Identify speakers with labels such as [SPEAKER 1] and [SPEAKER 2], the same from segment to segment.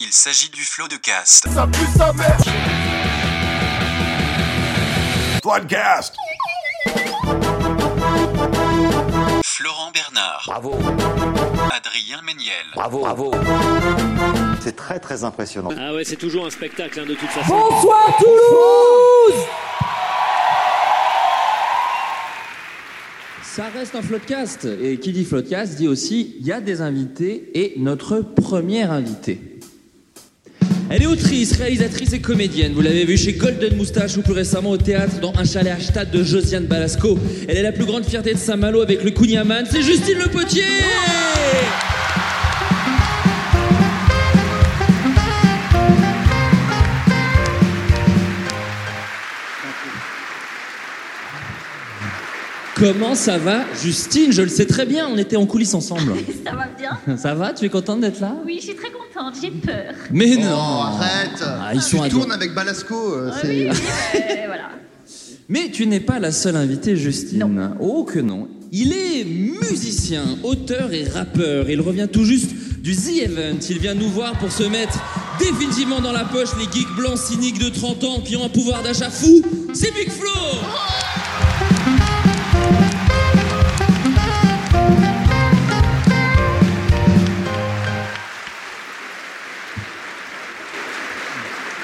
[SPEAKER 1] Il s'agit du flot de cast.
[SPEAKER 2] Floodcast.
[SPEAKER 1] Florent Bernard,
[SPEAKER 3] Bravo,
[SPEAKER 1] Adrien Méniel,
[SPEAKER 3] bravo, bravo.
[SPEAKER 4] C'est très très impressionnant.
[SPEAKER 5] Ah ouais, c'est toujours un spectacle hein, de toute façon.
[SPEAKER 6] Bonsoir Toulouse Ça reste un floodcast. Et qui dit floodcast dit aussi il y a des invités et notre première invitée. Elle est autrice, réalisatrice et comédienne. Vous l'avez vu chez Golden Moustache ou plus récemment au théâtre dans Un chalet à Stade de Josiane Balasco. Elle est la plus grande fierté de Saint-Malo avec le Cunyaman. C'est Justine Le Potier Comment ça va, Justine Je le sais très bien, on était en coulisses ensemble.
[SPEAKER 7] Ça va bien
[SPEAKER 6] Ça va Tu es contente d'être là
[SPEAKER 7] Oui, je suis très contente, j'ai peur.
[SPEAKER 6] Mais non
[SPEAKER 8] Oh, arrête
[SPEAKER 6] Ah, ils sont
[SPEAKER 8] Tu tournes
[SPEAKER 6] ados.
[SPEAKER 8] avec Balasco. euh,
[SPEAKER 7] Ah
[SPEAKER 8] c'est-
[SPEAKER 7] oui, oui, euh, voilà.
[SPEAKER 6] Mais tu n'es pas la seule invitée, Justine. Oh que non. Il est musicien, auteur et rappeur. Il revient tout juste du The Event. Il vient nous voir pour se mettre définitivement dans la poche les geeks blancs cyniques de 30 ans qui ont un pouvoir d'achat fou. C'est Big Flo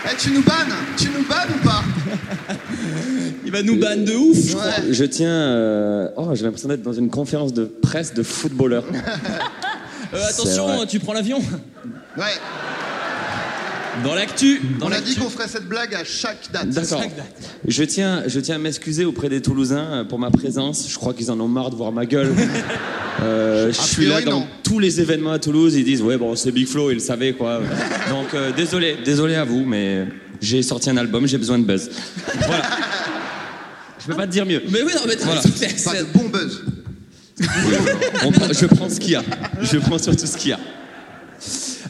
[SPEAKER 8] Eh, tu nous bannes Tu nous bannes ou pas
[SPEAKER 6] Il va nous ban de ouf je crois.
[SPEAKER 8] Ouais.
[SPEAKER 9] Je tiens. euh, Oh, j'ai l'impression d'être dans une conférence de presse de footballeurs.
[SPEAKER 6] Euh, attention,
[SPEAKER 9] vrai.
[SPEAKER 6] tu prends l'avion
[SPEAKER 8] Ouais,
[SPEAKER 6] Dans l'actu dans
[SPEAKER 8] on a
[SPEAKER 6] l'actu.
[SPEAKER 8] dit qu'on ferait cette blague à chaque date.
[SPEAKER 9] D'accord. Je tiens, je tiens à m'excuser auprès des Toulousains euh, pour ma présence. Je crois qu'ils en ont marre de voir ma gueule. Euh, je
[SPEAKER 8] A
[SPEAKER 9] suis là
[SPEAKER 8] priori,
[SPEAKER 9] dans
[SPEAKER 8] non.
[SPEAKER 9] tous les événements à Toulouse. Ils disent ouais bon c'est Big Flo, ils le savaient quoi. Donc euh, désolé, désolé à vous, mais j'ai sorti un album, j'ai besoin de buzz. Voilà. Je peux pas te dire mieux.
[SPEAKER 6] Mais oui, non, mais t'as-
[SPEAKER 9] Voilà.
[SPEAKER 6] c'est-
[SPEAKER 8] Pas de
[SPEAKER 6] c'est-
[SPEAKER 8] bon buzz.
[SPEAKER 9] On prend- je prends ce qu'il y a. Je prends surtout ce qu'il y a.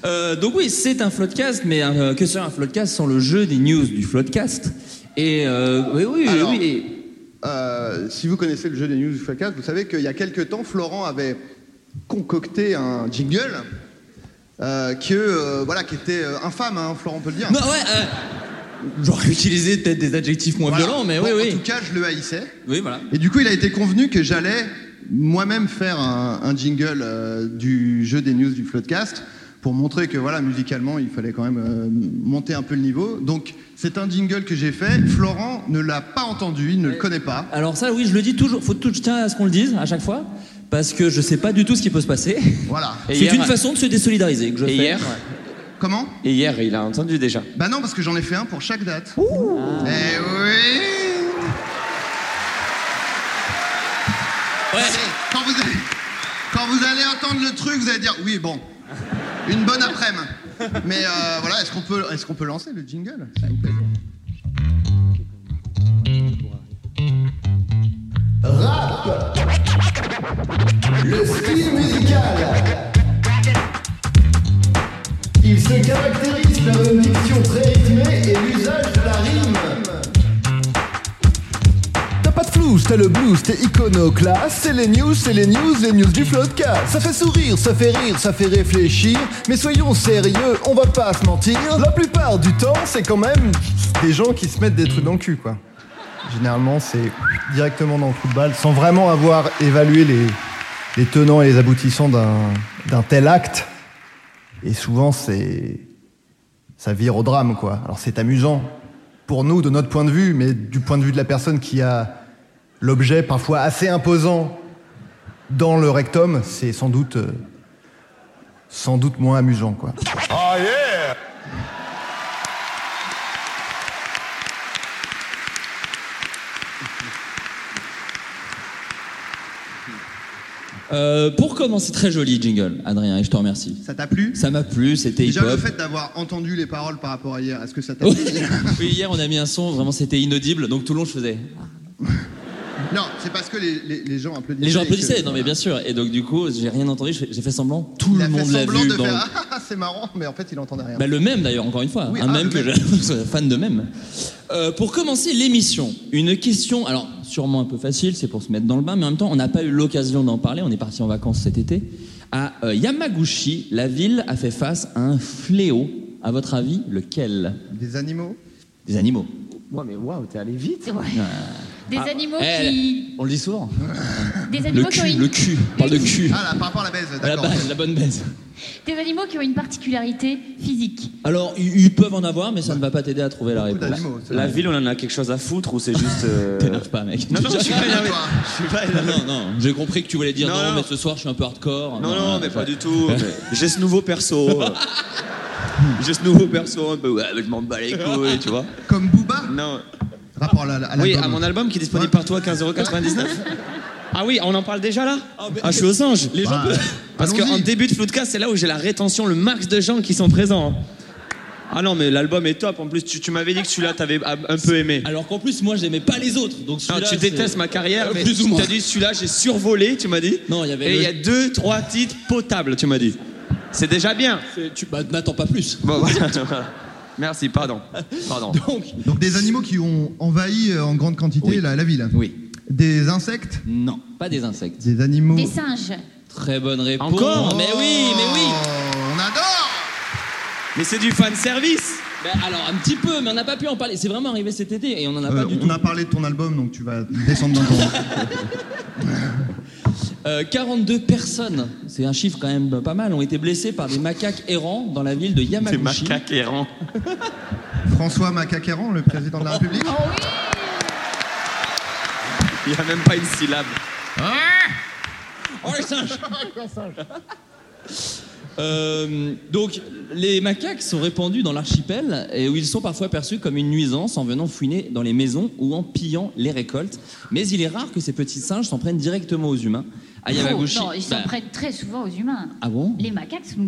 [SPEAKER 6] Euh, donc oui, c'est un floodcast, mais euh, que sur un floodcast sans le jeu des news du floodcast. Et euh, oui, oui,
[SPEAKER 8] Alors,
[SPEAKER 6] oui. et-
[SPEAKER 8] Euh, si vous connaissez le jeu des news du Flacas, vous savez qu'il y a quelques temps, Florent avait concocté un jingle euh, que, euh, voilà, qui était euh, infâme, hein, Florent peut le dire.
[SPEAKER 6] Non, ouais. euh, J'aurais utilisé peut-être des adjectifs moins
[SPEAKER 8] Voilà.
[SPEAKER 6] violents, mais
[SPEAKER 8] Bon,
[SPEAKER 6] oui,
[SPEAKER 8] En
[SPEAKER 6] oui.
[SPEAKER 8] tout cas, je le haïssais.
[SPEAKER 6] Oui, voilà.
[SPEAKER 8] Et du coup, il a été convenu que j'allais moi-même faire un, un jingle euh, du jeu des news du Floodcast pour montrer que voilà, musicalement, il fallait quand même euh, monter un peu le niveau. Donc, c'est un jingle que j'ai fait. Florent ne l'a pas entendu, il ne le connaît pas.
[SPEAKER 6] Alors ça, oui, je le dis toujours. Faut tout, je tiens à ce qu'on le dise à chaque fois, parce que je sais pas du tout ce qui peut se passer.
[SPEAKER 8] Voilà.
[SPEAKER 9] Et
[SPEAKER 6] C'est
[SPEAKER 9] hier-
[SPEAKER 6] une façon de se désolidariser que je
[SPEAKER 9] Et
[SPEAKER 6] fais.
[SPEAKER 9] hier,
[SPEAKER 8] Comment
[SPEAKER 9] et hier, il a entendu déjà.
[SPEAKER 8] Bah non, parce que j'en ai fait un pour chaque date. Eh oui
[SPEAKER 6] Ouais.
[SPEAKER 8] Allez, quand, vous allez, quand vous allez entendre le truc, vous allez dire oui, bon, une bonne après-midi. Mais euh, voilà, est-ce qu'on peut, est qu'on peut lancer le jingle s'il vous plaît
[SPEAKER 2] Le style musical. Il se caractérise par une diction très rythmée et l'usage de la rime. T'as pas de flouze, t'as le blues, t'es iconoclaste. C'est les news, c'est les news, les news du floodcast. Ça fait sourire, ça fait rire, ça fait réfléchir. Mais soyons sérieux, on va pas se mentir. La plupart du temps, c'est quand même des gens qui se mettent des trucs dans le cul, quoi. Généralement, c'est directement dans le coup de balle, sans vraiment avoir évalué les, les tenants et les aboutissants d'un d'un tel acte. Et souvent, c'est. Ça vire au drame, quoi. Alors, c'est amusant pour nous, de notre point de vue, mais du point de vue de la personne qui a l'objet parfois assez imposant dans le rectum, c'est sans doute. euh, sans doute moins amusant, quoi.
[SPEAKER 6] Euh, pour commencer, très joli jingle, Adrien, et je te remercie.
[SPEAKER 8] Ça t'a plu
[SPEAKER 6] Ça m'a plu, c'était
[SPEAKER 8] Déjà le
[SPEAKER 6] hip-hop.
[SPEAKER 8] fait d'avoir entendu les paroles par rapport à hier, est-ce que ça t'a
[SPEAKER 6] Oui,
[SPEAKER 8] plu
[SPEAKER 6] hier, on a mis un son, vraiment, c'était inaudible, donc tout le long, je faisais.
[SPEAKER 8] Non, c'est parce que les, les- les gens applaudissaient.
[SPEAKER 6] Les gens
[SPEAKER 8] et que-
[SPEAKER 6] applaudissaient, non mais bien sûr. Et donc, du coup, j'ai rien entendu, j'ai j'ai fait semblant, tout
[SPEAKER 8] Il
[SPEAKER 6] le
[SPEAKER 8] a fait
[SPEAKER 6] monde l'a
[SPEAKER 8] semblant
[SPEAKER 6] vu.
[SPEAKER 8] de
[SPEAKER 6] dans le-
[SPEAKER 8] faire Ah, ah, c'est marrant, mais en fait il entendait rien.
[SPEAKER 6] Bah, le même d'ailleurs, encore une fois.
[SPEAKER 8] Oui,
[SPEAKER 6] un
[SPEAKER 8] ah,
[SPEAKER 6] même
[SPEAKER 8] le
[SPEAKER 6] que
[SPEAKER 8] même.
[SPEAKER 6] je. fan de même. Euh, pour commencer l'émission, une question, alors sûrement un peu facile, c'est pour se mettre dans le bain, mais en même temps, on n'a pas eu l'occasion d'en parler, on est parti en vacances cet été. À euh, Yamaguchi, la ville a fait face à un fléau. À votre avis, lequel
[SPEAKER 8] Des animaux
[SPEAKER 6] Des animaux.
[SPEAKER 10] Ouais, mais waouh, t'es allé vite.
[SPEAKER 7] Des animaux
[SPEAKER 6] Eh,
[SPEAKER 7] qui.
[SPEAKER 6] On le dit souvent.
[SPEAKER 7] Des
[SPEAKER 6] Le
[SPEAKER 7] animaux qui ont
[SPEAKER 6] cul,
[SPEAKER 7] une-
[SPEAKER 6] le cul. On parle de cul.
[SPEAKER 8] Ah là, par rapport à la baise,
[SPEAKER 6] la,
[SPEAKER 8] d'accord.
[SPEAKER 6] ba- la bonne baise.
[SPEAKER 7] Des animaux qui ont une particularité physique.
[SPEAKER 6] Alors, ils ils peuvent en avoir, mais ça ne va pas t'aider à trouver la réponse.
[SPEAKER 8] d'animaux, c'est
[SPEAKER 2] La ville, on en a quelque chose à foutre ou c'est juste. euh,
[SPEAKER 6] T'énerve pas, mec.
[SPEAKER 2] Non, non, je suis pas énervé.
[SPEAKER 8] Toi.
[SPEAKER 2] Je suis pas
[SPEAKER 6] Non,
[SPEAKER 2] énervé.
[SPEAKER 6] non, non, j'ai compris que tu voulais dire non,
[SPEAKER 2] Non, non.
[SPEAKER 6] mais ce soir je suis un peu hardcore.
[SPEAKER 2] Non, non, mais
[SPEAKER 6] je-
[SPEAKER 2] pas du tout. mais J'ai ce nouveau perso. euh, J'ai ce nouveau perso un peu. Ouais, mais je m'en bats les couilles, tu vois.
[SPEAKER 8] Comme Booba
[SPEAKER 2] Non.
[SPEAKER 8] Rapport à la- à
[SPEAKER 2] Oui,
[SPEAKER 8] l'album.
[SPEAKER 2] à mon album qui est disponible partout à 15,99€. Ah oui, on en parle déjà là Ah, je suis aux anges. Les gens
[SPEAKER 8] peuvent-
[SPEAKER 2] Parce qu'en
[SPEAKER 8] Allons-y.
[SPEAKER 2] début de Floodcast, c'est là où j'ai la rétention, le max de gens qui sont présents. Ah non, mais l'album est top. En plus, tu, tu m'avais dit que celui-là, t'avais un un peu aimé.
[SPEAKER 6] Alors qu'en plus, moi j'aimais pas les autres. Donc
[SPEAKER 2] Non,
[SPEAKER 6] celui-là,
[SPEAKER 2] tu
[SPEAKER 6] c'est-
[SPEAKER 2] détestes ma carrière,
[SPEAKER 6] Euh,
[SPEAKER 2] mais
[SPEAKER 6] plus ou
[SPEAKER 2] tu
[SPEAKER 6] moins.
[SPEAKER 2] t'as dit celui-là, j'ai survolé, tu m'as dit.
[SPEAKER 6] Non, il y avait
[SPEAKER 2] Et
[SPEAKER 6] le-
[SPEAKER 2] il y a deux, trois titres potables, tu m'as dit. C'est déjà bien.
[SPEAKER 6] C'est- Tu bah, n'attends pas plus.
[SPEAKER 2] Bon, voilà, voilà. Merci, pardon. Pardon.
[SPEAKER 6] Donc,
[SPEAKER 8] Donc des animaux qui ont envahi euh, en grande quantité
[SPEAKER 6] Oui.
[SPEAKER 8] la, la ville.
[SPEAKER 6] oui.
[SPEAKER 8] Des insectes
[SPEAKER 6] Non, pas des insectes.
[SPEAKER 8] Des animaux.
[SPEAKER 7] Des singes.
[SPEAKER 6] Très bonne réponse.
[SPEAKER 2] Encore
[SPEAKER 6] Mais oui, mais oui.
[SPEAKER 8] Oh, On adore
[SPEAKER 6] Ah,
[SPEAKER 2] Mais c'est du fan service.
[SPEAKER 6] Bah, alors un petit peu, mais on n'a pas pu en parler. C'est vraiment arrivé cet été et on en a
[SPEAKER 8] Euh,
[SPEAKER 6] pas du
[SPEAKER 8] On
[SPEAKER 6] tout.
[SPEAKER 8] a parlé de ton album, donc tu vas descendre dans ton.
[SPEAKER 6] Euh, 42 personnes, c'est un chiffre quand même pas mal, ont été blessées par des macaques errants dans la ville de
[SPEAKER 2] C'est
[SPEAKER 6] Yamaguchi.
[SPEAKER 2] macaque errant.
[SPEAKER 8] François Macaqueran, le président de la République.
[SPEAKER 2] Il n'y a même pas une syllabe.
[SPEAKER 6] Oh les singes Euh, donc, les macaques sont répandus dans l'archipel et où ils sont parfois perçus comme une nuisance en venant fouiner dans les maisons ou en pillant les récoltes. Mais il est rare que ces petits singes s'en prennent directement aux humains. Ah, À Yamaguchi.
[SPEAKER 7] Oh, non, ils s'en
[SPEAKER 6] bah,
[SPEAKER 7] prennent très souvent aux humains.
[SPEAKER 6] Ah bon
[SPEAKER 7] Les macaques sont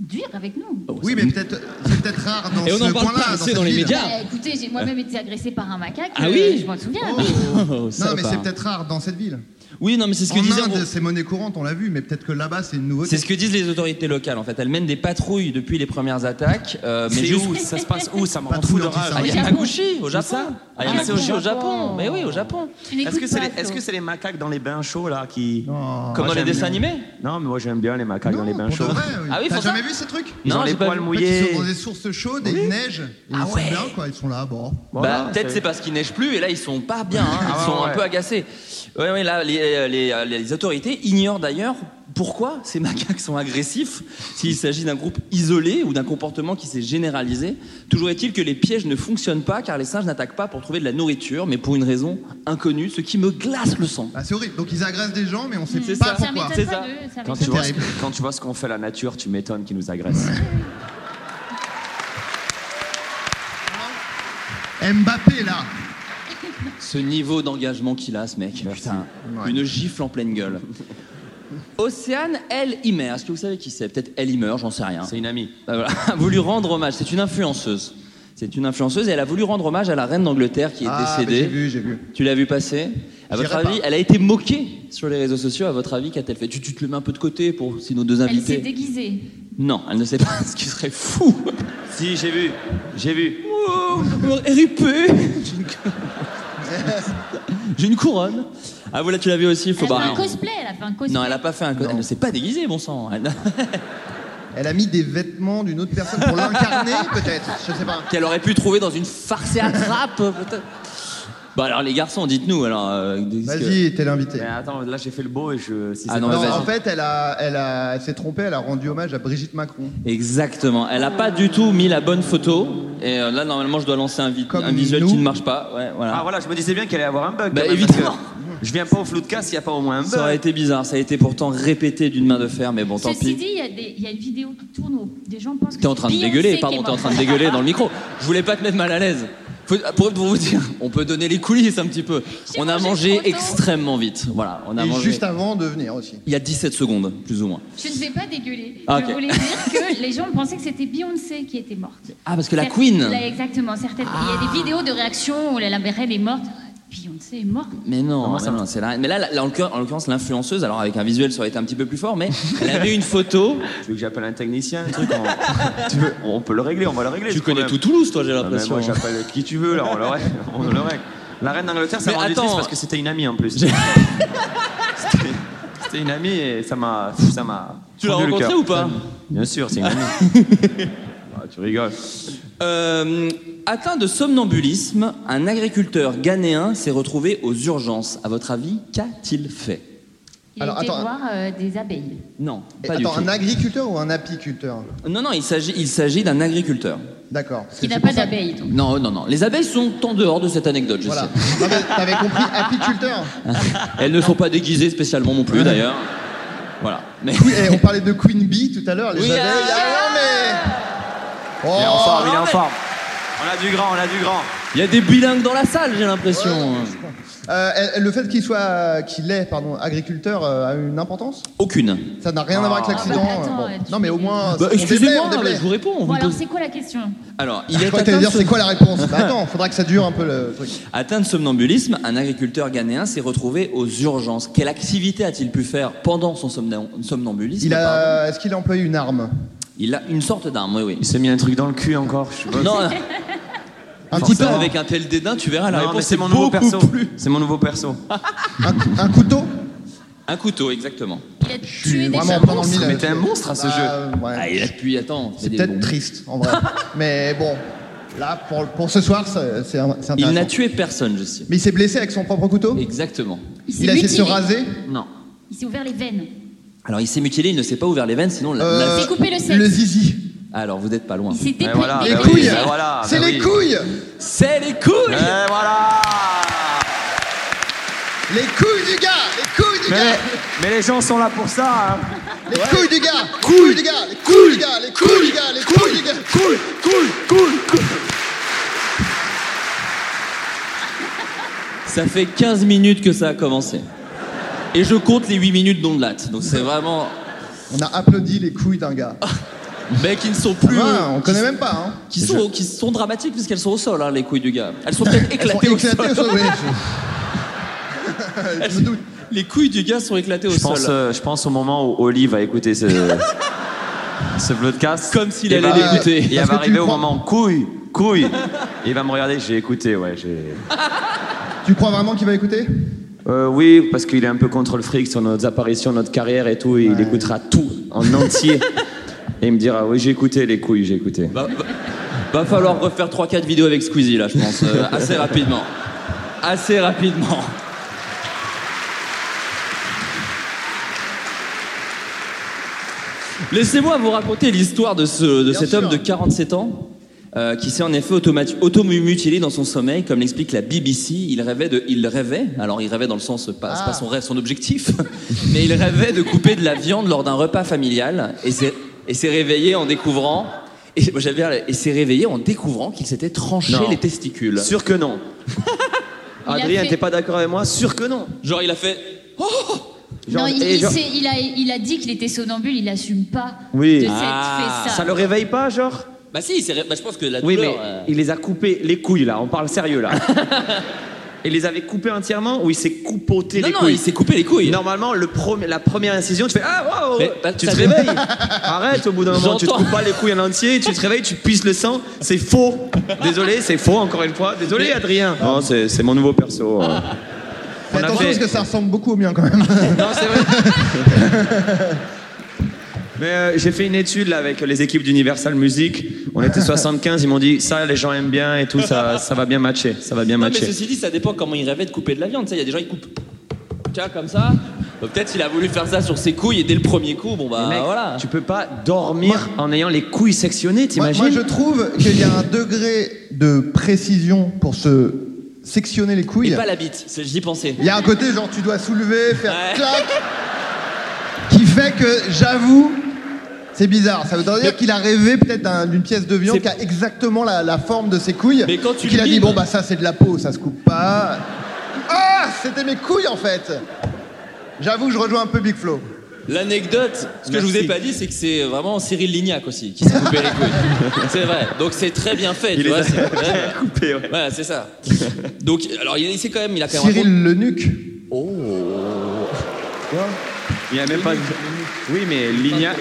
[SPEAKER 7] durs avec nous.
[SPEAKER 6] Oh.
[SPEAKER 8] Oui, mais peut-être c'est peut-être rare dans
[SPEAKER 6] Et
[SPEAKER 8] ce
[SPEAKER 6] on n'en parle
[SPEAKER 8] coin-là,
[SPEAKER 6] pas
[SPEAKER 8] dans
[SPEAKER 6] assez
[SPEAKER 8] cette
[SPEAKER 6] dans les
[SPEAKER 8] ville.
[SPEAKER 6] médias.
[SPEAKER 7] Bah, écoutez, j'ai moi-même été agressée par un macaque.
[SPEAKER 6] Ah
[SPEAKER 7] euh,
[SPEAKER 6] oui
[SPEAKER 7] Je m'en souviens.
[SPEAKER 6] Oh,
[SPEAKER 8] Non,
[SPEAKER 6] ça
[SPEAKER 8] mais
[SPEAKER 6] part.
[SPEAKER 8] c'est peut-être rare dans cette ville.
[SPEAKER 6] Oui, non, mais c'est ce que
[SPEAKER 8] En
[SPEAKER 6] disait.
[SPEAKER 8] Inde, c'est monnaie courante, on l'a vu, mais peut-être que là-bas, c'est une nouveauté.
[SPEAKER 6] C'est ce que disent les autorités locales en fait. Elles mènent des patrouilles depuis les premières attaques. euh, mais
[SPEAKER 2] C'est
[SPEAKER 6] juste- Ah,
[SPEAKER 2] où Ça se passe où Ça me
[SPEAKER 8] Pas
[SPEAKER 2] rend
[SPEAKER 8] tout
[SPEAKER 2] fou de
[SPEAKER 8] l'anti-singe.
[SPEAKER 2] rage.
[SPEAKER 6] À
[SPEAKER 8] Au
[SPEAKER 6] Yamaguchi, au Japon. À
[SPEAKER 2] Ah,
[SPEAKER 6] Yamaguchi,
[SPEAKER 2] c'est au
[SPEAKER 6] au Japon. Mais oui, au Japon.
[SPEAKER 7] Tu
[SPEAKER 2] Est-ce
[SPEAKER 7] n'écoutes
[SPEAKER 2] que c'est
[SPEAKER 7] pas,
[SPEAKER 2] les, est-ce
[SPEAKER 7] Flo.
[SPEAKER 2] que c'est les macaques dans les bains chauds là qui.
[SPEAKER 8] Non.
[SPEAKER 6] Comme
[SPEAKER 2] Ah, Moi,
[SPEAKER 6] dans les
[SPEAKER 2] j'aime
[SPEAKER 6] dessins
[SPEAKER 2] bien.
[SPEAKER 6] animés.
[SPEAKER 2] Non, mais moi j'aime bien les macaques dans les bains
[SPEAKER 8] pour de
[SPEAKER 2] chauds.
[SPEAKER 8] vrai,
[SPEAKER 6] Ah oui,
[SPEAKER 8] T'as
[SPEAKER 6] faut ça.
[SPEAKER 8] jamais vu ces trucs
[SPEAKER 2] Ils ont
[SPEAKER 6] Non,
[SPEAKER 2] les
[SPEAKER 6] j'ai pas
[SPEAKER 2] poils
[SPEAKER 6] vu.
[SPEAKER 8] En fait, Ils
[SPEAKER 2] mouillés.
[SPEAKER 8] sont dans des sources chaudes et il neige. et
[SPEAKER 6] Ah
[SPEAKER 8] ils sont bien, quoi. Ils sont là, bon.
[SPEAKER 2] Voilà,
[SPEAKER 6] bah, peut-être c'est parce qu'il neige plus et là ils sont pas bien, hein. ils
[SPEAKER 2] Ah ouais,
[SPEAKER 6] sont un
[SPEAKER 2] ouais.
[SPEAKER 6] peu agacés. Ouais, ouais, là les, les- les autorités ignorent d'ailleurs pourquoi ces macaques sont agressifs s'il s'agit d'un groupe isolé ou d'un comportement qui s'est généralisé. Toujours est-il que les pièges ne fonctionnent pas car les singes n'attaquent pas pour trouver de la nourriture mais pour une raison inconnue, ce qui me glace le sang.
[SPEAKER 8] Ah, c'est horrible. Donc ils agressent des gens, mais on sait
[SPEAKER 6] C'est ça.
[SPEAKER 8] pas
[SPEAKER 7] Ça
[SPEAKER 8] pourquoi.
[SPEAKER 6] C'est ça.
[SPEAKER 7] m'étonne pas de. Ça
[SPEAKER 2] Quand
[SPEAKER 7] m'étonne
[SPEAKER 2] tu, vois ce
[SPEAKER 8] terrible.
[SPEAKER 2] que- quand tu vois ce qu'on fait à la nature, tu m'étonnes qu'ils nous agressent.
[SPEAKER 8] Mbappé, là.
[SPEAKER 6] Ce niveau d'engagement qu'il a, ce mec. Putain,
[SPEAKER 8] Ouais.
[SPEAKER 6] une gifle en pleine gueule. Océane El Imer, est-ce que vous savez qui c'est Peut-être El Imer, j'en sais rien.
[SPEAKER 2] C'est une amie.
[SPEAKER 6] Ah, voilà. a voulu rendre hommage. C'est une influenceuse. C'est une influenceuse et elle a voulu rendre hommage à la reine d'Angleterre qui est
[SPEAKER 8] Ah, mais
[SPEAKER 6] décédée.
[SPEAKER 8] J'ai vu, j'ai vu.
[SPEAKER 6] Tu l'as vu passer À
[SPEAKER 8] J'irai
[SPEAKER 6] votre avis,
[SPEAKER 8] pas.
[SPEAKER 6] elle a été moquée sur les réseaux sociaux. À votre avis, qu'a-t-elle fait tu, tu te le mets un peu de côté pour si nos deux
[SPEAKER 7] Elle s'est
[SPEAKER 6] invités.
[SPEAKER 7] déguisée.
[SPEAKER 6] non, elle ne sait pas, ce qui serait fou.
[SPEAKER 2] Si, j'ai vu. J'ai vu.
[SPEAKER 6] Wow, RIP J'ai une cou- J'ai une couronne. Ah voilà, tu l'as vu aussi. Faut
[SPEAKER 7] Elle a
[SPEAKER 6] pas.
[SPEAKER 7] fait un cosplay. Elle a fait un cosplay.
[SPEAKER 6] Non, elle n'a pas fait un. co- Elle ne s'est pas déguisée, bon sang. Elle-
[SPEAKER 8] Elle a mis des vêtements d'une autre personne pour l'incarner, peut-être. Je sais pas.
[SPEAKER 6] qu'elle aurait pu trouver dans une farce et attrape, peut-être. Bon, alors, les garçons, dites-nous, alors. euh, qu'est-ce que-
[SPEAKER 8] Vas-y, t'es l'invité.
[SPEAKER 2] Mais attends, là j'ai fait le beau et je. si
[SPEAKER 6] Ah
[SPEAKER 2] c'est
[SPEAKER 6] non,
[SPEAKER 2] pas-
[SPEAKER 8] Non,
[SPEAKER 6] vas-y.
[SPEAKER 8] en fait, elle, a, elle, a, elle s'est trompée, elle a rendu hommage à Brigitte Macron.
[SPEAKER 6] Exactement. Elle n'a pas du tout mis la bonne photo. Et euh, là, normalement, je dois lancer un, vi-
[SPEAKER 8] Comme
[SPEAKER 6] un visuel
[SPEAKER 8] nous.
[SPEAKER 6] qui ne marche pas. Ouais, voilà.
[SPEAKER 2] Ah voilà, je me disais bien qu'il allait y avoir un bug.
[SPEAKER 6] Bah,
[SPEAKER 2] quand même, parce
[SPEAKER 6] évidemment.
[SPEAKER 2] que Je viens pas au flou de casse s'il n'y a pas au moins un
[SPEAKER 6] Ça aurait
[SPEAKER 2] bug.
[SPEAKER 6] été bizarre. Ça a été pourtant répété d'une main de fer, mais bon, tant pis.
[SPEAKER 7] Ceci dit, il y, a des- il y a une vidéo qui tourne où des gens pensent que.
[SPEAKER 6] T'es en train de
[SPEAKER 7] c'est
[SPEAKER 6] dégueuler,
[SPEAKER 7] Beyoncé qui
[SPEAKER 6] pardon,
[SPEAKER 7] est
[SPEAKER 6] t'es en train de
[SPEAKER 7] morte.
[SPEAKER 6] dégueuler dans le micro. Je voulais pas te mettre mal à l'aise. Faut- pour, pour vous dire, on peut donner les coulisses un petit peu. On a
[SPEAKER 7] mangé
[SPEAKER 6] mangé
[SPEAKER 7] trop tôt.
[SPEAKER 6] extrêmement vite. Voilà, on a
[SPEAKER 8] Et
[SPEAKER 6] mangé.
[SPEAKER 8] juste avant de venir aussi.
[SPEAKER 6] Il y a 17 secondes, plus ou moins.
[SPEAKER 7] Je ne vais pas dégueuler.
[SPEAKER 6] Ah, ok.
[SPEAKER 7] Je voulais dire que les gens pensaient que c'était Beyoncé qui était morte.
[SPEAKER 6] Ah, parce que la
[SPEAKER 7] Certes-
[SPEAKER 6] Queen. Ah.
[SPEAKER 7] Là, exactement. Certaines... Il y a des vidéos de réaction où la, la reine est morte. Beyoncé est morte.
[SPEAKER 6] Mais non, mais non, c'est la- Mais là, là, en l'occur- en l'occurrence, l'influenceuse, alors avec un visuel, ça aurait été un petit peu plus fort, mais elle avait une photo.
[SPEAKER 2] Tu veux que j'appelle un technicien un truc en- tu veux- On peut le régler, on va le régler.
[SPEAKER 6] Tu
[SPEAKER 2] ce
[SPEAKER 6] connais
[SPEAKER 2] problème.
[SPEAKER 6] tout Toulouse, toi, j'ai
[SPEAKER 2] Non, mais
[SPEAKER 6] l'impression. hein.
[SPEAKER 2] Moi, j'appelle qui tu veux, là, on le règle. On le règle. La reine d'Angleterre, ça
[SPEAKER 6] Mais
[SPEAKER 2] m'a rendu triste
[SPEAKER 6] attends.
[SPEAKER 2] parce que c'était une amie en plus. C'était c'était une amie et ça m'a. ça m'a
[SPEAKER 6] Tu l'as
[SPEAKER 2] fondu le
[SPEAKER 6] rencontrée
[SPEAKER 2] cœur.
[SPEAKER 6] ou pas
[SPEAKER 2] Bien sûr, c'est une amie. Ah, tu rigoles.
[SPEAKER 6] Euh, atteint de somnambulisme, un agriculteur ghanéen s'est retrouvé aux urgences. À votre avis, qu'a-t-il fait
[SPEAKER 7] Il
[SPEAKER 8] Alors,
[SPEAKER 7] était
[SPEAKER 8] attends.
[SPEAKER 7] voir euh, des abeilles.
[SPEAKER 6] Non,
[SPEAKER 8] Et
[SPEAKER 6] pas
[SPEAKER 8] Attends,
[SPEAKER 6] du
[SPEAKER 8] un
[SPEAKER 6] tout.
[SPEAKER 8] agriculteur ou un apiculteur
[SPEAKER 6] Non, non, il s'agit, il s'agit d'un agriculteur.
[SPEAKER 8] D'accord. parce que
[SPEAKER 7] Qui n'a
[SPEAKER 8] c'est
[SPEAKER 7] pas
[SPEAKER 8] pour ça-
[SPEAKER 7] d'abeilles. donc.
[SPEAKER 6] Non, non, non. Les abeilles sont en dehors de cette anecdote, je
[SPEAKER 8] Voilà. Non, mais T'avais compris apiculteur
[SPEAKER 6] sais. Elles ne sont pas déguisées spécialement non plus, d'ailleurs. Voilà. Mais...
[SPEAKER 8] Oui, eh, on parlait de Queen Bee tout à l'heure, les
[SPEAKER 6] Oui,
[SPEAKER 8] abeilles.
[SPEAKER 6] ah,
[SPEAKER 8] Ah, non, mais.
[SPEAKER 2] Il est en
[SPEAKER 8] Oh,
[SPEAKER 2] forme, il est
[SPEAKER 6] non,
[SPEAKER 2] en
[SPEAKER 6] mais-
[SPEAKER 2] forme. On a du grand, on a du grand.
[SPEAKER 6] Il y a des bilingues dans la salle, j'ai l'impression.
[SPEAKER 8] euh, eh, le fait qu'il soit, qu'il est, pardon, agriculteur euh, a une importance
[SPEAKER 6] Aucune.
[SPEAKER 8] Ça n'a rien à voir avec l'accident.
[SPEAKER 7] Ah, bah, attends,
[SPEAKER 8] euh,
[SPEAKER 7] euh, tu
[SPEAKER 8] Non, mais au
[SPEAKER 7] fais-
[SPEAKER 8] moins.
[SPEAKER 6] Bah,
[SPEAKER 8] on déblaye,
[SPEAKER 6] excusez-moi,
[SPEAKER 8] on déblaye.
[SPEAKER 6] je vous réponds. vous
[SPEAKER 7] Bon,
[SPEAKER 6] me
[SPEAKER 7] alors,
[SPEAKER 6] posez-
[SPEAKER 7] c'est quoi la question
[SPEAKER 6] Alors, il
[SPEAKER 8] Je
[SPEAKER 6] est
[SPEAKER 8] crois que
[SPEAKER 6] atteint,
[SPEAKER 8] t'allais
[SPEAKER 6] de
[SPEAKER 8] dire, c'est
[SPEAKER 6] som-
[SPEAKER 8] quoi la réponse Bah, Attends, faudra que ça dure un peu le truc.
[SPEAKER 6] atteint de somnambulisme, un agriculteur ghanéen s'est retrouvé aux urgences. Quelle activité a-t-il pu faire pendant son somna- somnambulisme
[SPEAKER 8] Il
[SPEAKER 6] pardon
[SPEAKER 8] a, est-ce qu'il a employé une arme
[SPEAKER 6] Il a une sorte d'arme, oui, oui.
[SPEAKER 2] Il s'est mis un truc dans le cul encore. Je sais pas.
[SPEAKER 6] Non,
[SPEAKER 8] Un
[SPEAKER 6] un petit peu
[SPEAKER 8] couteau
[SPEAKER 6] avec un tel dédain, tu verras la
[SPEAKER 2] Non,
[SPEAKER 6] réponse.
[SPEAKER 2] mais c'est mon nouveau
[SPEAKER 6] beaucoup
[SPEAKER 2] perso.
[SPEAKER 6] plus. Ah,
[SPEAKER 2] C'est mon nouveau perso.
[SPEAKER 8] un, un couteau
[SPEAKER 6] Un couteau, exactement.
[SPEAKER 7] Il a tué des
[SPEAKER 8] Vraiment
[SPEAKER 7] gens.
[SPEAKER 8] en plein dans le mille.
[SPEAKER 2] Mais t'es un monstre à ce
[SPEAKER 8] Bah,
[SPEAKER 2] jeu.
[SPEAKER 8] euh, ouais.
[SPEAKER 6] Ah, il appuie, attends.
[SPEAKER 8] C'est
[SPEAKER 6] des
[SPEAKER 8] peut-être
[SPEAKER 6] bombes.
[SPEAKER 8] triste en vrai. mais bon, là pour, pour ce soir, c'est c'est un- c'est intéressant.
[SPEAKER 6] Il n'a tué personne, je sais.
[SPEAKER 8] Mais il s'est blessé avec son propre couteau
[SPEAKER 6] Exactement.
[SPEAKER 7] Il s'est
[SPEAKER 8] Il a essayé de se
[SPEAKER 7] mutilé.
[SPEAKER 8] raser
[SPEAKER 6] Non.
[SPEAKER 7] Il s'est ouvert les veines.
[SPEAKER 6] Ah. Alors, il s'est mutilé, il ne s'est pas ouvert les veines, sinon. la-
[SPEAKER 8] Euh,
[SPEAKER 7] s'est coupé le sexe.
[SPEAKER 8] Le zizi.
[SPEAKER 6] la- Alors, vous n'êtes pas loin.
[SPEAKER 7] Il s'est dépla-
[SPEAKER 2] Eh voilà,
[SPEAKER 7] dépla-
[SPEAKER 8] Les
[SPEAKER 2] bah oui,
[SPEAKER 8] couilles
[SPEAKER 2] bah voilà,
[SPEAKER 8] C'est
[SPEAKER 2] bah
[SPEAKER 8] les
[SPEAKER 2] oui.
[SPEAKER 8] couilles
[SPEAKER 6] C'est les couilles
[SPEAKER 2] Et voilà
[SPEAKER 8] Les couilles du gars Les couilles du
[SPEAKER 2] mais,
[SPEAKER 8] gars
[SPEAKER 2] mais les gens sont là pour ça. hein.
[SPEAKER 8] Les couilles du gars Couilles du gars Les couilles du gars Les couilles du gars Les couilles du gars
[SPEAKER 2] Cool, cool, cool, cool.
[SPEAKER 6] Ça fait 15 minutes que ça a commencé. Et je compte les 8 minutes d'ondelate. Donc, c'est vraiment.
[SPEAKER 8] On a applaudi les couilles d'un gars.
[SPEAKER 2] Ah
[SPEAKER 6] Mais qui ne sont plus. euh,
[SPEAKER 8] Ouais, Ah, on connaît même pas, hein
[SPEAKER 6] Qui sont, qui sont dramatiques puisqu'elles sont au sol, hein, les couilles du gars. Elles sont peut-être
[SPEAKER 8] Elles sont
[SPEAKER 6] éclatées au
[SPEAKER 8] éclatées
[SPEAKER 6] sol.
[SPEAKER 8] au sol, oui, je- Je me doute.
[SPEAKER 6] Les couilles du gars sont éclatées au
[SPEAKER 2] Je pense,
[SPEAKER 6] sol.
[SPEAKER 2] euh, je pense au moment où Oli va écouter ce, ce podcast.
[SPEAKER 6] Comme s'il
[SPEAKER 2] Et
[SPEAKER 6] allait
[SPEAKER 2] va-
[SPEAKER 6] l'écouter.
[SPEAKER 8] Parce
[SPEAKER 2] Et elle
[SPEAKER 8] que tu
[SPEAKER 2] va arriver au
[SPEAKER 8] prends-
[SPEAKER 2] moment couille, couille. Et il va me regarder, j'ai écouté, ouais. j'ai-
[SPEAKER 8] Tu crois vraiment qu'il va écouter
[SPEAKER 2] Euh, oui, parce qu'il est un peu contre le fric sur nos apparitions, notre carrière et tout. et Il écoutera tout en entier. et il me dira, oui, j'ai écouté les couilles, j'ai écouté.
[SPEAKER 6] Va, va- va falloir refaire 3-4 vidéos avec Squeezie, là, je pense. euh, assez rapidement. Assez rapidement. Laissez-moi vous raconter l'histoire de, ce- de
[SPEAKER 8] Bien
[SPEAKER 6] cet
[SPEAKER 8] sûr.
[SPEAKER 6] homme de 47 ans euh, qui s'est en effet automat- automutilé dans son sommeil, comme l'explique la BBC. Il rêvait de, il rêvait. Alors il rêvait dans le sens pas,
[SPEAKER 8] Ah.
[SPEAKER 6] c'est pas son rêve, son objectif, mais il rêvait de couper de la viande lors d'un repas familial et s'est et s'est réveillé en découvrant. Et moi, j'avais l'air- et s'est réveillé en découvrant qu'il s'était tranché
[SPEAKER 2] Non.
[SPEAKER 6] les testicules.
[SPEAKER 2] Sûr que non.
[SPEAKER 7] Il a
[SPEAKER 2] Adrien,
[SPEAKER 7] fait-
[SPEAKER 2] t'es pas d'accord avec moi Sûr que non.
[SPEAKER 6] Genre il a fait. Oh
[SPEAKER 7] Non,
[SPEAKER 2] Genre-
[SPEAKER 7] il,
[SPEAKER 2] et
[SPEAKER 7] il
[SPEAKER 2] genre-
[SPEAKER 7] s'est- il a, il a dit qu'il était somnambule, il assume pas
[SPEAKER 2] Oui.
[SPEAKER 7] de s'être
[SPEAKER 6] Ah,
[SPEAKER 7] fait ça.
[SPEAKER 2] Ça le réveille pas, genre
[SPEAKER 6] Bah si, il s'est ré- bah, je pense que la
[SPEAKER 2] Oui,
[SPEAKER 6] douleur.
[SPEAKER 2] mais
[SPEAKER 6] euh,
[SPEAKER 2] il les a coupés les couilles là, on parle sérieux là. il les avait coupés entièrement ou il s'est coupoté
[SPEAKER 6] Non
[SPEAKER 2] les
[SPEAKER 6] non,
[SPEAKER 2] couilles
[SPEAKER 6] il s'est coupé les couilles.
[SPEAKER 2] Normalement, le premier- la première incision, tu fais Ah, wow,
[SPEAKER 6] Mais, bah,
[SPEAKER 2] Tu te
[SPEAKER 6] ça
[SPEAKER 2] réveilles
[SPEAKER 6] dépend.
[SPEAKER 2] Arrête, au bout d'un moment, tu te
[SPEAKER 6] J'entends.
[SPEAKER 2] coupes pas les couilles en entier, tu te réveilles, tu pisses le sang, c'est faux Désolé, c'est faux encore une fois, désolé Adrien Non, c'est c'est mon nouveau perso. euh.
[SPEAKER 8] Mais
[SPEAKER 2] On a
[SPEAKER 8] attention
[SPEAKER 2] fait-
[SPEAKER 8] parce que ça ressemble beaucoup au mien quand même.
[SPEAKER 2] Non, c'est vrai. Mais euh, j'ai fait une étude là, avec les équipes d'Universal Music. On était 75, ils m'ont dit ça, les gens aiment bien et tout, ça, ça va bien matcher. Ça va bien
[SPEAKER 6] Non, mais
[SPEAKER 2] matcher.
[SPEAKER 6] ceci dit, ça dépend comment il rêvait de couper de la viande. Tu sais, Il y a des gens qui coupent. Tiens, comme ça. Bah, Peut-être il a voulu faire ça sur ses couilles et dès le premier coup, bon bah
[SPEAKER 2] Mec,
[SPEAKER 6] voilà.
[SPEAKER 2] Tu peux pas dormir en ayant les couilles sectionnées,
[SPEAKER 8] Moi,
[SPEAKER 2] t'imagines
[SPEAKER 8] moi, je trouve qu'il y a un degré de précision pour se sectionner les
[SPEAKER 6] Et
[SPEAKER 8] couilles.
[SPEAKER 6] pas la bite, c'est- j'y pensais.
[SPEAKER 8] Il y a un côté genre tu dois soulever, faire
[SPEAKER 6] Ouais.
[SPEAKER 8] clac, qui fait que j'avoue, c'est- C'est bizarre, ça veut dire qu'il a rêvé peut-être d'un- d'une pièce de viande qui a exactement la, la forme de ses couilles.
[SPEAKER 11] Mais quand tu
[SPEAKER 8] Et qu'il a
[SPEAKER 11] le
[SPEAKER 8] dit
[SPEAKER 11] dis-
[SPEAKER 8] bon bah ça c'est de la peau, ça se coupe pas. Ah, c'était mes couilles en fait. J'avoue, je rejoins un peu Big Flo.
[SPEAKER 6] L'anecdote, ce que je vous ai pas dit, c'est que c'est vraiment Cyril Lignac aussi qui s'est coupé les couilles. C'est vrai. Donc c'est très bien fait, tu
[SPEAKER 11] Il les
[SPEAKER 6] vois.
[SPEAKER 11] a-
[SPEAKER 6] c'est-
[SPEAKER 11] a coupé, ouais.
[SPEAKER 6] Voilà, c'est ça. Donc, alors il c'est quand même, il a quand même. raconté-
[SPEAKER 8] Cyril le nuque.
[SPEAKER 6] Oh.
[SPEAKER 11] Il n'y a même pas. de- Oui, mais Lignac.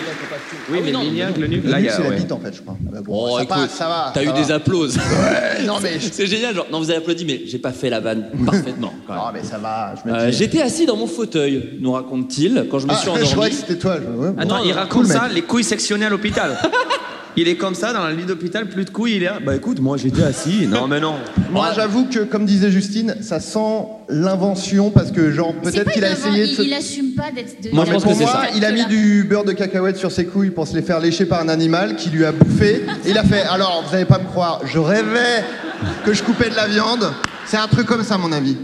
[SPEAKER 11] Oui, mais Lignac, le nuque.
[SPEAKER 8] Le
[SPEAKER 11] Là, il y
[SPEAKER 8] nuque
[SPEAKER 11] a.
[SPEAKER 8] c'est la
[SPEAKER 11] ouais.
[SPEAKER 8] bite en fait, je crois. Bah, bon,
[SPEAKER 6] Oh,
[SPEAKER 8] ça
[SPEAKER 6] écoute,
[SPEAKER 8] passe, ça va.
[SPEAKER 6] T'as
[SPEAKER 8] ça
[SPEAKER 6] eu
[SPEAKER 8] va.
[SPEAKER 2] Ah.
[SPEAKER 6] des applauses.
[SPEAKER 8] non, mais je-
[SPEAKER 6] C'est génial, genre, non, vous avez applaudi, mais j'ai pas fait la vanne parfaitement. quand même.
[SPEAKER 8] Ah, mais ça va. Je me
[SPEAKER 6] Euh,
[SPEAKER 8] dis-
[SPEAKER 6] J'étais assis dans mon fauteuil, nous raconte-t-il, quand je me
[SPEAKER 8] Ah,
[SPEAKER 6] suis
[SPEAKER 8] je croyais que
[SPEAKER 6] endormi. Ah
[SPEAKER 8] c'était toi. je- ouais, bon.
[SPEAKER 2] Attends,
[SPEAKER 6] Non,
[SPEAKER 2] il
[SPEAKER 6] non,
[SPEAKER 2] raconte
[SPEAKER 8] cool,
[SPEAKER 2] ça,
[SPEAKER 8] mec.
[SPEAKER 2] les couilles sectionnées à l'hôpital. il est comme ça dans la lit d'hôpital, plus de couilles, il est là. Bah écoute, moi j'étais assis. Non, mais non.
[SPEAKER 8] Moi, j'avoue que, comme disait Justine, ça sent l'invention parce que, genre,
[SPEAKER 7] C'est
[SPEAKER 8] peut-être
[SPEAKER 7] pas
[SPEAKER 8] qu'il a
[SPEAKER 7] une avant-
[SPEAKER 8] essayé de.
[SPEAKER 7] il,
[SPEAKER 8] se-
[SPEAKER 7] il assume pas d'être. de-
[SPEAKER 6] Moi, je
[SPEAKER 8] Mais
[SPEAKER 6] pense
[SPEAKER 8] pour
[SPEAKER 6] que c'est
[SPEAKER 8] moi,
[SPEAKER 6] ça.
[SPEAKER 8] il a mis
[SPEAKER 7] Là.
[SPEAKER 8] du beurre de cacahuète sur ses couilles pour se les faire lécher par un animal qui lui a bouffé. Et il a fait Alors, vous n'allez pas me croire, je rêvais que je coupais de la viande. C'est un truc comme ça, à mon avis.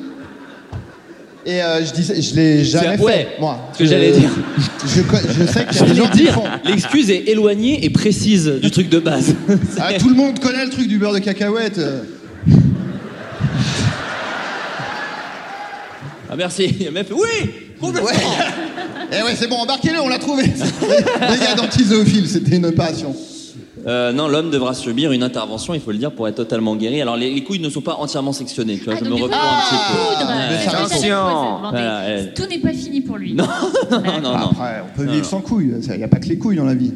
[SPEAKER 8] Et euh, je dis, je l'ai jamais fait,
[SPEAKER 6] ouais,
[SPEAKER 8] moi.
[SPEAKER 6] ce que j'allais dire.
[SPEAKER 8] Je, co- je sais qu'il y a des gens
[SPEAKER 6] J'allais
[SPEAKER 8] qui le
[SPEAKER 6] dire,
[SPEAKER 8] font.
[SPEAKER 6] l'excuse est éloignée et précise du truc de base.
[SPEAKER 8] Ah, tout le monde connaît le truc du beurre de cacahuète. Euh,
[SPEAKER 6] Ah, merci. Il m'a fait oui, complètement.
[SPEAKER 8] Eh ouais, c'est bon, embarquez-le, on l'a trouvé. Les gars d'anti-zoophile, c'était une opération.
[SPEAKER 6] Euh, non, l'homme devra subir une intervention, il faut le dire, pour être totalement guéri. Alors, les, les couilles ne sont pas entièrement sectionnées. Tu vois,
[SPEAKER 7] Ah,
[SPEAKER 6] je
[SPEAKER 7] donc
[SPEAKER 6] me
[SPEAKER 7] du coup,
[SPEAKER 6] reprends
[SPEAKER 7] il
[SPEAKER 6] un petit peu.
[SPEAKER 7] poudre.
[SPEAKER 6] Ouais.
[SPEAKER 7] Ah, C'est ce que j'allais
[SPEAKER 2] Attention.
[SPEAKER 7] vous demander.
[SPEAKER 6] Voilà, elle-
[SPEAKER 7] Tout n'est pas fini pour lui.
[SPEAKER 6] Non, non, Ah non, non.
[SPEAKER 8] Après, on peut vivre sans couilles. Il n'y a pas que les couilles dans la vie.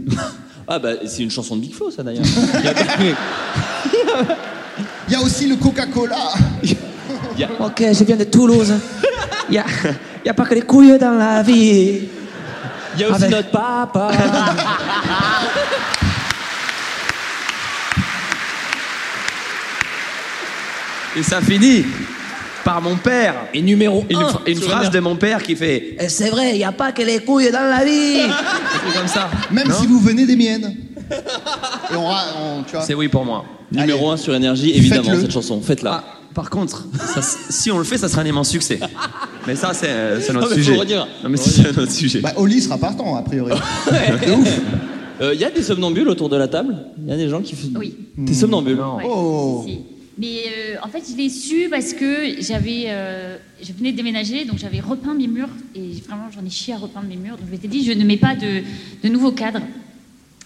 [SPEAKER 6] Ah, bah, c'est une chanson de Big Flo, ça d'ailleurs.
[SPEAKER 8] Il y a aussi le Coca-Cola.
[SPEAKER 12] Ok, je viens de Toulouse. Il n'y a, y a pas que les couilles dans la vie.
[SPEAKER 6] Il
[SPEAKER 8] Ah,
[SPEAKER 6] y a
[SPEAKER 8] bah.
[SPEAKER 6] aussi
[SPEAKER 12] Avec-
[SPEAKER 6] notre papa.
[SPEAKER 2] Et ça finit par mon père.
[SPEAKER 6] Et numéro
[SPEAKER 2] Une,
[SPEAKER 6] 1.
[SPEAKER 2] phr- une phrase de mon père qui fait
[SPEAKER 12] Et Eh, c'est vrai, il n'y a pas que les couilles dans la vie.
[SPEAKER 2] C'est comme ça.
[SPEAKER 8] Même si vous venez des miennes. Et on, ra- on- tu vois.
[SPEAKER 2] C'est oui pour moi.
[SPEAKER 6] Numéro
[SPEAKER 8] Allez.
[SPEAKER 6] 1 sur énergie, évidemment,
[SPEAKER 8] Faites-le.
[SPEAKER 6] cette chanson. Faites-la.
[SPEAKER 2] Ah, par contre, ça s- si on le fait, ça sera un immense succès. Mais ça, c'est euh, c'est
[SPEAKER 6] Non,
[SPEAKER 2] notre
[SPEAKER 6] mais faut
[SPEAKER 2] sujet.
[SPEAKER 6] redire.
[SPEAKER 2] Non, mais c'est un autre sujet.
[SPEAKER 8] Bah, Oli sera partant, a priori.
[SPEAKER 6] Euh, Il y a des somnambules autour de la table Il y a des gens qui font.
[SPEAKER 7] Oui.
[SPEAKER 6] T'es somnambule
[SPEAKER 7] Ouais,
[SPEAKER 8] Oh.
[SPEAKER 7] si, si. Mais euh, en fait, je l'ai su parce que j'avais, euh, je venais de déménager, donc j'avais repeint mes murs et vraiment j'en ai chié à repeindre mes murs. Donc je m'étais dit, je ne mets pas de, de nouveaux cadres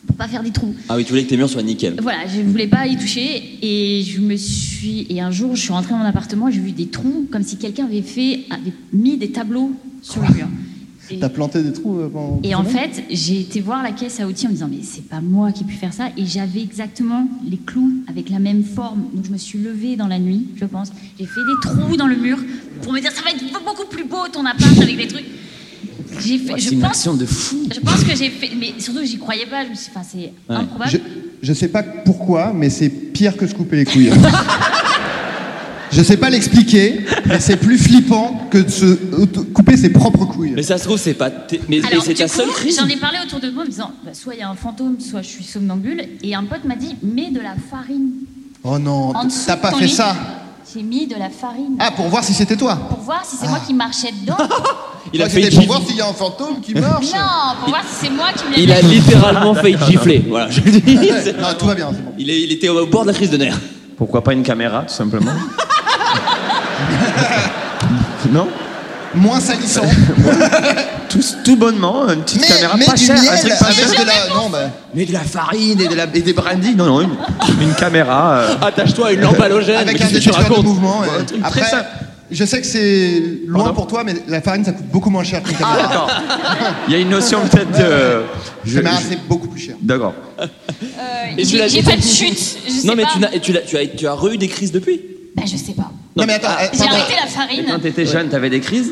[SPEAKER 7] pour pas faire des trous.
[SPEAKER 6] Ah oui, tu voulais que tes murs soient nickel.
[SPEAKER 7] Voilà, je ne voulais pas y toucher et je me suis et un jour, je suis rentrée dans mon appartement, j'ai vu des trous comme si quelqu'un avait fait, avait mis des tableaux sur le mur. Et-
[SPEAKER 8] T'as planté des trous euh, pendant-
[SPEAKER 7] et en fait, j'ai été voir la caisse à outils en me disant, mais c'est pas moi qui ai pu faire ça. Et j'avais exactement les clous avec la même forme. Donc je me suis levée dans la nuit, je pense. J'ai fait des trous dans le mur pour me dire, ça va être beaucoup plus beau ton appart avec des trucs. J'ai fait, je,
[SPEAKER 2] Oh, C'est une
[SPEAKER 7] pense,
[SPEAKER 2] action de fou.
[SPEAKER 7] je pense que j'ai fait, mais surtout j'y croyais pas. Je me suis dit, enfin, c'est improbable.
[SPEAKER 8] Je, je sais pas pourquoi, mais c'est pire que se couper les couilles. je sais pas l'expliquer, mais c'est plus flippant que de se auto- couper ses propres couilles.
[SPEAKER 6] Mais ça se trouve, c'est pas. t- Mais, mais
[SPEAKER 7] Alors,
[SPEAKER 6] c'est
[SPEAKER 7] du
[SPEAKER 6] ta
[SPEAKER 7] coup,
[SPEAKER 6] seule crise.
[SPEAKER 7] J'en ai parlé autour de moi en me disant, bah, soit il y a un fantôme, soit je suis somnambule. Et un pote m'a dit, mets de la farine.
[SPEAKER 8] Oh non,
[SPEAKER 7] En dessous
[SPEAKER 8] t'as
[SPEAKER 7] de
[SPEAKER 8] pas
[SPEAKER 7] ton
[SPEAKER 8] fait
[SPEAKER 7] lit.
[SPEAKER 8] ça.
[SPEAKER 7] J'ai mis de la farine.
[SPEAKER 8] Ah, pour voir si c'était toi.
[SPEAKER 7] Pour voir si c'est moi qui marchais dedans.
[SPEAKER 6] Il a
[SPEAKER 8] Moi,
[SPEAKER 6] fait
[SPEAKER 8] c'était pour
[SPEAKER 6] gif-
[SPEAKER 8] voir s'il y a un fantôme qui marche.
[SPEAKER 7] Non, pour voir si c'est moi qui me l'ai
[SPEAKER 6] Il a
[SPEAKER 7] mis.
[SPEAKER 6] littéralement failli gifler. Voilà, je le dis. C'est-
[SPEAKER 8] Non, tout va bien, c'est bon.
[SPEAKER 6] Il, est- il était au bord de la crise de nerfs.
[SPEAKER 2] Pourquoi pas une caméra, tout simplement Non
[SPEAKER 8] Moins salissant.
[SPEAKER 2] tout, tout bonnement, une petite
[SPEAKER 8] Mais,
[SPEAKER 2] caméra
[SPEAKER 8] mais
[SPEAKER 2] pas
[SPEAKER 8] du
[SPEAKER 2] chère,
[SPEAKER 8] miel
[SPEAKER 2] un truc pas cher.
[SPEAKER 8] avec de la. Non, bah.
[SPEAKER 2] Mais de la farine et, de la, et des brandy Non, non, une, une caméra. euh,
[SPEAKER 6] Attache-toi à une lampe
[SPEAKER 2] Ah,
[SPEAKER 6] halogène. mais
[SPEAKER 8] avec un
[SPEAKER 6] qu'est-ce que tu
[SPEAKER 8] détecteur de
[SPEAKER 6] racontes
[SPEAKER 8] mouvement. euh,
[SPEAKER 2] un truc très
[SPEAKER 8] après,
[SPEAKER 2] simple.
[SPEAKER 8] je sais que c'est loin
[SPEAKER 2] Pardon
[SPEAKER 8] pour toi, mais la farine ça coûte beaucoup moins cher qu'une
[SPEAKER 2] Ah,
[SPEAKER 8] caméra.
[SPEAKER 2] d'accord. Il y a une notion peut-être de.
[SPEAKER 8] La
[SPEAKER 2] je-
[SPEAKER 8] caméra,
[SPEAKER 2] Ah. je-
[SPEAKER 8] c'est beaucoup plus cher.
[SPEAKER 2] D'accord.
[SPEAKER 7] Euh,
[SPEAKER 6] Et tu
[SPEAKER 7] j'ai
[SPEAKER 6] l'as
[SPEAKER 7] j'ai
[SPEAKER 6] dit-
[SPEAKER 7] pas de chute. Je sais
[SPEAKER 6] Non, mais
[SPEAKER 7] pas.
[SPEAKER 6] tu, n'as- et tu, l'as- tu as, tu as re-eu des crises depuis
[SPEAKER 7] Bah, je sais pas.
[SPEAKER 8] Non, mais attends, euh,
[SPEAKER 6] ah,
[SPEAKER 8] attends,
[SPEAKER 7] J'ai
[SPEAKER 8] attends.
[SPEAKER 7] arrêté la
[SPEAKER 2] Et quand
[SPEAKER 7] farine.
[SPEAKER 2] t'étais jeune, t'avais des crises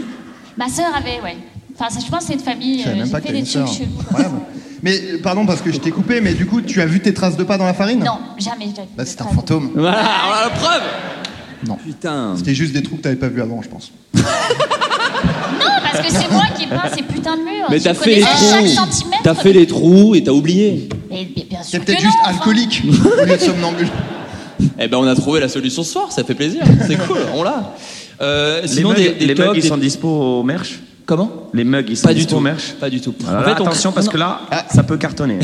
[SPEAKER 7] Ma sœur avait, ouais. Enfin, ça, je pense que c'est de famille.
[SPEAKER 8] Je savais
[SPEAKER 7] euh,
[SPEAKER 8] même
[SPEAKER 7] J'ai
[SPEAKER 8] pas que
[SPEAKER 7] fait des
[SPEAKER 8] t'as une
[SPEAKER 7] trucs
[SPEAKER 8] sœur.
[SPEAKER 7] chelous.
[SPEAKER 8] Incroyable. Mais euh, pardon parce que je t'ai coupé, mais du coup, tu as vu tes traces de pas dans la farine
[SPEAKER 7] Non, jamais. j'ai-
[SPEAKER 8] Bah, c'était un fantôme.
[SPEAKER 6] Voilà, on a la preuve
[SPEAKER 8] Non.
[SPEAKER 6] Putain.
[SPEAKER 8] C'était juste des trous que t'avais pas vu avant, je pense.
[SPEAKER 7] Non, parce que c'est moi qui ai peint ces putains de murs.
[SPEAKER 6] Mais
[SPEAKER 7] Je
[SPEAKER 6] t'as fait les
[SPEAKER 7] connaissais chaque
[SPEAKER 6] trous.
[SPEAKER 7] centimètre.
[SPEAKER 6] T'as fait les trous et t'as oublié.
[SPEAKER 7] Mais, mais bien sûr.
[SPEAKER 8] C'est peut-être
[SPEAKER 7] que
[SPEAKER 8] juste
[SPEAKER 7] non, enfin.
[SPEAKER 8] alcoolique au lieu de somnambule.
[SPEAKER 6] Eh ben, on a trouvé la solution ce soir, ça fait plaisir. C'est cool, on l'a. Euh,
[SPEAKER 2] Les
[SPEAKER 6] sinon,
[SPEAKER 2] mugs,
[SPEAKER 6] des, des
[SPEAKER 2] les
[SPEAKER 6] tops,
[SPEAKER 2] mugs, ils
[SPEAKER 6] des-
[SPEAKER 2] sont dispo au merch
[SPEAKER 6] Comment
[SPEAKER 2] Les mugs, ils sont
[SPEAKER 6] Pas du
[SPEAKER 2] dispo
[SPEAKER 6] tout.
[SPEAKER 2] merch
[SPEAKER 6] Pas du tout. En
[SPEAKER 2] Alors là,
[SPEAKER 6] fait, on-
[SPEAKER 2] attention parce
[SPEAKER 6] non.
[SPEAKER 2] que là, ça peut cartonner.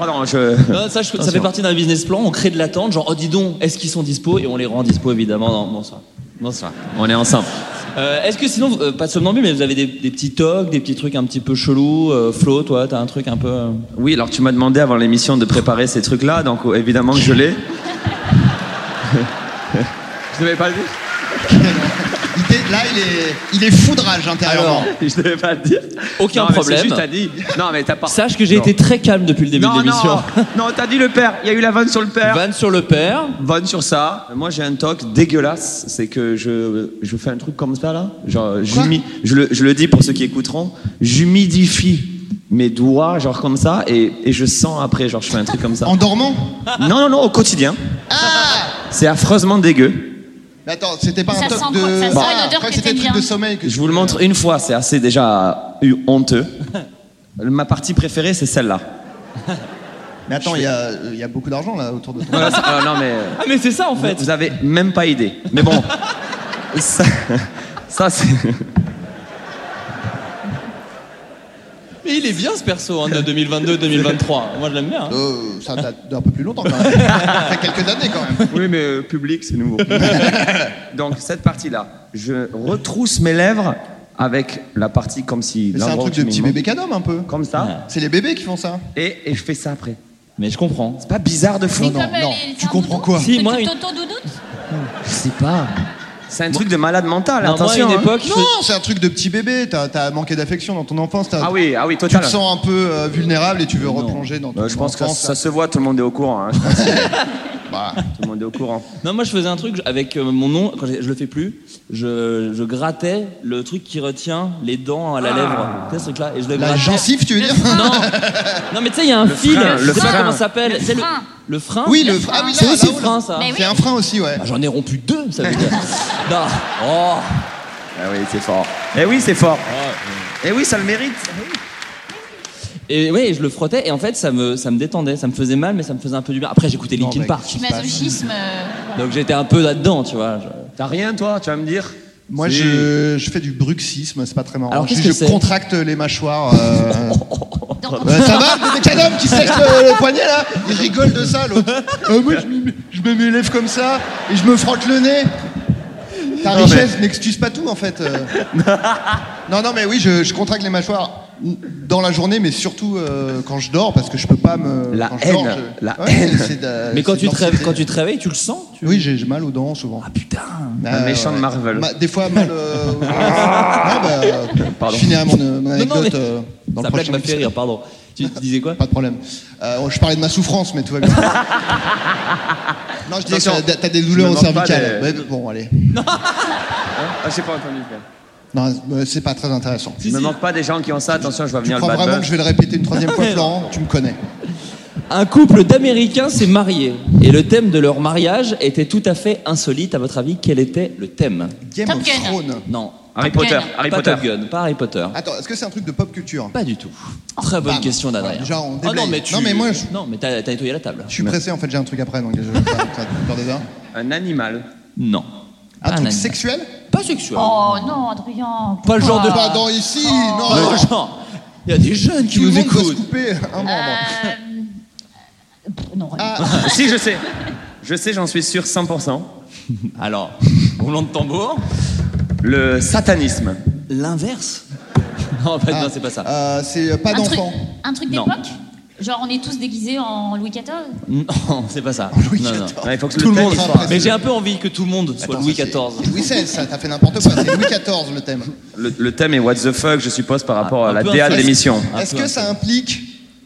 [SPEAKER 2] Oh non, je-
[SPEAKER 6] Non, ça, je- ça fait
[SPEAKER 2] Attention.
[SPEAKER 6] partie d'un business plan. On crée de l'attente, genre, oh, dis donc, est-ce qu'ils sont dispo Et on les rend dispo, évidemment. Non, bonsoir. Bonsoir.
[SPEAKER 2] On est ensemble.
[SPEAKER 6] Euh, est-ce que sinon, vous- euh, pas de somnambule, mais vous avez des, des petits tocs, des petits trucs un petit peu chelous euh, Flo, toi, t'as un truc un peu. euh,
[SPEAKER 2] Oui, alors tu m'as demandé avant l'émission de préparer ces trucs-là, donc euh, évidemment que je l'ai. je ne l'avais pas dit.
[SPEAKER 8] Il est- là, il est, il est fou de rage intérieurement.
[SPEAKER 2] je ne devais pas le dire.
[SPEAKER 6] Aucun
[SPEAKER 2] Non, mais
[SPEAKER 6] problème.
[SPEAKER 2] c'est juste, t'as dit. Non, mais t'as pas.
[SPEAKER 6] Sache que j'ai
[SPEAKER 2] Non.
[SPEAKER 6] été très calme depuis le début
[SPEAKER 2] non,
[SPEAKER 6] de l'émission.
[SPEAKER 2] Non, non, t'as dit le père. Il y a eu la vanne sur le père. Vanne
[SPEAKER 6] sur le père.
[SPEAKER 2] Vanne sur ça. Moi, j'ai un toc dégueulasse. C'est que je, je fais un truc comme ça, là. Genre, j'humi- je, le, je le dis pour ceux qui écouteront. J'humidifie mes doigts, genre comme ça, et, et je sens après. Genre, je fais un truc comme ça.
[SPEAKER 8] En dormant
[SPEAKER 2] Non, non, non, au quotidien. C'est affreusement dégueu.
[SPEAKER 8] Mais attends, c'était pas
[SPEAKER 7] Ça
[SPEAKER 8] un
[SPEAKER 7] sent quoi
[SPEAKER 8] toc de.
[SPEAKER 7] Ça sent
[SPEAKER 8] Bah,
[SPEAKER 7] une odeur
[SPEAKER 8] après,
[SPEAKER 7] que
[SPEAKER 8] c'était
[SPEAKER 7] t'aimes
[SPEAKER 8] un truc
[SPEAKER 7] bien.
[SPEAKER 8] de sommeil que
[SPEAKER 2] Je vous le montre une fois, c'est assez déjà euh, honteux. Ma partie préférée, c'est celle-là.
[SPEAKER 8] Mais attends, il y, a- euh, il y a beaucoup d'argent là autour de toi.
[SPEAKER 2] Voilà, ça- euh, non, mais.
[SPEAKER 6] Ah, mais c'est ça en fait.
[SPEAKER 2] Vous, vous avez même pas idée. Mais bon, ça, ça, c'est.
[SPEAKER 6] Mais il est bien ce perso hein, de 2022-2023. Moi, je l'aime bien. hein.
[SPEAKER 8] Euh, ça date d'un peu plus longtemps quand même. ça fait quelques années quand même.
[SPEAKER 2] Oui, mais euh, public, c'est nouveau. Donc cette partie-là, je retrousse mes lèvres avec la partie comme si.
[SPEAKER 8] Mais C'est un
[SPEAKER 2] l'endroit
[SPEAKER 8] truc
[SPEAKER 2] où
[SPEAKER 8] de
[SPEAKER 2] tu
[SPEAKER 8] petit
[SPEAKER 2] m'y
[SPEAKER 8] bébé cadom un peu.
[SPEAKER 2] Comme ça.
[SPEAKER 8] C'est les bébés qui font ça.
[SPEAKER 2] Et, et je fais ça après.
[SPEAKER 6] Mais je comprends.
[SPEAKER 2] C'est pas bizarre de fou
[SPEAKER 7] C'est comme euh, les- c'est un doudou
[SPEAKER 6] Si,
[SPEAKER 7] Le
[SPEAKER 6] moi,
[SPEAKER 7] tout-
[SPEAKER 6] une-
[SPEAKER 7] Toto doudoute
[SPEAKER 2] Je sais pas. C'est un truc de malade mental.
[SPEAKER 6] Non, moi,
[SPEAKER 2] attention.
[SPEAKER 6] à une
[SPEAKER 2] hein.
[SPEAKER 6] époque, je
[SPEAKER 8] Non,
[SPEAKER 6] fais-
[SPEAKER 8] c'est un truc de petit bébé. T'as as manqué d'affection dans ton enfance. t'as-
[SPEAKER 2] Ah oui, ah oui,
[SPEAKER 8] Tu
[SPEAKER 2] total.
[SPEAKER 8] te sens un peu euh, vulnérable et tu veux replonger dans ton
[SPEAKER 2] Euh, je pense que ça,
[SPEAKER 8] enfance.
[SPEAKER 2] ça se voit, tout le monde est au courant. hein. Je pense que-
[SPEAKER 8] Bah,
[SPEAKER 2] tout le monde est au courant.
[SPEAKER 6] Non, moi je faisais un truc avec euh, mon nom, quand je, je le fais plus, je, je grattais le truc qui retient les dents à la lèvre. Tu sais ce truc-là Et je le
[SPEAKER 8] Ah. La
[SPEAKER 6] grattais.
[SPEAKER 8] gencive, tu veux dire
[SPEAKER 6] Non Non, mais tu sais, il y a un
[SPEAKER 2] Le
[SPEAKER 6] fil,
[SPEAKER 2] frein,
[SPEAKER 6] je
[SPEAKER 2] le
[SPEAKER 6] sais pas
[SPEAKER 2] frein.
[SPEAKER 6] comment ça s'appelle. C'est Le,
[SPEAKER 7] frein.
[SPEAKER 6] le frein
[SPEAKER 8] Oui, le frein. Ah oui,
[SPEAKER 6] C'est
[SPEAKER 8] là,
[SPEAKER 6] aussi
[SPEAKER 8] là,
[SPEAKER 6] le
[SPEAKER 8] oh là.
[SPEAKER 6] frein, ça.
[SPEAKER 7] Mais
[SPEAKER 8] C'est un frein aussi, ouais.
[SPEAKER 6] Ah, J'en ai rompu deux, ça veut dire. non. Oh.
[SPEAKER 2] Ah oui, c'est fort. Eh oui, c'est fort. Eh oui, ça le mérite.
[SPEAKER 6] Et oui, je le frottais et en fait ça me, ça me détendait, ça me faisait mal, mais ça me faisait un peu du bien. Après, j'écoutais
[SPEAKER 8] Non,
[SPEAKER 6] Linkin
[SPEAKER 8] mec.
[SPEAKER 6] Park.
[SPEAKER 7] Du masochisme. euh,
[SPEAKER 6] Donc j'étais un peu là-dedans, tu vois. Je-
[SPEAKER 2] T'as rien, toi, tu vas me dire
[SPEAKER 8] Moi,
[SPEAKER 2] Si.
[SPEAKER 8] je, je fais du bruxisme, c'est pas très marrant.
[SPEAKER 6] Alors,
[SPEAKER 8] je
[SPEAKER 6] qu'est-ce que
[SPEAKER 8] je
[SPEAKER 6] c'est
[SPEAKER 8] contracte les mâchoires. euh,
[SPEAKER 7] dans-
[SPEAKER 8] euh, ça va, le mec cadom qui sèche le, le poignet là Il rigole de ça, l'autre. Euh, moi, je me- je me m'élève comme ça et je me frotte le nez. Ta
[SPEAKER 2] Non,
[SPEAKER 8] richesse n'excuse pas tout en fait. euh. non, non, mais oui, je, je contracte les mâchoires dans la journée, mais surtout euh, quand je dors parce que je peux pas me.
[SPEAKER 2] La
[SPEAKER 8] quand je dors,
[SPEAKER 2] haine,
[SPEAKER 8] je-
[SPEAKER 2] la
[SPEAKER 8] Ouais,
[SPEAKER 2] haine.
[SPEAKER 8] c'est de la-
[SPEAKER 6] Mais quand
[SPEAKER 8] Euh,
[SPEAKER 6] tu,
[SPEAKER 8] c'est de
[SPEAKER 6] te réveilles,
[SPEAKER 8] l'anxiété.
[SPEAKER 6] quand tu te réveilles, tu le sens tu-
[SPEAKER 8] Oui, j'ai j'ai mal aux dents souvent.
[SPEAKER 6] Ah putain
[SPEAKER 8] Ah,
[SPEAKER 2] Un méchant de Marvel.
[SPEAKER 8] Ma- des fois, mal. euh, ouais, bah, Je finirai mon, euh, mon anecdote
[SPEAKER 6] mais-
[SPEAKER 8] euh, dans
[SPEAKER 6] Ça blague
[SPEAKER 8] le prochain
[SPEAKER 6] m'a fait
[SPEAKER 8] épisode.
[SPEAKER 6] rire, pardon. Tu tu disais quoi
[SPEAKER 8] Pas de problème. Euh, je parlais de ma souffrance, mais tout va bien. non, je disais que
[SPEAKER 2] Attention,
[SPEAKER 8] t'as- t'as des
[SPEAKER 2] je
[SPEAKER 8] douleurs
[SPEAKER 2] me
[SPEAKER 8] au
[SPEAKER 2] demande pas
[SPEAKER 8] cervical.
[SPEAKER 2] des-
[SPEAKER 8] Ouais, bon, allez.
[SPEAKER 2] Ah, j'ai pas entendu. frère.
[SPEAKER 8] Non, euh, c'est pas très intéressant.
[SPEAKER 2] Je me manque pas des gens qui ont ça, attention, je vais
[SPEAKER 8] Tu
[SPEAKER 2] venir le
[SPEAKER 8] crois
[SPEAKER 2] bad
[SPEAKER 8] vraiment
[SPEAKER 2] buzz.
[SPEAKER 8] que je vais le répéter une troisième fois, Florent Tu me connais.
[SPEAKER 6] Un couple d'Américains s'est marié et le thème de leur mariage était tout à fait insolite. À votre avis, quel était le thème
[SPEAKER 8] Game
[SPEAKER 7] Top
[SPEAKER 8] of
[SPEAKER 7] Gun.
[SPEAKER 8] Thrones.
[SPEAKER 6] Non,
[SPEAKER 2] Harry
[SPEAKER 7] Top
[SPEAKER 2] Potter,
[SPEAKER 7] Gun.
[SPEAKER 2] Harry
[SPEAKER 6] pas
[SPEAKER 2] Potter.
[SPEAKER 6] Top Gun, pas Harry Potter.
[SPEAKER 8] Attends, est-ce que c'est un truc de pop culture
[SPEAKER 6] Pas du tout. Très bonne
[SPEAKER 8] Bam.
[SPEAKER 6] question d'Adrien.
[SPEAKER 8] Voilà, déjà, on
[SPEAKER 6] Ah non
[SPEAKER 8] déblaye.
[SPEAKER 6] mais tu-
[SPEAKER 8] Non, mais moi, je-
[SPEAKER 6] non mais t'as t'as nettoyé la table.
[SPEAKER 8] Je suis pressé, en fait, j'ai un truc après, donc je vais faire des heures.
[SPEAKER 2] Un animal.
[SPEAKER 6] Non. Pas
[SPEAKER 7] Ah,
[SPEAKER 8] Un truc
[SPEAKER 6] animal.
[SPEAKER 8] sexuel
[SPEAKER 6] Pas sexuel.
[SPEAKER 7] Oh non, Adrien.
[SPEAKER 6] Pas le genre de.
[SPEAKER 8] Pas dans
[SPEAKER 7] Oh.
[SPEAKER 8] ici, non
[SPEAKER 6] Le genre. Il y a des jeunes qui
[SPEAKER 8] Tout le
[SPEAKER 6] nous
[SPEAKER 8] monde va se
[SPEAKER 6] écoutent.
[SPEAKER 8] couper un membre.
[SPEAKER 7] Euh, pff, Non,
[SPEAKER 8] Ah,
[SPEAKER 7] rien.
[SPEAKER 2] si, je sais. Je sais, j'en suis sûr 100%.
[SPEAKER 6] Alors, roulant de tambour.
[SPEAKER 2] Le satanisme.
[SPEAKER 6] L'inverse. Non, en fait, non, c'est pas ça.
[SPEAKER 8] Euh, c'est pas
[SPEAKER 7] Un truc,
[SPEAKER 8] d'enfant.
[SPEAKER 7] un truc
[SPEAKER 6] Non.
[SPEAKER 7] d'époque Genre on est tous déguisés en Louis XIV
[SPEAKER 6] Non, c'est pas ça.
[SPEAKER 8] Louis
[SPEAKER 6] Non, non.
[SPEAKER 8] XIV.
[SPEAKER 2] Ouais, il faut que
[SPEAKER 8] Tout le
[SPEAKER 2] thème,
[SPEAKER 8] monde
[SPEAKER 2] il soit-
[SPEAKER 8] s'empresse.
[SPEAKER 6] Mais j'ai un peu envie que tout le monde soit
[SPEAKER 8] Attends,
[SPEAKER 6] Louis
[SPEAKER 8] ça, c'est-
[SPEAKER 6] XIV.
[SPEAKER 8] c'est Louis XVI, ça, t'as fait n'importe quoi. C'est Louis XIV le thème.
[SPEAKER 2] le, le thème est what the fuck, je suppose, par rapport
[SPEAKER 6] Ah,
[SPEAKER 2] à la
[SPEAKER 6] un peu
[SPEAKER 2] DA de
[SPEAKER 6] insolite.
[SPEAKER 2] l'émission.
[SPEAKER 6] Un
[SPEAKER 8] Est-ce
[SPEAKER 6] peu,
[SPEAKER 8] que
[SPEAKER 6] un
[SPEAKER 8] ça implique,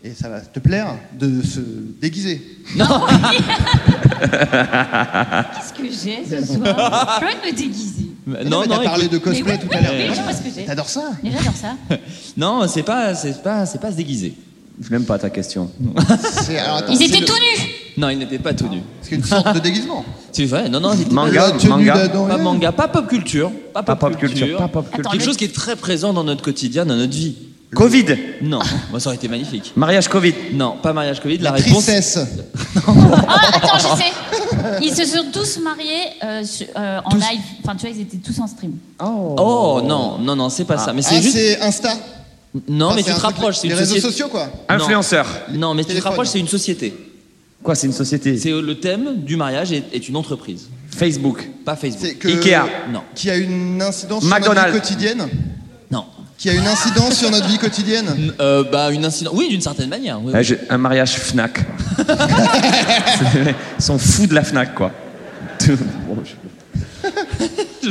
[SPEAKER 8] et ça va te plaire, de se déguiser
[SPEAKER 7] Qu'est-ce que j'ai ce soir Je peux pas me déguiser.
[SPEAKER 6] Mais
[SPEAKER 8] Mais
[SPEAKER 6] Euh, Non,
[SPEAKER 8] mais
[SPEAKER 6] non,
[SPEAKER 8] t'as parlé
[SPEAKER 6] écoute-
[SPEAKER 8] de cosplay
[SPEAKER 7] mais oui,
[SPEAKER 8] tout
[SPEAKER 7] oui,
[SPEAKER 8] à l'heure.
[SPEAKER 7] oui, je sais pas ce que j'ai.
[SPEAKER 8] T'adores ça
[SPEAKER 7] Mais j'adore ça.
[SPEAKER 6] non, c'est pas, c'est pas, c'est pas se déguiser.
[SPEAKER 2] Je n'aime pas ta question.
[SPEAKER 8] C'est- alors, attends,
[SPEAKER 7] Ils
[SPEAKER 8] c'est
[SPEAKER 7] étaient
[SPEAKER 8] le-
[SPEAKER 7] tout nus
[SPEAKER 6] Non, il n'était pas tout nu.
[SPEAKER 8] C'est une sorte de déguisement.
[SPEAKER 6] C'est vrai, non, non, c'était pas-
[SPEAKER 2] Manga,
[SPEAKER 8] La tenue
[SPEAKER 2] manga.
[SPEAKER 8] d'Adam.
[SPEAKER 6] pas manga, pas pop culture, pas
[SPEAKER 2] Pas
[SPEAKER 6] pop,
[SPEAKER 2] pop culture.
[SPEAKER 6] culture,
[SPEAKER 2] Pas pop culture.
[SPEAKER 7] Attends,
[SPEAKER 6] quelque
[SPEAKER 7] le-
[SPEAKER 6] chose qui est très présent dans notre quotidien, dans notre vie.
[SPEAKER 2] Covid.
[SPEAKER 6] Non, moi ça aurait été magnifique.
[SPEAKER 2] Mariage Covid.
[SPEAKER 6] Non, pas mariage Covid, la,
[SPEAKER 8] La
[SPEAKER 6] réponse.
[SPEAKER 8] tristesse.
[SPEAKER 7] Ah, Oh, attends, je sais. Ils se sont tous mariés euh, su- euh, en live. Enfin, tu vois, ils étaient tous en stream.
[SPEAKER 6] Oh, non, non, non, c'est pas ça. Mais c'est
[SPEAKER 8] Ah,
[SPEAKER 6] juste.
[SPEAKER 8] c'est Insta
[SPEAKER 6] Non,
[SPEAKER 8] Enfin,
[SPEAKER 6] mais
[SPEAKER 8] c'est
[SPEAKER 6] tu te
[SPEAKER 8] un truc-
[SPEAKER 6] rapproches. c'est
[SPEAKER 8] les
[SPEAKER 6] une
[SPEAKER 8] réseaux
[SPEAKER 6] société-
[SPEAKER 8] sociaux, quoi.
[SPEAKER 6] Non.
[SPEAKER 2] Influenceurs.
[SPEAKER 6] Non, mais tu te
[SPEAKER 2] Téléphone.
[SPEAKER 6] rapproches, c'est une société.
[SPEAKER 2] Quoi, c'est une société
[SPEAKER 6] C'est le thème du mariage est, est une entreprise.
[SPEAKER 2] Facebook.
[SPEAKER 6] Pas Facebook.
[SPEAKER 8] que-
[SPEAKER 6] Non.
[SPEAKER 8] Qui a une incidence sur
[SPEAKER 6] McDonald's.
[SPEAKER 8] notre vie quotidienne
[SPEAKER 6] Non.
[SPEAKER 8] Qui a une incidence sur notre vie quotidienne
[SPEAKER 6] Euh, bah, une incidence. Oui, d'une certaine manière. oui, oui.
[SPEAKER 2] Euh, j'ai- Un mariage Fnac. Ils sont fous de la Fnac, quoi. Tout- bon, je-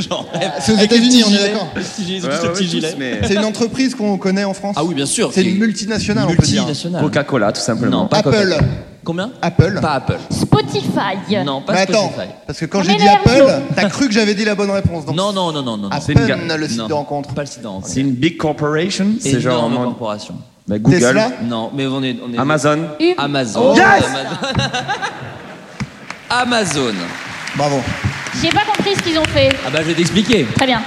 [SPEAKER 6] Genre, bref.
[SPEAKER 8] C'est aux
[SPEAKER 6] Avec les
[SPEAKER 8] États-Unis,
[SPEAKER 6] petits
[SPEAKER 8] on est
[SPEAKER 6] gilets.
[SPEAKER 8] d'accord.
[SPEAKER 6] Les petits gilets, ils ont
[SPEAKER 2] Ouais,
[SPEAKER 6] tous le
[SPEAKER 2] ouais,
[SPEAKER 6] petit
[SPEAKER 2] tous,
[SPEAKER 6] gilet.
[SPEAKER 2] mais-
[SPEAKER 8] C'est une entreprise qu'on connaît en France
[SPEAKER 6] Ah oui, bien sûr.
[SPEAKER 8] C'est une multinationale, on peut dire.
[SPEAKER 6] multinationale.
[SPEAKER 2] Coca-Cola, tout simplement.
[SPEAKER 6] Non, pas
[SPEAKER 8] Apple.
[SPEAKER 6] Coca-Cola. Combien
[SPEAKER 8] Apple.
[SPEAKER 6] Pas Apple.
[SPEAKER 7] Spotify.
[SPEAKER 6] Non, pas
[SPEAKER 8] Mais attends,
[SPEAKER 6] Spotify.
[SPEAKER 8] parce que quand
[SPEAKER 7] Ça
[SPEAKER 8] j'ai dit
[SPEAKER 7] m'énerve,
[SPEAKER 8] Apple,
[SPEAKER 7] Flo.
[SPEAKER 8] t'as cru que j'avais dit la bonne réponse. Donc
[SPEAKER 6] Non, non, non, non, non. non.
[SPEAKER 8] Apple,
[SPEAKER 2] c'est une ga-
[SPEAKER 8] le site
[SPEAKER 6] non.
[SPEAKER 8] de rencontre.
[SPEAKER 6] Pas le site de rencontre.
[SPEAKER 2] C'est une big corporation. C'est genre.
[SPEAKER 6] énorme
[SPEAKER 2] un monde-
[SPEAKER 6] corporation.
[SPEAKER 2] Bah, Google.
[SPEAKER 8] Tesla
[SPEAKER 6] Non, mais on est. On est
[SPEAKER 2] Amazon. Oh,
[SPEAKER 6] Amazon.
[SPEAKER 2] Yes
[SPEAKER 6] Amazon.
[SPEAKER 8] Bravo.
[SPEAKER 7] J'ai pas compris ce qu'ils ont fait.
[SPEAKER 6] Ah bah je vais t'expliquer.
[SPEAKER 7] Très bien.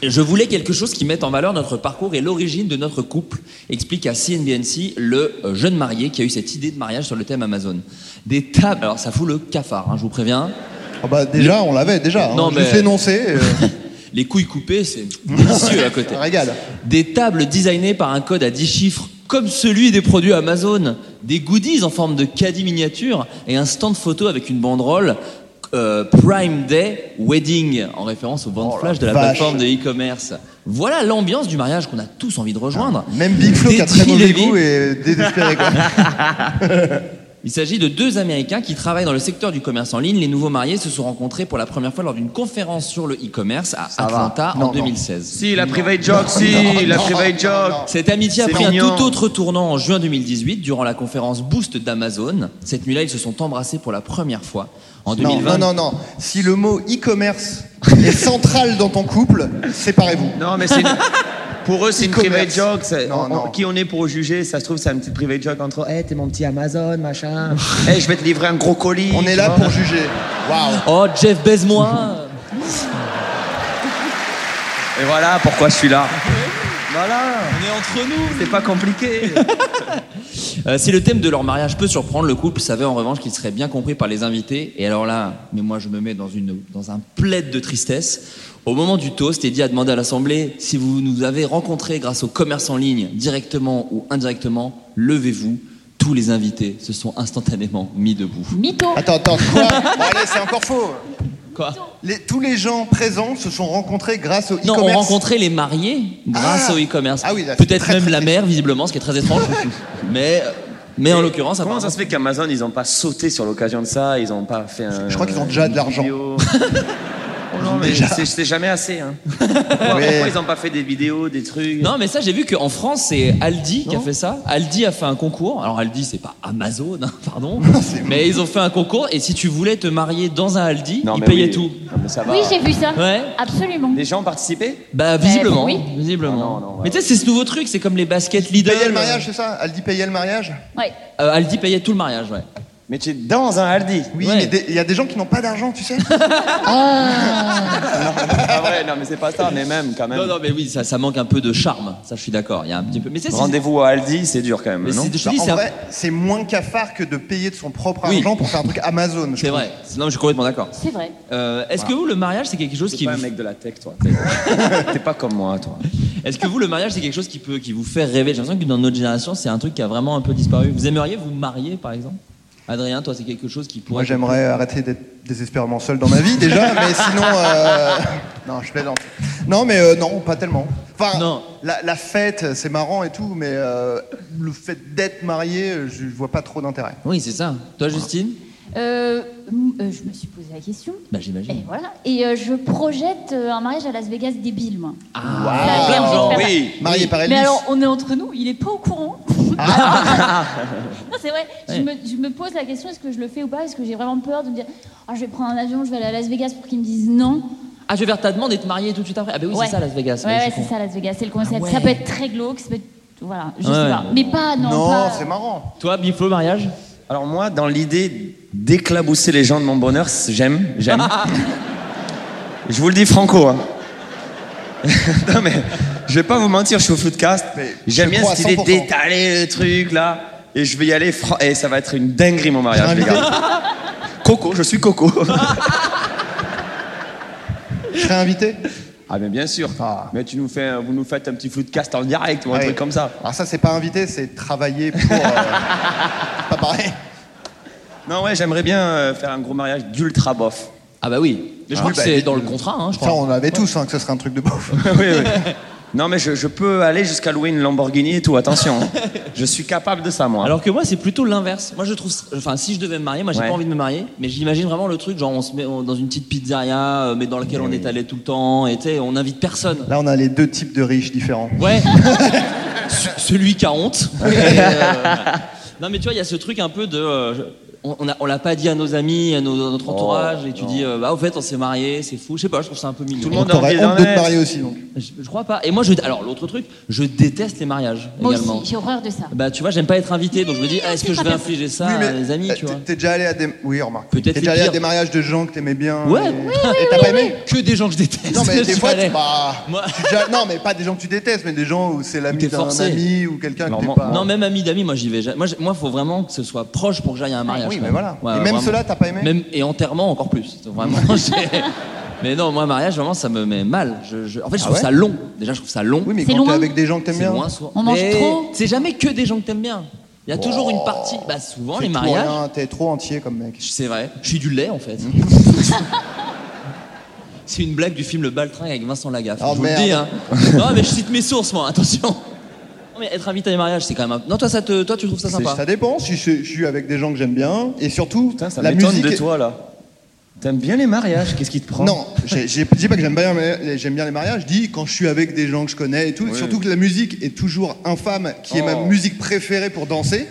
[SPEAKER 6] Je voulais quelque chose qui mette en valeur notre parcours et l'origine de notre couple, explique à CNBNC le euh, jeune marié qui a eu cette idée de mariage sur le thème Amazon. Des tables. Alors ça fout le cafard, hein, je vous préviens.
[SPEAKER 8] Ah bah déjà, on l'avait déjà.
[SPEAKER 6] Non,
[SPEAKER 8] hein.
[SPEAKER 6] mais-
[SPEAKER 8] Juste l'énoncé. euh,
[SPEAKER 6] Les couilles coupées, c'est délicieux à côté.
[SPEAKER 8] Régale.
[SPEAKER 6] Des tables designées par un code à 10 chiffres, comme celui des produits Amazon. Des goodies en forme de caddie miniature et un stand photo avec une banderole euh, Prime Day Wedding, en référence au ventes flash de la
[SPEAKER 8] Oh vache.
[SPEAKER 6] plateforme de e-commerce. Voilà l'ambiance du mariage qu'on a tous envie de rejoindre.
[SPEAKER 8] Ah, Même Big Flo qui a très
[SPEAKER 6] Dédie
[SPEAKER 8] mauvais
[SPEAKER 6] Lévy,
[SPEAKER 8] goût et désespéré. Quoi.
[SPEAKER 6] il s'agit de deux Américains qui travaillent dans le secteur du commerce en ligne. Les nouveaux mariés se sont rencontrés pour la première fois lors d'une conférence sur le e-commerce à Atlanta
[SPEAKER 8] Non,
[SPEAKER 6] en
[SPEAKER 8] non.
[SPEAKER 6] 2016.
[SPEAKER 2] Si, la private joke, si, la private joke.
[SPEAKER 6] Cette amitié a
[SPEAKER 2] C'est
[SPEAKER 6] pris
[SPEAKER 2] mignon.
[SPEAKER 6] un tout autre tournant en juin 2018 durant la conférence Boost d'Amazon. Cette nuit-là, ils se sont embrassés pour la première fois en
[SPEAKER 8] Non,
[SPEAKER 6] 2020.
[SPEAKER 8] non, non, non. Si le mot e-commerce est central dans ton couple, séparez-vous.
[SPEAKER 2] Non, mais c'est une- pour eux, c'est une
[SPEAKER 8] E-commerce.
[SPEAKER 2] private joke. c'est-
[SPEAKER 8] Non,
[SPEAKER 2] on-
[SPEAKER 8] non.
[SPEAKER 2] on- Qui on est pour juger Ça se trouve, c'est un petit private joke entre. Eh, t'es mon petit Amazon, machin. Eh, je vais te livrer un gros colis.
[SPEAKER 8] On est
[SPEAKER 2] tu
[SPEAKER 8] là
[SPEAKER 2] vois.
[SPEAKER 8] pour juger. Waouh.
[SPEAKER 6] Oh, Jeff, baise-moi
[SPEAKER 2] Et voilà pourquoi je suis là. Voilà,
[SPEAKER 6] On est entre nous
[SPEAKER 2] c'est pas compliqué.
[SPEAKER 6] Euh, si le thème de leur mariage peut surprendre, le couple savait en revanche qu'il serait bien compris par les invités. Et alors là, mais moi je me mets dans, une, dans un plaid de tristesse. Au moment du toast, Eddie a demandé à l'Assemblée si vous nous avez rencontrés grâce au commerce en ligne, directement ou indirectement, levez-vous. Tous les invités se sont instantanément mis debout.
[SPEAKER 7] Mytho.
[SPEAKER 8] Attends, attends, quoi Bon, Allez, c'est encore faux.
[SPEAKER 6] Quoi
[SPEAKER 8] Les- tous les gens présents se sont rencontrés grâce au
[SPEAKER 6] Non,
[SPEAKER 8] e-commerce.
[SPEAKER 6] on rencontrait les mariés grâce
[SPEAKER 8] Ah.
[SPEAKER 6] au e-commerce.
[SPEAKER 8] Ah oui, là, c'est
[SPEAKER 6] Peut-être
[SPEAKER 8] très,
[SPEAKER 6] même
[SPEAKER 8] très
[SPEAKER 6] la
[SPEAKER 8] triste.
[SPEAKER 6] mère, visiblement, ce qui est très étrange. mais, mais en l'occurrence,
[SPEAKER 2] Comment
[SPEAKER 6] apparemment-
[SPEAKER 2] ça se fait qu'Amazon, ils n'ont pas sauté sur l'occasion de ça Ils n'ont pas fait un.
[SPEAKER 8] Je crois qu'ils ont déjà de l'argent.
[SPEAKER 2] vidéo. Oh non, mais
[SPEAKER 8] Déjà.
[SPEAKER 2] c'est c'est jamais assez. Hein. Pourquoi,
[SPEAKER 8] Oui.
[SPEAKER 2] pourquoi ils n'ont pas fait des vidéos, des trucs
[SPEAKER 6] Non, mais ça, j'ai vu qu'en France, c'est Aldi qui a fait ça. Aldi a fait un concours. Alors, Aldi, c'est pas Amazon, hein, pardon. mais ils ont fait un concours et si tu voulais te marier dans un Aldi,
[SPEAKER 2] Non,
[SPEAKER 6] ils
[SPEAKER 2] mais
[SPEAKER 6] payaient
[SPEAKER 2] oui.
[SPEAKER 6] tout.
[SPEAKER 2] Non, mais ça va.
[SPEAKER 7] Oui, j'ai vu ça.
[SPEAKER 6] Ouais.
[SPEAKER 7] Absolument.
[SPEAKER 2] Les gens ont participé
[SPEAKER 6] Bah, visiblement.
[SPEAKER 7] oui.
[SPEAKER 6] visiblement.
[SPEAKER 2] Ah, non, non, ouais.
[SPEAKER 6] Mais tu sais, c'est ce nouveau truc, c'est comme les baskets Lidl.
[SPEAKER 8] Payait le mariage, c'est ça Aldi payait le mariage
[SPEAKER 7] Ouais.
[SPEAKER 6] Euh, Aldi payait tout le mariage, ouais.
[SPEAKER 2] Mais tu es dans un Aldi.
[SPEAKER 8] Oui,
[SPEAKER 6] Ouais.
[SPEAKER 8] mais des- il y a des gens qui n'ont pas d'argent, tu sais.
[SPEAKER 2] Ah ouais, non, mais c'est pas ça, mais même quand même.
[SPEAKER 6] Non, non, mais oui, ça, ça manque un peu de charme. Ça, je suis d'accord. Il y a un petit peu. Mais tu sais, c'est-
[SPEAKER 2] Rendez-vous à Aldi, c'est dur quand même,
[SPEAKER 6] Mais
[SPEAKER 2] non
[SPEAKER 6] c'est je te
[SPEAKER 8] Bah,
[SPEAKER 6] dis,
[SPEAKER 8] en
[SPEAKER 6] c'est un-
[SPEAKER 8] vrai, c'est moins cafard que de payer de son propre
[SPEAKER 6] Oui.
[SPEAKER 8] argent pour faire un truc Amazon. je
[SPEAKER 6] C'est
[SPEAKER 8] trouve.
[SPEAKER 6] vrai. Non, mais je suis complètement d'accord.
[SPEAKER 7] C'est vrai.
[SPEAKER 6] Euh, Est-ce que vous le mariage c'est quelque chose
[SPEAKER 2] T'es
[SPEAKER 6] qui
[SPEAKER 2] pas un
[SPEAKER 6] vous-
[SPEAKER 2] mec de la tech, toi. T'es- T'es pas comme moi, toi.
[SPEAKER 6] est-ce que vous le mariage c'est quelque chose qui peut qui vous fait rêver J'ai l'impression que dans notre génération c'est un truc qui a vraiment un peu disparu. Vous aimeriez vous marier par exemple Adrien, toi c'est quelque chose qui pourrait.
[SPEAKER 8] Moi, j'aimerais arrêter d'être désespérément seul dans ma vie déjà, mais sinon, euh, non, je plaisante. Non, mais euh, non, pas tellement. Enfin,
[SPEAKER 6] Non.
[SPEAKER 8] La, la fête, c'est marrant et tout, mais euh, le fait d'être marié, euh, je vois pas trop d'intérêt.
[SPEAKER 6] Oui c'est ça. Toi Justine
[SPEAKER 7] Euh, m- euh, je me suis posé la question.
[SPEAKER 6] Bah
[SPEAKER 7] Et
[SPEAKER 6] j'imagine.
[SPEAKER 7] voilà. Et euh, je projette euh, un mariage à Las Vegas débile, moi.
[SPEAKER 6] Ah,
[SPEAKER 7] Plein de gens.
[SPEAKER 2] Oui.
[SPEAKER 8] Marié par Elvis.
[SPEAKER 7] Mais alors, on est entre nous, il est pas au courant. non, c'est vrai.
[SPEAKER 6] Ah.
[SPEAKER 7] Je,
[SPEAKER 6] Ouais.
[SPEAKER 7] me, je me pose la question, est-ce que je le fais ou pas Est-ce que j'ai vraiment peur de me dire, Ah, je vais prendre un avion, je vais aller à Las Vegas pour qu'ils me disent non
[SPEAKER 6] Ah je vais faire ta demande et te marier tout de suite après. Ah bah oui
[SPEAKER 7] Ouais.
[SPEAKER 6] c'est ça Las Vegas.
[SPEAKER 7] Ouais,
[SPEAKER 6] je
[SPEAKER 7] ouais, c'est
[SPEAKER 6] comprends.
[SPEAKER 7] ça, Las Vegas, c'est le concept.
[SPEAKER 6] Ah ouais.
[SPEAKER 7] Ça peut être très glauque, ça peut être... Voilà, je
[SPEAKER 6] Ouais.
[SPEAKER 7] sais pas. Mais pas, non,
[SPEAKER 8] non,
[SPEAKER 7] pas...
[SPEAKER 8] c'est marrant.
[SPEAKER 6] Toi Biflo mariage
[SPEAKER 2] Alors moi, dans l'idée d'éclabousser les gens de mon bonheur, c'est- j'aime, j'aime. je vous le dis franco. Hein. non mais, je vais pas vous mentir, je suis au Floodcast.
[SPEAKER 8] Mais je
[SPEAKER 2] J'aime bien
[SPEAKER 8] crois
[SPEAKER 2] cette idée
[SPEAKER 8] 100%.
[SPEAKER 2] d'étaler le truc là. Et je vais y aller, fran- et Eh, ça va être une dinguerie mon
[SPEAKER 8] J'ai
[SPEAKER 2] mariage, les
[SPEAKER 8] invité,
[SPEAKER 2] gars. Coco, je suis Coco.
[SPEAKER 8] Je serais invité
[SPEAKER 2] Ah mais bien sûr. Mais tu nous fais, vous nous faites un petit flou de cast en direct ou un
[SPEAKER 8] Ouais.
[SPEAKER 2] truc comme ça.
[SPEAKER 8] Alors ça, c'est pas invité, c'est travailler pour... euh, pas pareil.
[SPEAKER 2] Non ouais, j'aimerais bien euh, faire un gros mariage d'ultra bof.
[SPEAKER 13] Ah bah oui.
[SPEAKER 8] Mais je crois que c'est dans le
[SPEAKER 13] contrat, je
[SPEAKER 8] Ça, on l'avait tous, hein, que ce serait un truc de bouffe.
[SPEAKER 2] oui, oui. Non mais je, je peux aller jusqu'à louer une Lamborghini et tout. Attention, hein. je suis capable de ça moi.
[SPEAKER 6] Alors que moi, c'est plutôt l'inverse. Moi, je trouve. Enfin, si je devais me marier, moi, j'ai
[SPEAKER 2] Ouais.
[SPEAKER 6] pas envie de me marier, mais j'imagine vraiment le truc, genre, on se met on- dans une petite pizzeria, euh, mais dans laquelle on est allé tout le temps, et tu sais, on invite personne.
[SPEAKER 8] Là, on a les deux types de riches différents.
[SPEAKER 6] Ouais. Ce- Celui qui a honte. Et, euh, non, mais tu vois, il y a ce truc un peu de. euh, je- on on a- on l'a pas dit à nos amis, à, nos- à notre
[SPEAKER 8] Oh,
[SPEAKER 6] entourage, et tu dis, euh, bah, au fait, on s'est marié, c'est fou. Je sais pas, je trouve ça un peu mignon.
[SPEAKER 2] Tout le
[SPEAKER 8] Donc
[SPEAKER 2] monde a envie
[SPEAKER 8] t'aurais honte
[SPEAKER 2] d'en
[SPEAKER 8] de te
[SPEAKER 2] être.
[SPEAKER 8] marier aussi, donc.
[SPEAKER 6] Je, je crois pas. Et moi, je. Alors, l'autre truc, je déteste les mariages
[SPEAKER 7] Moi
[SPEAKER 6] également.
[SPEAKER 7] aussi, j'ai horreur de ça.
[SPEAKER 6] Bah, tu vois, j'aime pas être invité, donc je me dis, ah, est-ce que je vais
[SPEAKER 7] Oui,
[SPEAKER 6] infliger ça
[SPEAKER 8] mais-
[SPEAKER 2] Ah,
[SPEAKER 8] euh,
[SPEAKER 6] à mes amis, tu vois
[SPEAKER 8] T'es déjà allé à des... Oui, remarque.
[SPEAKER 6] Peut-être
[SPEAKER 8] T'es
[SPEAKER 6] c'est
[SPEAKER 8] déjà allé à
[SPEAKER 6] pire.
[SPEAKER 8] des mariages de gens que t'aimais bien.
[SPEAKER 6] Ouais.
[SPEAKER 8] et-
[SPEAKER 6] Oui,
[SPEAKER 8] Et t'as pas aimé
[SPEAKER 13] Que des gens que je déteste.
[SPEAKER 8] Non, mais des
[SPEAKER 13] Je
[SPEAKER 8] fois,
[SPEAKER 13] suis
[SPEAKER 8] tu- bah, tu déjà- Non, mais pas des gens que tu détestes, mais des gens où c'est l'ami
[SPEAKER 6] t'es
[SPEAKER 8] d'un
[SPEAKER 6] forcé.
[SPEAKER 8] ami ou quelqu'un que
[SPEAKER 2] Alors,
[SPEAKER 8] t'es
[SPEAKER 2] moi-
[SPEAKER 8] pas...
[SPEAKER 6] Non, même ami d'amis, moi j'y vais. jamais. Moi, j'ai- moi, faut vraiment que ce soit proche pour que j'aille à un mariage.
[SPEAKER 8] oui,
[SPEAKER 6] quand
[SPEAKER 8] mais
[SPEAKER 6] même.
[SPEAKER 8] voilà.
[SPEAKER 6] Ouais,
[SPEAKER 8] et même
[SPEAKER 6] vraiment.
[SPEAKER 8] ceux-là, t'as pas aimé
[SPEAKER 6] Même et enterrement encore plus. Vraiment. j'ai- mais non, moi mariage vraiment ça me met mal. Je- je- En fait, je
[SPEAKER 8] Ah
[SPEAKER 6] trouve
[SPEAKER 8] ouais
[SPEAKER 6] ça long. Déjà, je trouve ça long.
[SPEAKER 8] Oui, mais
[SPEAKER 7] C'est
[SPEAKER 8] quand t'es
[SPEAKER 7] loin.
[SPEAKER 8] avec des gens que t'aimes
[SPEAKER 6] c'est
[SPEAKER 8] bien...
[SPEAKER 6] loin souvent.
[SPEAKER 7] On mange
[SPEAKER 6] Mais
[SPEAKER 7] trop.
[SPEAKER 6] C'est jamais que des gens que t'aimes bien. Il y a toujours une partie. Bah souvent
[SPEAKER 8] t'es
[SPEAKER 6] les
[SPEAKER 8] tout
[SPEAKER 6] mariages.
[SPEAKER 8] rien, T'es trop entier comme mec.
[SPEAKER 6] C'est vrai. Je suis du lait en fait. C'est une blague du film Le Baltringue avec Vincent Lagaffe.
[SPEAKER 8] Oh,
[SPEAKER 6] je vous le
[SPEAKER 8] merde.
[SPEAKER 6] dis. Hein. non, mais je cite mes sources, moi. Attention. Non, mais être invité à des mariages, c'est quand même. un- Non, toi, ça te... toi, tu trouves ça
[SPEAKER 8] C'est-
[SPEAKER 6] sympa.
[SPEAKER 8] Ça dépend, si je, je suis avec des gens que j'aime bien, et surtout,
[SPEAKER 2] Putain, ça
[SPEAKER 8] la
[SPEAKER 2] m'étonne
[SPEAKER 8] musique...
[SPEAKER 2] de
[SPEAKER 8] est-
[SPEAKER 2] toi là. T'aimes bien les mariages Qu'est-ce qui te prend
[SPEAKER 8] Non, j'ai- j'ai- je dis pas que j'aime bien, les- j'aime bien les mariages, je dis quand je suis avec des gens que je connais et tout, surtout que la musique est toujours infâme, qui est ma
[SPEAKER 2] Oh.
[SPEAKER 8] musique préférée pour danser.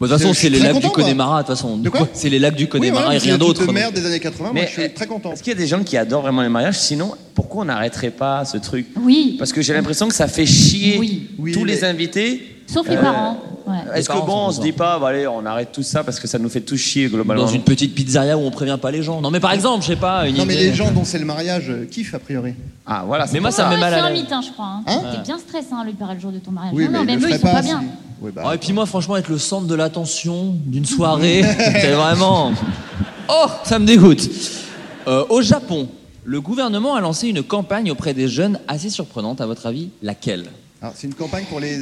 [SPEAKER 6] Bah, De toute façon,
[SPEAKER 8] Je suis
[SPEAKER 6] c'est les
[SPEAKER 8] très
[SPEAKER 6] lacs du
[SPEAKER 8] content, moi.
[SPEAKER 6] Connemara, de toute façon.
[SPEAKER 8] De quoi
[SPEAKER 6] C'est les lacs du
[SPEAKER 8] Oui,
[SPEAKER 6] Connemara
[SPEAKER 8] voilà,
[SPEAKER 6] et rien
[SPEAKER 8] c'est toute
[SPEAKER 6] d'autre.
[SPEAKER 8] merde des années 80, moi je
[SPEAKER 2] eh,
[SPEAKER 8] suis très content.
[SPEAKER 2] Est-ce qu'il y a des gens qui adorent vraiment les mariages Sinon, pourquoi on n'arrêterait pas ce truc
[SPEAKER 7] Oui,
[SPEAKER 2] Parce que j'ai l'impression que ça fait chier
[SPEAKER 7] Oui.
[SPEAKER 8] Oui,
[SPEAKER 2] tous les
[SPEAKER 8] mais-
[SPEAKER 2] invités.
[SPEAKER 7] sauf les
[SPEAKER 2] Euh,
[SPEAKER 7] parents. Ouais.
[SPEAKER 2] Est-ce
[SPEAKER 6] Les
[SPEAKER 2] que
[SPEAKER 6] parents
[SPEAKER 2] bon,
[SPEAKER 6] sont
[SPEAKER 2] on se dit pas, bah, allez, on arrête tout ça parce que ça nous fait tous chier globalement
[SPEAKER 6] Dans une petite pizzeria où on prévient pas les gens. Non, mais par exemple, je sais pas. Une
[SPEAKER 8] Non mais
[SPEAKER 6] idée.
[SPEAKER 8] les gens dont c'est le mariage euh, kiffent a priori.
[SPEAKER 2] Ah voilà.
[SPEAKER 6] Mais moi, ça me met
[SPEAKER 7] Ouais,
[SPEAKER 6] mal
[SPEAKER 7] C'est
[SPEAKER 6] à
[SPEAKER 7] un
[SPEAKER 6] l'aise.
[SPEAKER 7] mythe, hein, je crois. hein.
[SPEAKER 8] Hein
[SPEAKER 7] T'es bien stressé, hein, lui, par le jour de ton mariage.
[SPEAKER 8] Oui,
[SPEAKER 7] non, non,
[SPEAKER 8] mais
[SPEAKER 7] même
[SPEAKER 8] ils le
[SPEAKER 7] eux, ils
[SPEAKER 8] feraient
[SPEAKER 7] sont pas
[SPEAKER 8] si-
[SPEAKER 7] bien.
[SPEAKER 8] Oui, bah,
[SPEAKER 6] Oh, et puis moi, franchement, être le centre de l'attention d'une soirée, c'est vraiment. Oh, ça me dégoûte. Euh, au Japon, le gouvernement a lancé une campagne auprès des jeunes assez surprenante, à votre avis, laquelle
[SPEAKER 8] Alors, c'est une campagne pour les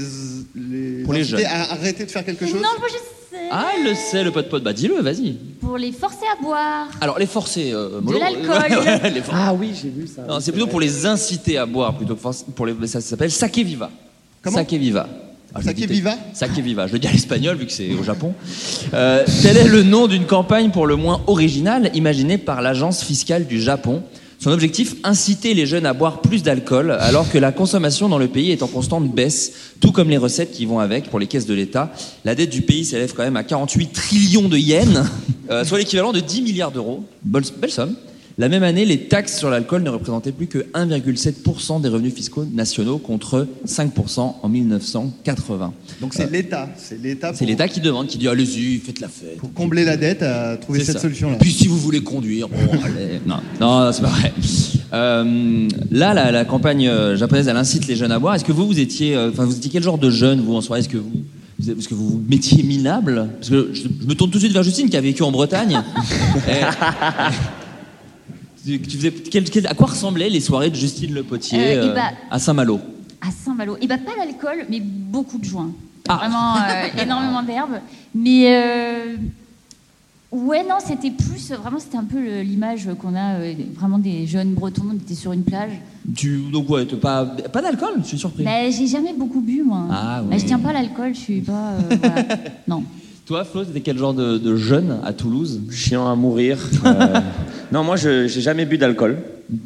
[SPEAKER 8] les,
[SPEAKER 6] Pour les
[SPEAKER 8] inciter
[SPEAKER 6] jeunes.
[SPEAKER 8] à arrêter de faire quelque
[SPEAKER 7] Non,
[SPEAKER 8] chose.
[SPEAKER 7] moi, je sais.
[SPEAKER 6] Ah, elle le sait, le pote pote. Bah, dis-le, vas-y.
[SPEAKER 7] Pour les forcer à boire.
[SPEAKER 6] Alors, les forcer. euh,
[SPEAKER 7] De
[SPEAKER 6] mollo.
[SPEAKER 7] l'alcool.
[SPEAKER 6] Ouais, les forcer.
[SPEAKER 14] Ah oui, j'ai vu ça.
[SPEAKER 6] Non, c'est plutôt pour les inciter à boire, plutôt que forc- pour les. Ça s'appelle sake viva.
[SPEAKER 8] Comment
[SPEAKER 6] Sake viva. Ah, je le
[SPEAKER 8] Sake
[SPEAKER 6] dis-
[SPEAKER 8] viva
[SPEAKER 6] Sake viva. Je le dis à l'espagnol vu que c'est au Japon. Euh, tel est le nom d'une campagne pour le moins originale imaginée par l'agence fiscale du Japon. Son objectif inciter les jeunes à boire plus d'alcool, alors que la consommation dans le pays est en constante baisse, tout comme les recettes qui vont avec pour les caisses de l'État. La dette du pays s'élève quand même à 48 trillions de yens, euh, soit l'équivalent de 10 milliards d'euros. Bonne- belle somme. La même année, les taxes sur l'alcool ne représentaient plus que 1,7% des revenus fiscaux nationaux contre 5% en 1980.
[SPEAKER 8] Donc c'est l'État, c'est l'État
[SPEAKER 6] Euh, C'est
[SPEAKER 8] pour,
[SPEAKER 6] l'État qui demande, qui dit allez-y, faites la fête.
[SPEAKER 8] pour combler la dette à trouver
[SPEAKER 6] C'est
[SPEAKER 8] cette
[SPEAKER 6] ça.
[SPEAKER 8] solution là.
[SPEAKER 6] Puis si vous voulez conduire, bon, allez. Non, non, non, c'est pas vrai. Euh, là, la, la campagne euh, japonaise, elle incite les jeunes à boire. Est-ce que vous, vous étiez, euh, enfin, vous étiez quel genre de jeune vous en soirée Est-ce que vous, vous êtes- est-ce que vous vous mettiez minable Parce que je, je me tourne tout de suite vers Justine qui a vécu en Bretagne. Et- tu- tu faisais- quel- quel- à quoi ressemblaient les soirées de Justine Le Potier
[SPEAKER 7] Euh, eh
[SPEAKER 6] euh,
[SPEAKER 7] ben-
[SPEAKER 6] à Saint-Malo
[SPEAKER 7] À Saint-Malo. Et bah, pas d'alcool, mais beaucoup de joints.
[SPEAKER 6] Ah.
[SPEAKER 7] Vraiment euh, énormément d'herbe. Mais. euh, Ouais, non, c'était plus. Vraiment, c'était un peu le- l'image qu'on a euh, vraiment des jeunes bretons. On était sur une plage.
[SPEAKER 6] Tu donc ouais, t'as pas pas d'alcool Je suis surpris.
[SPEAKER 7] Bah, j'ai jamais beaucoup bu, moi.
[SPEAKER 6] Ah,
[SPEAKER 7] Bah,
[SPEAKER 6] oui.
[SPEAKER 7] je tiens pas à l'alcool, je suis pas. euh, voilà. Non.
[SPEAKER 6] Toi, Flo, t'étais quel genre de, de jeune à Toulouse
[SPEAKER 2] Chiant à mourir. Euh, non, moi, je j'ai jamais bu d'alcool.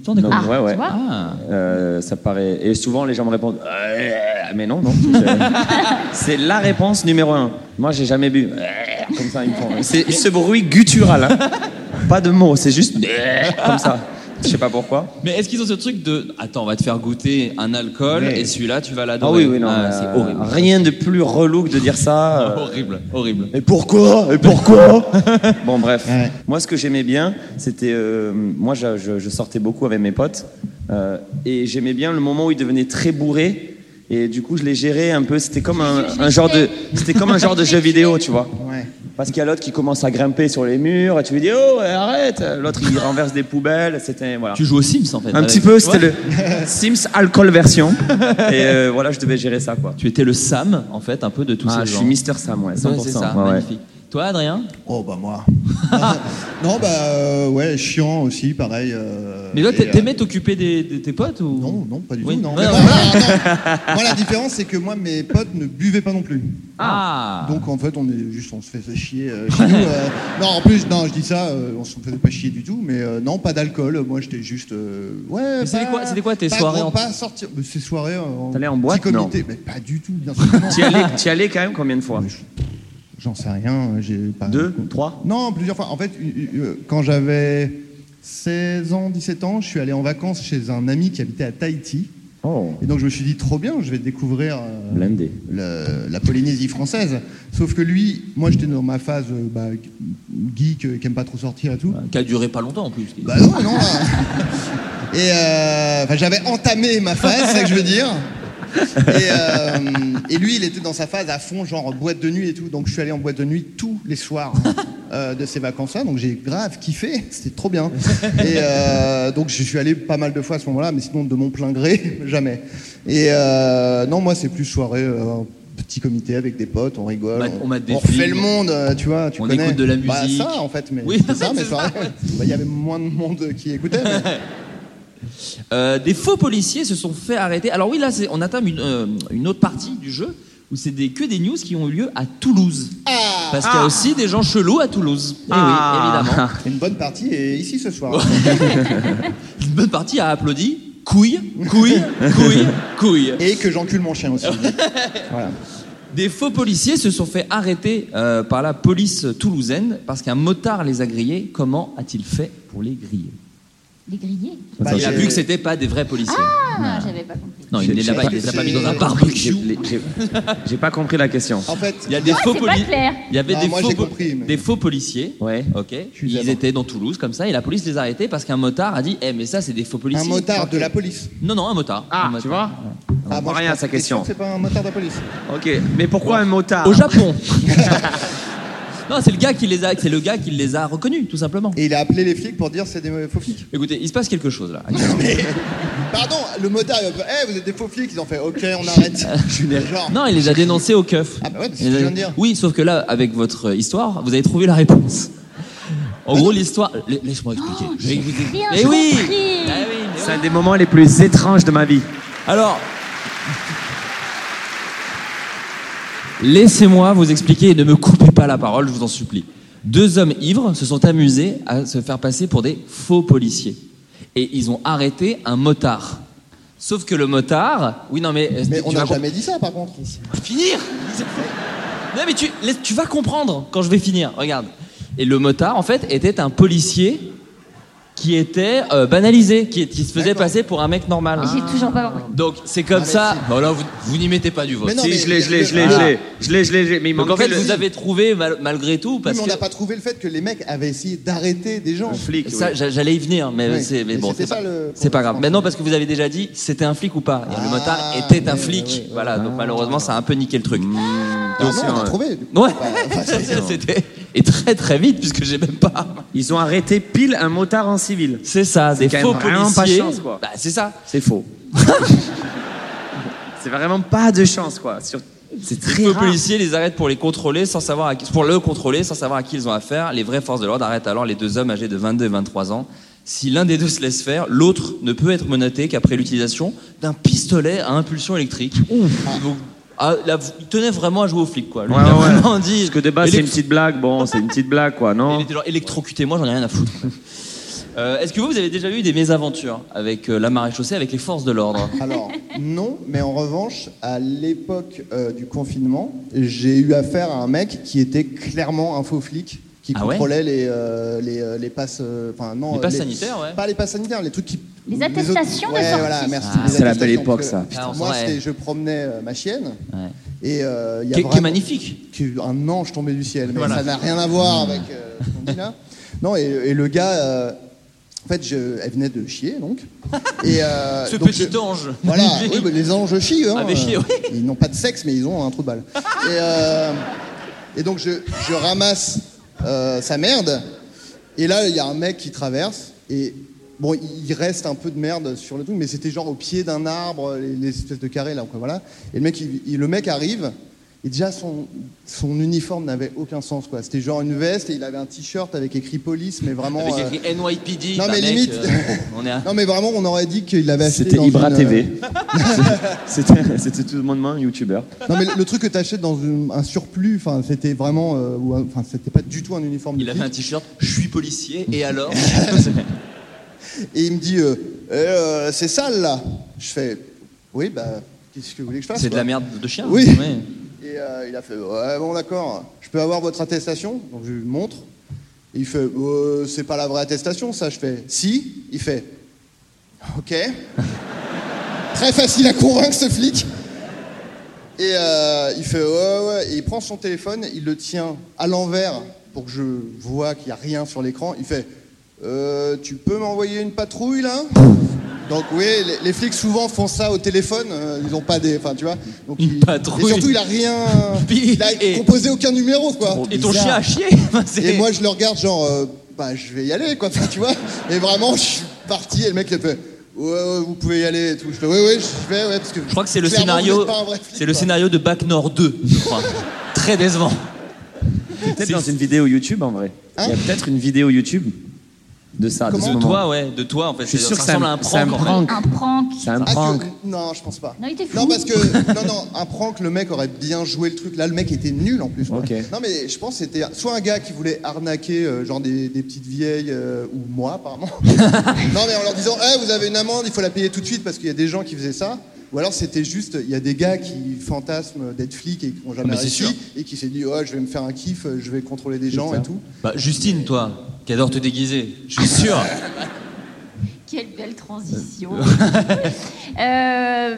[SPEAKER 6] T'en es
[SPEAKER 2] Donc,
[SPEAKER 7] Ah,
[SPEAKER 2] ouais, ouais.
[SPEAKER 7] tu vois
[SPEAKER 6] Ah.
[SPEAKER 2] Euh, ça paraît. Et souvent, les gens me répondent Euh, Mais non, non. Je- C'est la réponse numéro un. Moi, j'ai jamais bu. Euh, Comme ça, ils me font. C'est ce bruit guttural. hein. Pas de mots, c'est juste Euh, comme ça. Je sais pas pourquoi.
[SPEAKER 6] Mais est-ce qu'ils ont ce truc de attends, on va te faire goûter un alcool
[SPEAKER 2] Oui.
[SPEAKER 6] et celui-là tu vas
[SPEAKER 2] Ah
[SPEAKER 6] l'adorer
[SPEAKER 2] oui, oui, non.
[SPEAKER 6] Ah,
[SPEAKER 2] mais, euh,
[SPEAKER 6] c'est horrible.
[SPEAKER 2] Rien de plus relou que de dire ça. euh,
[SPEAKER 6] Horrible, horrible.
[SPEAKER 2] Et pourquoi Et pourquoi Bon, bref.
[SPEAKER 8] Ouais.
[SPEAKER 2] Moi, ce que j'aimais bien, c'était. euh, moi, je, je- je sortais beaucoup avec mes potes. euh, et j'aimais bien le moment où ils devenaient très bourrés. Et du coup, je les gérais un peu. C'était comme un,
[SPEAKER 7] Je- je
[SPEAKER 2] un
[SPEAKER 7] les
[SPEAKER 2] genre de.
[SPEAKER 7] tuais.
[SPEAKER 2] C'était comme un genre de
[SPEAKER 7] Je les
[SPEAKER 2] jeu vidéo,
[SPEAKER 7] tuais.
[SPEAKER 2] tu vois.
[SPEAKER 8] Ouais.
[SPEAKER 2] Parce qu'il y a l'autre qui commence à grimper sur les murs et tu lui dis oh ouais, arrête. L'autre il renverse des poubelles. C'était voilà.
[SPEAKER 6] Tu joues aux Sims en fait.
[SPEAKER 2] Un
[SPEAKER 6] avec-
[SPEAKER 2] petit peu, c'était
[SPEAKER 6] Ouais.
[SPEAKER 2] le Sims alcool version. Et euh, voilà, je devais gérer ça quoi.
[SPEAKER 6] Tu étais le Sam en fait un peu de tous
[SPEAKER 2] Ah,
[SPEAKER 6] ces
[SPEAKER 2] je
[SPEAKER 6] gens.
[SPEAKER 2] suis Mister Sam, ouais, 100%.
[SPEAKER 6] c'est ça,
[SPEAKER 2] Ouais, ouais.
[SPEAKER 6] magnifique. Toi Adrien
[SPEAKER 8] Oh bah moi. non, bah euh, ouais, chiant aussi, pareil. euh,
[SPEAKER 6] Mais toi
[SPEAKER 8] et,
[SPEAKER 6] t'a-
[SPEAKER 8] euh,
[SPEAKER 6] t'aimais t'occuper des, de tes potes ou Non,
[SPEAKER 8] non, pas du
[SPEAKER 6] tout.
[SPEAKER 8] non. Mais bon, voilà, non. Moi, la différence, c'est que moi, mes potes ne buvaient pas non plus.
[SPEAKER 6] Ah
[SPEAKER 8] Donc, en fait, on est juste, on se faisait chier euh, chez nous. euh, non, en plus, non, je dis ça, euh, on se faisait pas chier du tout, mais euh, non, pas d'alcool. Moi, j'étais juste. euh, ouais.
[SPEAKER 6] Mais c'était
[SPEAKER 8] pas-
[SPEAKER 6] quoi- c'était quoi tes
[SPEAKER 8] pas
[SPEAKER 6] soirées
[SPEAKER 8] grand-
[SPEAKER 6] en-
[SPEAKER 8] Pas sortir. mais Ces soirées. euh, en
[SPEAKER 2] T'allais en
[SPEAKER 8] petit
[SPEAKER 2] boîte, non
[SPEAKER 8] comité. Mais pas du tout, bien sûr. non.
[SPEAKER 2] T'y allais, t'y allais quand même combien de fois
[SPEAKER 8] J'en sais rien, euh, j'ai pas.
[SPEAKER 2] Deux, trois
[SPEAKER 8] Non, plusieurs fois. En fait, euh, euh, quand j'avais 16 ans, 17 ans, je suis allé en vacances chez un ami qui habitait à Tahiti. Et donc je me suis dit, trop bien, je vais découvrir euh,
[SPEAKER 2] Oh, Blindé.
[SPEAKER 8] le- la Polynésie française. Sauf que lui, moi j'étais dans ma phase euh, bah, geek, euh, qui aime pas trop sortir et tout.
[SPEAKER 6] Qui a duré pas longtemps en plus.
[SPEAKER 8] Bah non, non. Et euh, enfin, j'avais entamé ma phase, c'est ça que je veux dire. Et, euh, et lui, il était dans sa phase à fond, genre boîte de nuit et tout. Donc je suis allé en boîte de nuit tous les soirs euh, de ces vacances-là. Donc j'ai grave kiffé, c'était trop bien. Et euh, donc je suis allé pas mal de fois à ce moment-là, mais sinon de mon plein gré, jamais. Et euh, non, moi c'est plus soirée. euh, un Petit comité avec des potes, on rigole,
[SPEAKER 6] Bah, on mate des
[SPEAKER 8] refait
[SPEAKER 6] films.
[SPEAKER 8] le monde, euh, tu vois, tu
[SPEAKER 6] On
[SPEAKER 8] connais.
[SPEAKER 6] écoute de la
[SPEAKER 8] Bah,
[SPEAKER 6] musique.
[SPEAKER 8] ça en fait, mais
[SPEAKER 6] Oui,
[SPEAKER 8] c'est ça, mais
[SPEAKER 6] c'est
[SPEAKER 8] soirée.
[SPEAKER 6] ça,
[SPEAKER 8] Bah, Il y avait moins de monde qui écoutait. mais-
[SPEAKER 6] Euh, des faux policiers se sont fait arrêter. Alors oui, là, c'est- on atteint une, euh, une autre partie du jeu où c'est des, que des news Eh qui ont eu lieu à Toulouse. Parce qu'il y a aussi des gens chelous à Toulouse. Eh
[SPEAKER 2] Ah.
[SPEAKER 6] oui, évidemment.
[SPEAKER 8] Une bonne partie est ici ce soir.
[SPEAKER 6] Une bonne partie a applaudi. Couille, couille, couille, couille.
[SPEAKER 8] Et que j'encule mon chien aussi. Voilà.
[SPEAKER 6] Des faux policiers se sont fait arrêter euh, par la police toulousaine parce qu'un motard les a grillés. Comment a-t-il fait pour les griller
[SPEAKER 7] Les grillés
[SPEAKER 2] Bah,
[SPEAKER 6] Il a
[SPEAKER 2] j'ai-
[SPEAKER 6] vu que c'était pas des vrais policiers.
[SPEAKER 7] Ah, j'avais pas compris.
[SPEAKER 6] Non, il
[SPEAKER 2] J'ai-
[SPEAKER 6] les
[SPEAKER 2] j'ai
[SPEAKER 6] a pas- il les a pas mis dans un barbecue.
[SPEAKER 2] J'ai- j'ai- J'ai pas compris la question.
[SPEAKER 8] En fait,
[SPEAKER 6] Il y a des
[SPEAKER 7] Ah,
[SPEAKER 6] faux
[SPEAKER 7] c'est pas
[SPEAKER 6] poli-
[SPEAKER 7] clair.
[SPEAKER 6] Il y avait
[SPEAKER 8] Ah,
[SPEAKER 6] des,
[SPEAKER 8] moi,
[SPEAKER 6] faux
[SPEAKER 8] j'ai
[SPEAKER 6] po-
[SPEAKER 8] compris, mais-
[SPEAKER 6] des faux policiers.
[SPEAKER 2] Ouais.
[SPEAKER 6] Ok.
[SPEAKER 8] suis
[SPEAKER 6] Ils
[SPEAKER 8] d'accord.
[SPEAKER 6] étaient dans Toulouse comme ça et la police les a arrêtés parce qu'un motard a dit, eh mais ça c'est des faux policiers.
[SPEAKER 8] un motard de la police.
[SPEAKER 6] Non non un motard.
[SPEAKER 2] Ah,
[SPEAKER 6] Un motard.
[SPEAKER 2] tu vois
[SPEAKER 8] Ah,
[SPEAKER 2] moi,
[SPEAKER 8] je
[SPEAKER 2] rien à
[SPEAKER 8] pense-
[SPEAKER 2] sa
[SPEAKER 8] t'es
[SPEAKER 2] question.
[SPEAKER 8] sûr que C'est pas un motard de la police.
[SPEAKER 2] Ok, mais pourquoi un motard
[SPEAKER 6] Au Japon. non c'est le gars qui les a, c'est le gars qui les a reconnus tout simplement.
[SPEAKER 8] Et il a appelé les flics pour dire c'est des euh, faux flics.
[SPEAKER 6] Écoutez, il se passe quelque chose là. Ah
[SPEAKER 8] Pardon, le motard, il a fait, Eh, vous êtes des faux flics. Ils ont fait ok, on arrête.
[SPEAKER 6] Ah,
[SPEAKER 2] Je suis né-
[SPEAKER 8] Genre,
[SPEAKER 6] Non, il les a dénoncés au keuf.
[SPEAKER 8] Ah bah ouais, c'est ce
[SPEAKER 6] Il les
[SPEAKER 8] que
[SPEAKER 6] a-
[SPEAKER 8] je viens de dire.
[SPEAKER 6] Oui, sauf que là, avec votre histoire, vous avez trouvé la réponse. En gros, l'histoire. la- Laisse-moi expliquer. Je vais vous expliquer.
[SPEAKER 7] rien
[SPEAKER 6] Eh oui
[SPEAKER 7] compris.
[SPEAKER 6] Ah oui, mais
[SPEAKER 2] C'est un des moments les plus étranges de ma vie.
[SPEAKER 6] Alors, laissez-moi vous expliquer et ne me coupez pas la parole, je vous en supplie. Deux hommes ivres se sont amusés à se faire passer pour des faux policiers. Et ils ont arrêté un motard. Sauf que le motard. Oui, non, mais. euh,
[SPEAKER 8] Mais
[SPEAKER 6] tu
[SPEAKER 8] on
[SPEAKER 6] vas
[SPEAKER 8] n'a
[SPEAKER 6] comp-
[SPEAKER 8] jamais dit ça par contre.
[SPEAKER 6] Finir Non, mais tu, laisse- tu vas comprendre quand je vais finir. Regarde. Et le motard, en fait, était un policier qui était euh, banalisé, qui, qui se faisait
[SPEAKER 8] D'accord.
[SPEAKER 6] passer pour un mec normal.
[SPEAKER 7] J'ai toujours pas compris.
[SPEAKER 6] Donc c'est comme
[SPEAKER 8] Ah, mais
[SPEAKER 6] ça.
[SPEAKER 8] si.
[SPEAKER 6] Bon, là, vous, vous n'y mettez pas du vôtre.
[SPEAKER 8] Mais non,
[SPEAKER 2] si,
[SPEAKER 8] mais
[SPEAKER 2] je l'ai, je l'ai, je l'ai,
[SPEAKER 8] le-
[SPEAKER 2] je l'ai. Je l'ai, je l'ai, je l'ai, mais il
[SPEAKER 6] Donc en
[SPEAKER 2] manquait
[SPEAKER 6] fait,
[SPEAKER 2] le-
[SPEAKER 6] vous avez trouvé mal- malgré tout
[SPEAKER 8] Oui,
[SPEAKER 6] parce
[SPEAKER 8] mais on
[SPEAKER 6] que
[SPEAKER 8] n'a pas trouvé le fait que les mecs avaient essayé d'arrêter des gens.
[SPEAKER 2] Un flic.
[SPEAKER 6] ça,
[SPEAKER 2] oui.
[SPEAKER 6] j'a- j'allais y venir, mais
[SPEAKER 8] Oui.
[SPEAKER 6] c'est mais
[SPEAKER 8] Mais
[SPEAKER 6] bon,
[SPEAKER 8] c'était
[SPEAKER 6] c'est
[SPEAKER 8] ça,
[SPEAKER 6] pas,
[SPEAKER 8] le-
[SPEAKER 6] c'est pas grave. Mais non, parce que vous avez déjà dit c'était un flic ou pas. Et le
[SPEAKER 8] Ah,
[SPEAKER 6] motard était un
[SPEAKER 8] oui,
[SPEAKER 6] flic.
[SPEAKER 8] oui, oui.
[SPEAKER 6] voilà, donc malheureusement, ça a un peu niqué le truc.
[SPEAKER 8] Ah non, on a trouvé. du coup.
[SPEAKER 6] Ouais,
[SPEAKER 8] Bah, enfin, c'est-
[SPEAKER 6] c'était et très très vite puisque j'ai même pas.
[SPEAKER 2] Ils ont arrêté pile un motard en civil.
[SPEAKER 6] C'est ça, des
[SPEAKER 2] quand
[SPEAKER 6] faux
[SPEAKER 2] même vraiment
[SPEAKER 6] policiers.
[SPEAKER 2] pas de chance, quoi.
[SPEAKER 6] Bah, c'est ça.
[SPEAKER 2] C'est faux. C'est vraiment pas de chance, quoi. Sur- C'est
[SPEAKER 6] Les
[SPEAKER 2] très
[SPEAKER 6] faux
[SPEAKER 2] rare.
[SPEAKER 6] policiers les arrêtent pour les contrôler sans savoir à qui- pour le contrôler sans savoir à qui ils ont affaire. Les vraies forces de l'ordre arrêtent alors les deux hommes âgés de 22 et 23 ans. Si l'un des deux se laisse faire, l'autre ne peut être menotté qu'après l'utilisation d'un pistolet à impulsion électrique. Donc, ah, là, vous- il tenait vraiment à jouer au flic, quoi. Lui,
[SPEAKER 2] Ouais,
[SPEAKER 6] il a
[SPEAKER 2] ouais.
[SPEAKER 6] vraiment dit.
[SPEAKER 2] Parce que de base, c'est une
[SPEAKER 6] Électro-
[SPEAKER 2] petite blague. Bon, c'est une petite blague, quoi,
[SPEAKER 6] Il
[SPEAKER 2] non
[SPEAKER 6] était genre électrocutez-moi, j'en ai rien à foutre. Euh, Est-ce que vous, vous avez déjà eu des mésaventures avec euh, la marée chaussée, avec les forces de l'ordre
[SPEAKER 8] Alors, non, mais en revanche, à l'époque euh, du confinement, j'ai eu affaire à un mec qui était clairement un faux flic qui
[SPEAKER 6] Ah ouais
[SPEAKER 8] contrôlait les, euh, les, euh, les passes. euh, Enfin, non.
[SPEAKER 6] Les passes
[SPEAKER 8] euh,
[SPEAKER 6] sanitaires, ouais.
[SPEAKER 8] Pas les passes sanitaires, les trucs qui.
[SPEAKER 7] Les
[SPEAKER 8] autres-
[SPEAKER 7] attestations de
[SPEAKER 8] ouais,
[SPEAKER 7] sortie.
[SPEAKER 8] voilà, merci.
[SPEAKER 6] Ah,
[SPEAKER 8] les
[SPEAKER 2] c'est la belle
[SPEAKER 8] attestations,
[SPEAKER 2] époque,
[SPEAKER 8] parce
[SPEAKER 2] ça,
[SPEAKER 8] que
[SPEAKER 6] putain. Ah, on
[SPEAKER 8] moi,
[SPEAKER 6] saurait.
[SPEAKER 8] c'était- je promenais euh, ma chienne.
[SPEAKER 6] Ouais.
[SPEAKER 8] Et euh, il y
[SPEAKER 6] Qui-
[SPEAKER 8] a
[SPEAKER 6] qui est
[SPEAKER 8] vraiment-
[SPEAKER 6] magnifique.
[SPEAKER 8] qui est un ange tombé du ciel. Mais
[SPEAKER 6] Voilà.
[SPEAKER 8] ça n'a rien à voir avec euh, ce qu'on dit là. Non, et, et le gars, euh, en fait, je- elle venait de chier, donc. Et, euh,
[SPEAKER 6] Ce
[SPEAKER 8] donc,
[SPEAKER 6] petit
[SPEAKER 8] je-
[SPEAKER 6] ange.
[SPEAKER 8] Voilà, oui, mais les anges chient. Hein,
[SPEAKER 6] Ah, mais chient, oui.
[SPEAKER 8] Ils n'ont pas de sexe, mais ils ont un trou de balle. Et, euh, Et donc je, je ramasse euh, sa merde. Et là, il y a un mec qui traverse. Et bon, il reste un peu de merde sur le truc, mais c'était genre au pied d'un arbre, les, les espèces de carrés là, quoi, voilà. Et le mec, il- il- le mec arrive. Et déjà, son, son uniforme n'avait aucun sens, quoi. C'était genre une veste et il avait un t-shirt avec écrit police, mais vraiment.
[SPEAKER 6] Avec
[SPEAKER 8] euh,
[SPEAKER 6] écrit NYPD.
[SPEAKER 8] non,
[SPEAKER 6] bah,
[SPEAKER 8] mais
[SPEAKER 6] mec,
[SPEAKER 8] limite.
[SPEAKER 6] euh, on est à-
[SPEAKER 8] Non, mais vraiment, on aurait dit qu'il avait acheté.
[SPEAKER 2] C'était
[SPEAKER 8] dans
[SPEAKER 2] Ibra
[SPEAKER 8] une, euh,
[SPEAKER 2] TV. C'était c'était tout le monde un youtubeur.
[SPEAKER 8] euh, Non mais le- le truc que t'achètes dans une- un surplus, enfin c'était vraiment, euh, ou un- enfin c'était pas du tout un uniforme.
[SPEAKER 6] Il avait un t-shirt, je suis policier, et alors
[SPEAKER 8] Et il me dit, euh, Eh, euh, c'est sale là. Je fais, oui bah qu'est-ce que vous voulez que je fasse
[SPEAKER 6] C'est de
[SPEAKER 8] quoi
[SPEAKER 6] la merde de chien.
[SPEAKER 8] Oui.
[SPEAKER 6] ouais.
[SPEAKER 8] Et euh, il a fait, ouais bon d'accord, je peux avoir votre attestation Donc je lui montre. Et il fait, Euh, c'est pas la vraie attestation ça. Je fais, si. Il fait, ok. Très facile à convaincre ce flic. Et euh, il fait ouais ouais. Et il prend son téléphone, il le tient à l'envers pour que je vois qu'il n'y a rien sur l'écran. Il fait Euh, tu peux m'envoyer une patrouille là Donc oui, les, les flics souvent font ça au téléphone. euh, ils n'ont pas des, enfin tu vois. Donc il-
[SPEAKER 6] patrouille.
[SPEAKER 8] Et surtout il a rien. il a composé aucun numéro quoi.
[SPEAKER 6] Et ton chien a chié
[SPEAKER 8] Et moi je le regarde genre euh, bah je vais y aller quoi. Enfin, tu vois. Et vraiment je suis parti et le mec il fait. Ouais, ouais, vous pouvez y aller et tout. Je fais, ouais, ouais, je vais, ouais, parce que.
[SPEAKER 6] Je crois que c'est le
[SPEAKER 8] clairement, vous
[SPEAKER 6] scénario.
[SPEAKER 8] n'êtes pas un vrai flic,
[SPEAKER 6] C'est le
[SPEAKER 8] quoi.
[SPEAKER 6] scénario de Bac Nord 2, je crois. Très décevant.
[SPEAKER 2] Peut-être dans une vidéo YouTube en vrai.
[SPEAKER 8] Hein
[SPEAKER 2] Il y a peut-être une vidéo YouTube de ça. de, ce
[SPEAKER 6] de
[SPEAKER 2] moment.
[SPEAKER 6] toi, ouais, de toi en fait.
[SPEAKER 2] Je suis
[SPEAKER 6] C'est-
[SPEAKER 2] sûr
[SPEAKER 6] ça
[SPEAKER 2] que ça
[SPEAKER 6] ressemble
[SPEAKER 2] me-
[SPEAKER 6] à un
[SPEAKER 2] ça
[SPEAKER 6] prank.
[SPEAKER 2] me
[SPEAKER 6] en fait.
[SPEAKER 7] Un
[SPEAKER 2] prank.
[SPEAKER 7] prank.
[SPEAKER 2] C'est un
[SPEAKER 8] Ah,
[SPEAKER 2] prank.
[SPEAKER 8] que- Non, je pense pas.
[SPEAKER 7] Non, il était fou.
[SPEAKER 8] Non, parce que. Non, non, un prank, le mec aurait bien joué le truc. Là, le mec était nul en plus. quoi.
[SPEAKER 2] Ok.
[SPEAKER 8] Non, mais je pense que c'était soit un gars qui voulait arnaquer, euh, genre des, des petites vieilles, euh, ou moi apparemment. non, mais en leur disant, Eh, vous avez une amende, il faut la payer tout de suite parce qu'il y a des gens qui faisaient ça. Ou alors c'était juste, il y a des gars qui fantasment d'être flics et qui n'ont jamais
[SPEAKER 6] Mais c'est sûr.
[SPEAKER 8] réussi et qui s'est dit, oh, je vais me faire un kiff, je vais contrôler des gens et tout.
[SPEAKER 6] Bah, Justine, toi, qui adore te déguiser, je suis sûr.
[SPEAKER 7] Quelle belle transition. Euh,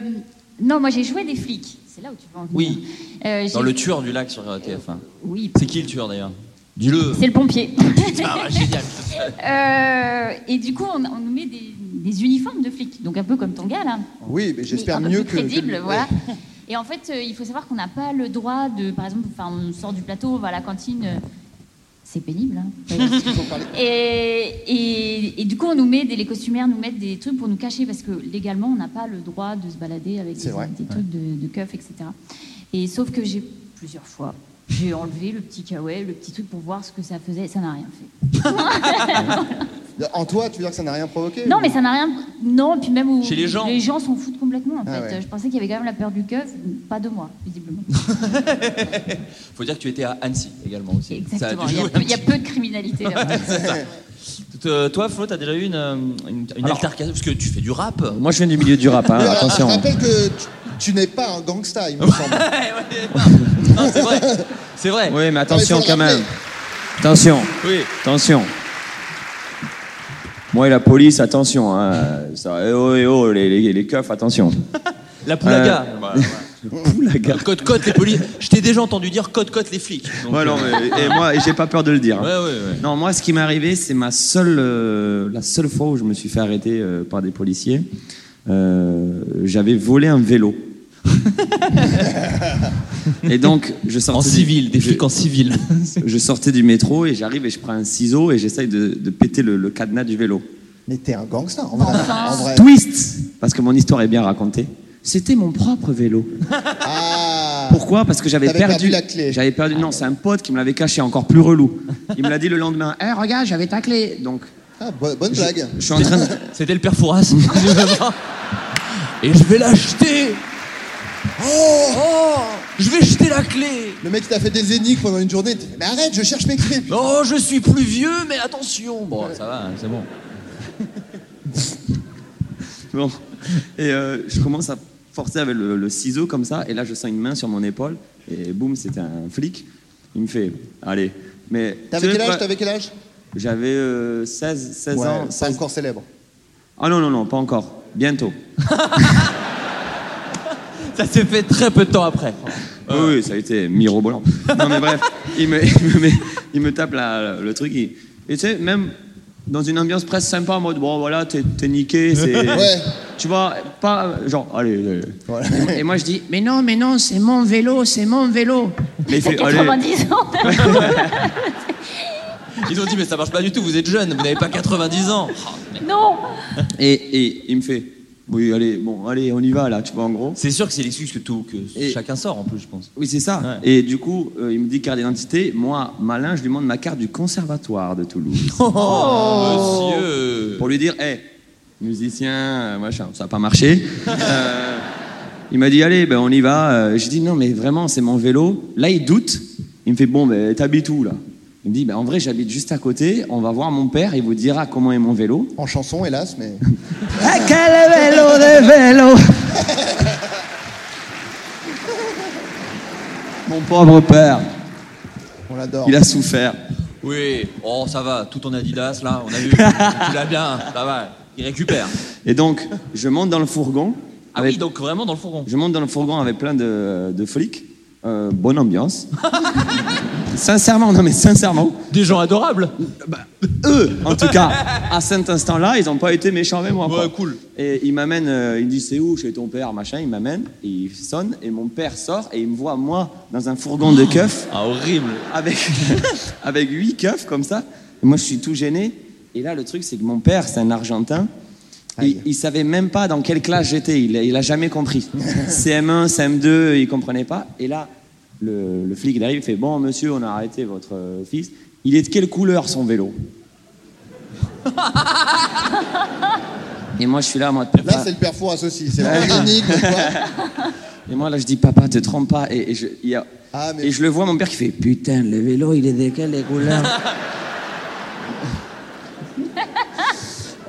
[SPEAKER 7] non, moi j'ai joué des flics. C'est là où tu vas en venir.
[SPEAKER 6] Oui.
[SPEAKER 7] Euh, j'ai-
[SPEAKER 6] Dans le tueur du lac sur TF1.
[SPEAKER 7] Oui.
[SPEAKER 6] C'est qui le tueur d'ailleurs Dis-le.
[SPEAKER 7] C'est le pompier.
[SPEAKER 6] Ah, génial.
[SPEAKER 7] Euh, et du coup, on, on nous met des, des uniformes de flics, donc un peu comme ton gars là.
[SPEAKER 8] Oui, mais j'espère
[SPEAKER 7] Mais un peu
[SPEAKER 8] mieux
[SPEAKER 7] plus
[SPEAKER 8] que.
[SPEAKER 7] Ah, bah, crédible,
[SPEAKER 8] que lui.
[SPEAKER 7] voilà. Et en fait, euh, il faut savoir qu'on n'a pas le droit de, par exemple, enfin, on sort du plateau, on va à la cantine. euh, c'est pénible. hein. et, et- et du coup, on nous met des, les costumières nous mettent des trucs pour nous cacher parce que légalement, on n'a pas le droit de se balader avec
[SPEAKER 8] C'est
[SPEAKER 7] des,
[SPEAKER 8] vrai,
[SPEAKER 7] des trucs de, de keuf, etc. Et sauf que j'ai plusieurs fois, j'ai enlevé le petit kawaii, le petit truc pour voir ce que ça faisait. Ça n'a rien fait.
[SPEAKER 8] En toi, tu veux dire que ça n'a rien provoqué
[SPEAKER 7] Non, mais ça n'a rien. Non, et puis même où
[SPEAKER 8] Chez les gens.
[SPEAKER 7] les gens s'en foutent complètement. En fait,
[SPEAKER 8] Ah ouais.
[SPEAKER 7] je pensais qu'il y avait quand même la peur du keuf, pas de moi, visiblement.
[SPEAKER 6] Faut dire que tu étais à Annecy également aussi.
[SPEAKER 7] Exactement.
[SPEAKER 6] Ça a dû
[SPEAKER 7] Il y, a
[SPEAKER 6] jouer
[SPEAKER 7] peu,
[SPEAKER 6] un
[SPEAKER 7] il y a
[SPEAKER 6] petit
[SPEAKER 7] peu de criminalité là-bas.
[SPEAKER 6] C'est ça. Tout, euh, toi, Flo, t'as déjà eu une, euh, une, une altercation Parce que tu fais du rap.
[SPEAKER 2] Moi je viens du milieu du rap, hein,
[SPEAKER 8] Mais, euh,
[SPEAKER 2] attention.
[SPEAKER 8] Je rappelle que tu, tu n'es pas un gangsta, il me semble.
[SPEAKER 6] Non, c'est vrai. C'est vrai.
[SPEAKER 2] Oui, mais
[SPEAKER 8] Non,
[SPEAKER 2] attention
[SPEAKER 8] mais faut
[SPEAKER 2] quand
[SPEAKER 8] le rappeler.
[SPEAKER 2] même. Attention.
[SPEAKER 6] Oui.
[SPEAKER 2] Attention. Moi et la police, attention. hein. Ça, eh oh, eh oh, les, les, les keufs, attention.
[SPEAKER 6] La poulaga.
[SPEAKER 2] Euh, Poulaga.
[SPEAKER 6] Code code les polices. Je t'ai déjà entendu dire code code les flics. Donc, euh,
[SPEAKER 2] Ouais, non, mais- et moi, et j'ai pas peur de le dire. hein.
[SPEAKER 6] Ouais, ouais, ouais.
[SPEAKER 2] Non, moi, ce qui m'est arrivé, c'est ma seule, euh, la seule fois où je me suis fait arrêter euh, par des policiers. Euh, J'avais volé un vélo. et donc, je sortais.
[SPEAKER 6] En
[SPEAKER 2] du-
[SPEAKER 6] civil, des
[SPEAKER 2] je-
[SPEAKER 6] flics en civil.
[SPEAKER 2] Je sortais du métro et j'arrive et je prends un ciseau et j'essaye de, de péter le, le cadenas du vélo.
[SPEAKER 8] Mais t'es un gangsta, en vrai. En vrai.
[SPEAKER 2] Twist Parce que mon histoire est bien racontée. C'était mon propre vélo.
[SPEAKER 8] Ah.
[SPEAKER 2] Pourquoi Parce que j'avais
[SPEAKER 8] T'avais
[SPEAKER 2] perdu,
[SPEAKER 8] perdu la clé.
[SPEAKER 2] J'avais perdu. Non, c'est un pote qui me l'avait caché, encore plus relou. Il me l'a dit le lendemain. Eh, regarde, j'avais ta clé. Donc,
[SPEAKER 8] Ah, bo- bonne
[SPEAKER 2] je-
[SPEAKER 8] blague.
[SPEAKER 2] Je, suis en train de.
[SPEAKER 6] C'était le père Fouras. Je vais voir. Et je vais l'acheter.
[SPEAKER 8] Oh
[SPEAKER 6] Oh Je vais jeter la clé.
[SPEAKER 8] Le mec, il t'a fait des énigmes pendant une journée. t'es fait, Mais arrête, je cherche mes clés.
[SPEAKER 6] Oh, je suis plus vieux, mais attention. Bon, ça va, hein, c'est bon.
[SPEAKER 2] Bon. Et euh, je commence à forcer avec le, le ciseau comme ça, et là je sens une main sur mon épaule, et boum, c'était un flic. Il me fait, allez, mais.
[SPEAKER 8] T'avais
[SPEAKER 2] tu
[SPEAKER 8] quel
[SPEAKER 2] sais
[SPEAKER 8] âge
[SPEAKER 2] quoi
[SPEAKER 8] T'avais quel âge
[SPEAKER 2] J'avais euh, 16, 16
[SPEAKER 8] Ouais,
[SPEAKER 2] ans.
[SPEAKER 8] pas
[SPEAKER 2] 16
[SPEAKER 8] encore célèbre.
[SPEAKER 2] Ah non, non, non, pas encore. Bientôt.
[SPEAKER 6] Ça s'est fait très peu de temps après.
[SPEAKER 2] Oui, oui, ça a été mirobolant. non, mais bref, il me, il me met- il me tape la- le truc. il- et tu sais, même dans une ambiance presque sympa, en mode bon voilà, t'es t'es niqué, c'est.
[SPEAKER 15] Ouais.
[SPEAKER 2] Tu vois, pas genre, allez, allez.
[SPEAKER 14] Et moi- Et moi je dis, mais non, mais non, c'est mon vélo, c'est mon vélo.
[SPEAKER 2] Mais il fait, allez.
[SPEAKER 7] 90 ans
[SPEAKER 6] Ils ont dit, mais ça marche pas du tout, vous êtes jeune, vous n'avez pas 90 ans.
[SPEAKER 7] Non
[SPEAKER 2] Et, et il me fait, oui, allez, bon, allez, on y va là, tu vois, en gros.
[SPEAKER 6] C'est sûr que c'est l'excuse que, tout, que
[SPEAKER 2] Et-
[SPEAKER 6] chacun sort en plus, je pense.
[SPEAKER 2] Oui, c'est ça. Et du coup, euh, il me dit carte d'identité. Moi, malin, je lui demande ma carte du conservatoire de Toulouse.
[SPEAKER 6] Oh, monsieur
[SPEAKER 2] Pour lui dire, hé, musicien, euh, machin, ça n'a pas marché. Euh, il m'a dit, allez, ben, on y va. Euh, J'ai dit, non, mais vraiment, c'est mon vélo. Là, il doute. Il me fait, bon, ben, t'habites où, là Il me dit, ben, en vrai, j'habite juste à côté. On va voir mon père, il vous dira comment est mon vélo.
[SPEAKER 8] En chanson, hélas, mais.
[SPEAKER 14] Ah, quel vélo de vélo
[SPEAKER 2] Mon pauvre père,
[SPEAKER 8] On l'adore.
[SPEAKER 2] il a souffert.
[SPEAKER 6] Oui, oh, ça va, tout ton Adidas, là, on a vu. tu l'as bien, ça va, il récupère.
[SPEAKER 2] Et donc, je monte dans le fourgon.
[SPEAKER 6] Ah oui, donc vraiment dans le fourgon.
[SPEAKER 2] Je monte dans le fourgon avec plein de, de flics. Euh, bonne ambiance. sincèrement, non mais sincèrement.
[SPEAKER 6] Des gens adorables.
[SPEAKER 2] Eux, en tout cas, à cet instant-là, ils n'ont pas été méchants avec moi. Ouais, cool. Et il m'amène, euh, il dit c'est où chez ton père, machin. Il m'amène, et il sonne et mon père sort et il me voit moi dans un fourgon de keufs
[SPEAKER 6] Ah, horrible.
[SPEAKER 2] avec avec huit keufs comme ça. Et moi, je suis tout gêné. Et là, le truc, c'est que mon père, c'est un Argentin. Il, il savait même pas dans quelle classe j'étais. Il, a- il a jamais compris. CM1, CM2, il comprenait pas. Et là, le, le flic il arrive, il fait bon monsieur, on a arrêté votre euh, fils. Il est de quelle couleur son vélo Et moi, je suis là, moi.
[SPEAKER 15] Là, c'est le père four à saucisse.
[SPEAKER 6] Ah,
[SPEAKER 15] C'est
[SPEAKER 2] Ouais.
[SPEAKER 15] vraiment une énigme, quoi.
[SPEAKER 2] Et moi, là, je dis, papa, te trompe pas. Et, et je, il y a-
[SPEAKER 6] Ah,
[SPEAKER 2] et je le vois, mon père qui fait, putain, le vélo, il est de quelle couleur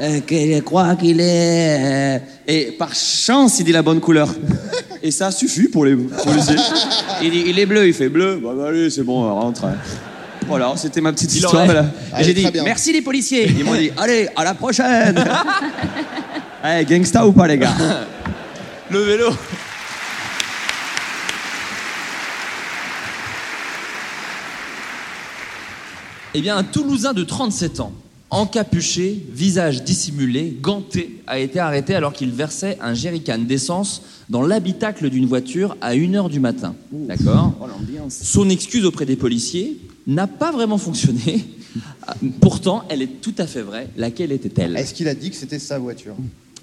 [SPEAKER 2] Euh, que je crois qu'il est. euh, Et par chance, il dit la bonne couleur. Et ça suffit pour les policiers. Il dit, il est bleu, il fait bleu. Bah, bah, allez, c'est bon, rentre. Voilà, c'était ma petite
[SPEAKER 6] Il
[SPEAKER 2] histoire.
[SPEAKER 6] aurait-
[SPEAKER 2] voilà.
[SPEAKER 6] Allez,
[SPEAKER 2] Et J'ai dit,
[SPEAKER 6] très bien.
[SPEAKER 2] merci les policiers. Ils m'ont dit, allez, à la prochaine. Eh, gangsta ou pas, les gars
[SPEAKER 6] Le vélo. Eh bien, un Toulousain de 37 ans, encapuché, visage dissimulé, ganté, a été arrêté alors qu'il versait un jerrycan d'essence dans l'habitacle d'une voiture à 1h du matin. D'accord
[SPEAKER 2] Oh, l'ambiance.
[SPEAKER 6] Son excuse auprès des policiers n'a pas vraiment fonctionné. Ah, Pourtant, elle est tout à fait vraie. Laquelle était-elle
[SPEAKER 15] Est-ce qu'il a dit que c'était sa voiture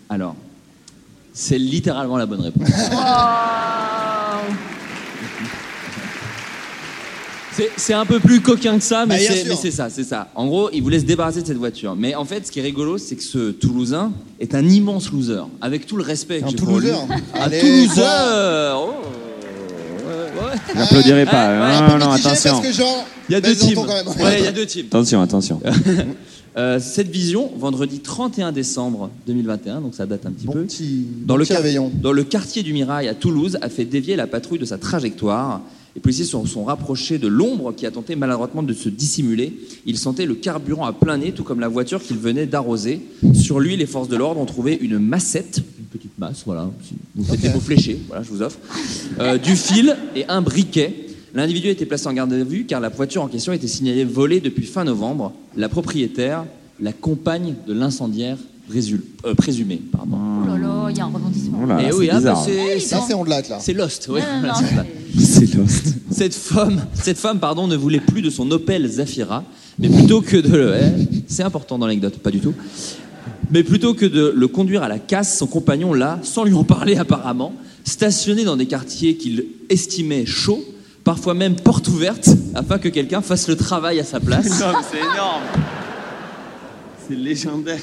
[SPEAKER 6] Alors, c'est littéralement la bonne réponse. C'est- C'est un peu plus coquin que ça, mais
[SPEAKER 15] Bah, bien
[SPEAKER 6] c'est-
[SPEAKER 15] sûr.
[SPEAKER 6] mais c'est ça, c'est ça. En gros, il voulait se débarrasser de cette voiture. Mais en fait, ce qui est rigolo, c'est que ce Toulousain est un immense loser, avec tout le respect que
[SPEAKER 15] Un
[SPEAKER 6] j'ai pour lui.
[SPEAKER 15] Toulousain.
[SPEAKER 6] Un
[SPEAKER 15] Allez,
[SPEAKER 6] Toulousain
[SPEAKER 15] quoi.
[SPEAKER 6] euh, oh, ouais, ouais.
[SPEAKER 2] J'applaudirai pas.
[SPEAKER 6] Ouais,
[SPEAKER 2] hein.
[SPEAKER 6] ouais.
[SPEAKER 2] non, non, attention.
[SPEAKER 15] Parce que genre,
[SPEAKER 6] Il y a
[SPEAKER 15] bah,
[SPEAKER 6] deux
[SPEAKER 15] ils entendent
[SPEAKER 6] teams.
[SPEAKER 15] quand même.
[SPEAKER 6] Ouais, il y a deux teams.
[SPEAKER 2] Attention, attention. Oh
[SPEAKER 6] Euh, cette vision, vendredi 31 décembre 2021, donc ça date un petit peu. dans,
[SPEAKER 15] bon
[SPEAKER 6] le
[SPEAKER 15] petit
[SPEAKER 6] quart-
[SPEAKER 15] réveillon.
[SPEAKER 6] dans le quartier du Mirail à Toulouse, a fait dévier la patrouille de sa trajectoire. Les policiers se sont, sont rapprochés de l'ombre qui a tenté maladroitement de se dissimuler. Ils sentaient le carburant à plein nez, tout comme la voiture qu'ils venaient d'arroser. Sur lui, les forces de l'ordre ont trouvé une massette, une petite masse, voilà. si Vous faites des mots fléchés, voilà, je vous offre. Euh, du fil et un briquet. L'individu a été placé en garde à vue car la voiture en question était signalée volée depuis fin novembre. La propriétaire, la compagne de l'incendiaire résul- euh, présumée. Pardon.
[SPEAKER 7] Oh là là, il y a un rebondissement.
[SPEAKER 2] Oh là là,
[SPEAKER 6] Eh
[SPEAKER 2] c'est
[SPEAKER 6] oui, ah,
[SPEAKER 2] bizarre.
[SPEAKER 6] bah, c'est
[SPEAKER 15] Ça, c'est on de latte, là.
[SPEAKER 6] c'est Lost, oui.
[SPEAKER 7] Non, non, non,
[SPEAKER 6] Voilà, c'est ça.
[SPEAKER 2] C'est Lost.
[SPEAKER 6] Cette femme, cette femme pardon, ne voulait plus de son Opel Zafira, mais plutôt que de le... eh, C'est important dans l'anecdote, pas du tout. Mais plutôt que de le conduire à la casse, son compagnon l'a, sans lui en parler apparemment, stationné dans des quartiers qu'il estimait chauds, parfois même porte ouverte, afin que quelqu'un fasse le travail à sa place.
[SPEAKER 2] Non, mais c'est énorme. C'est légendaire.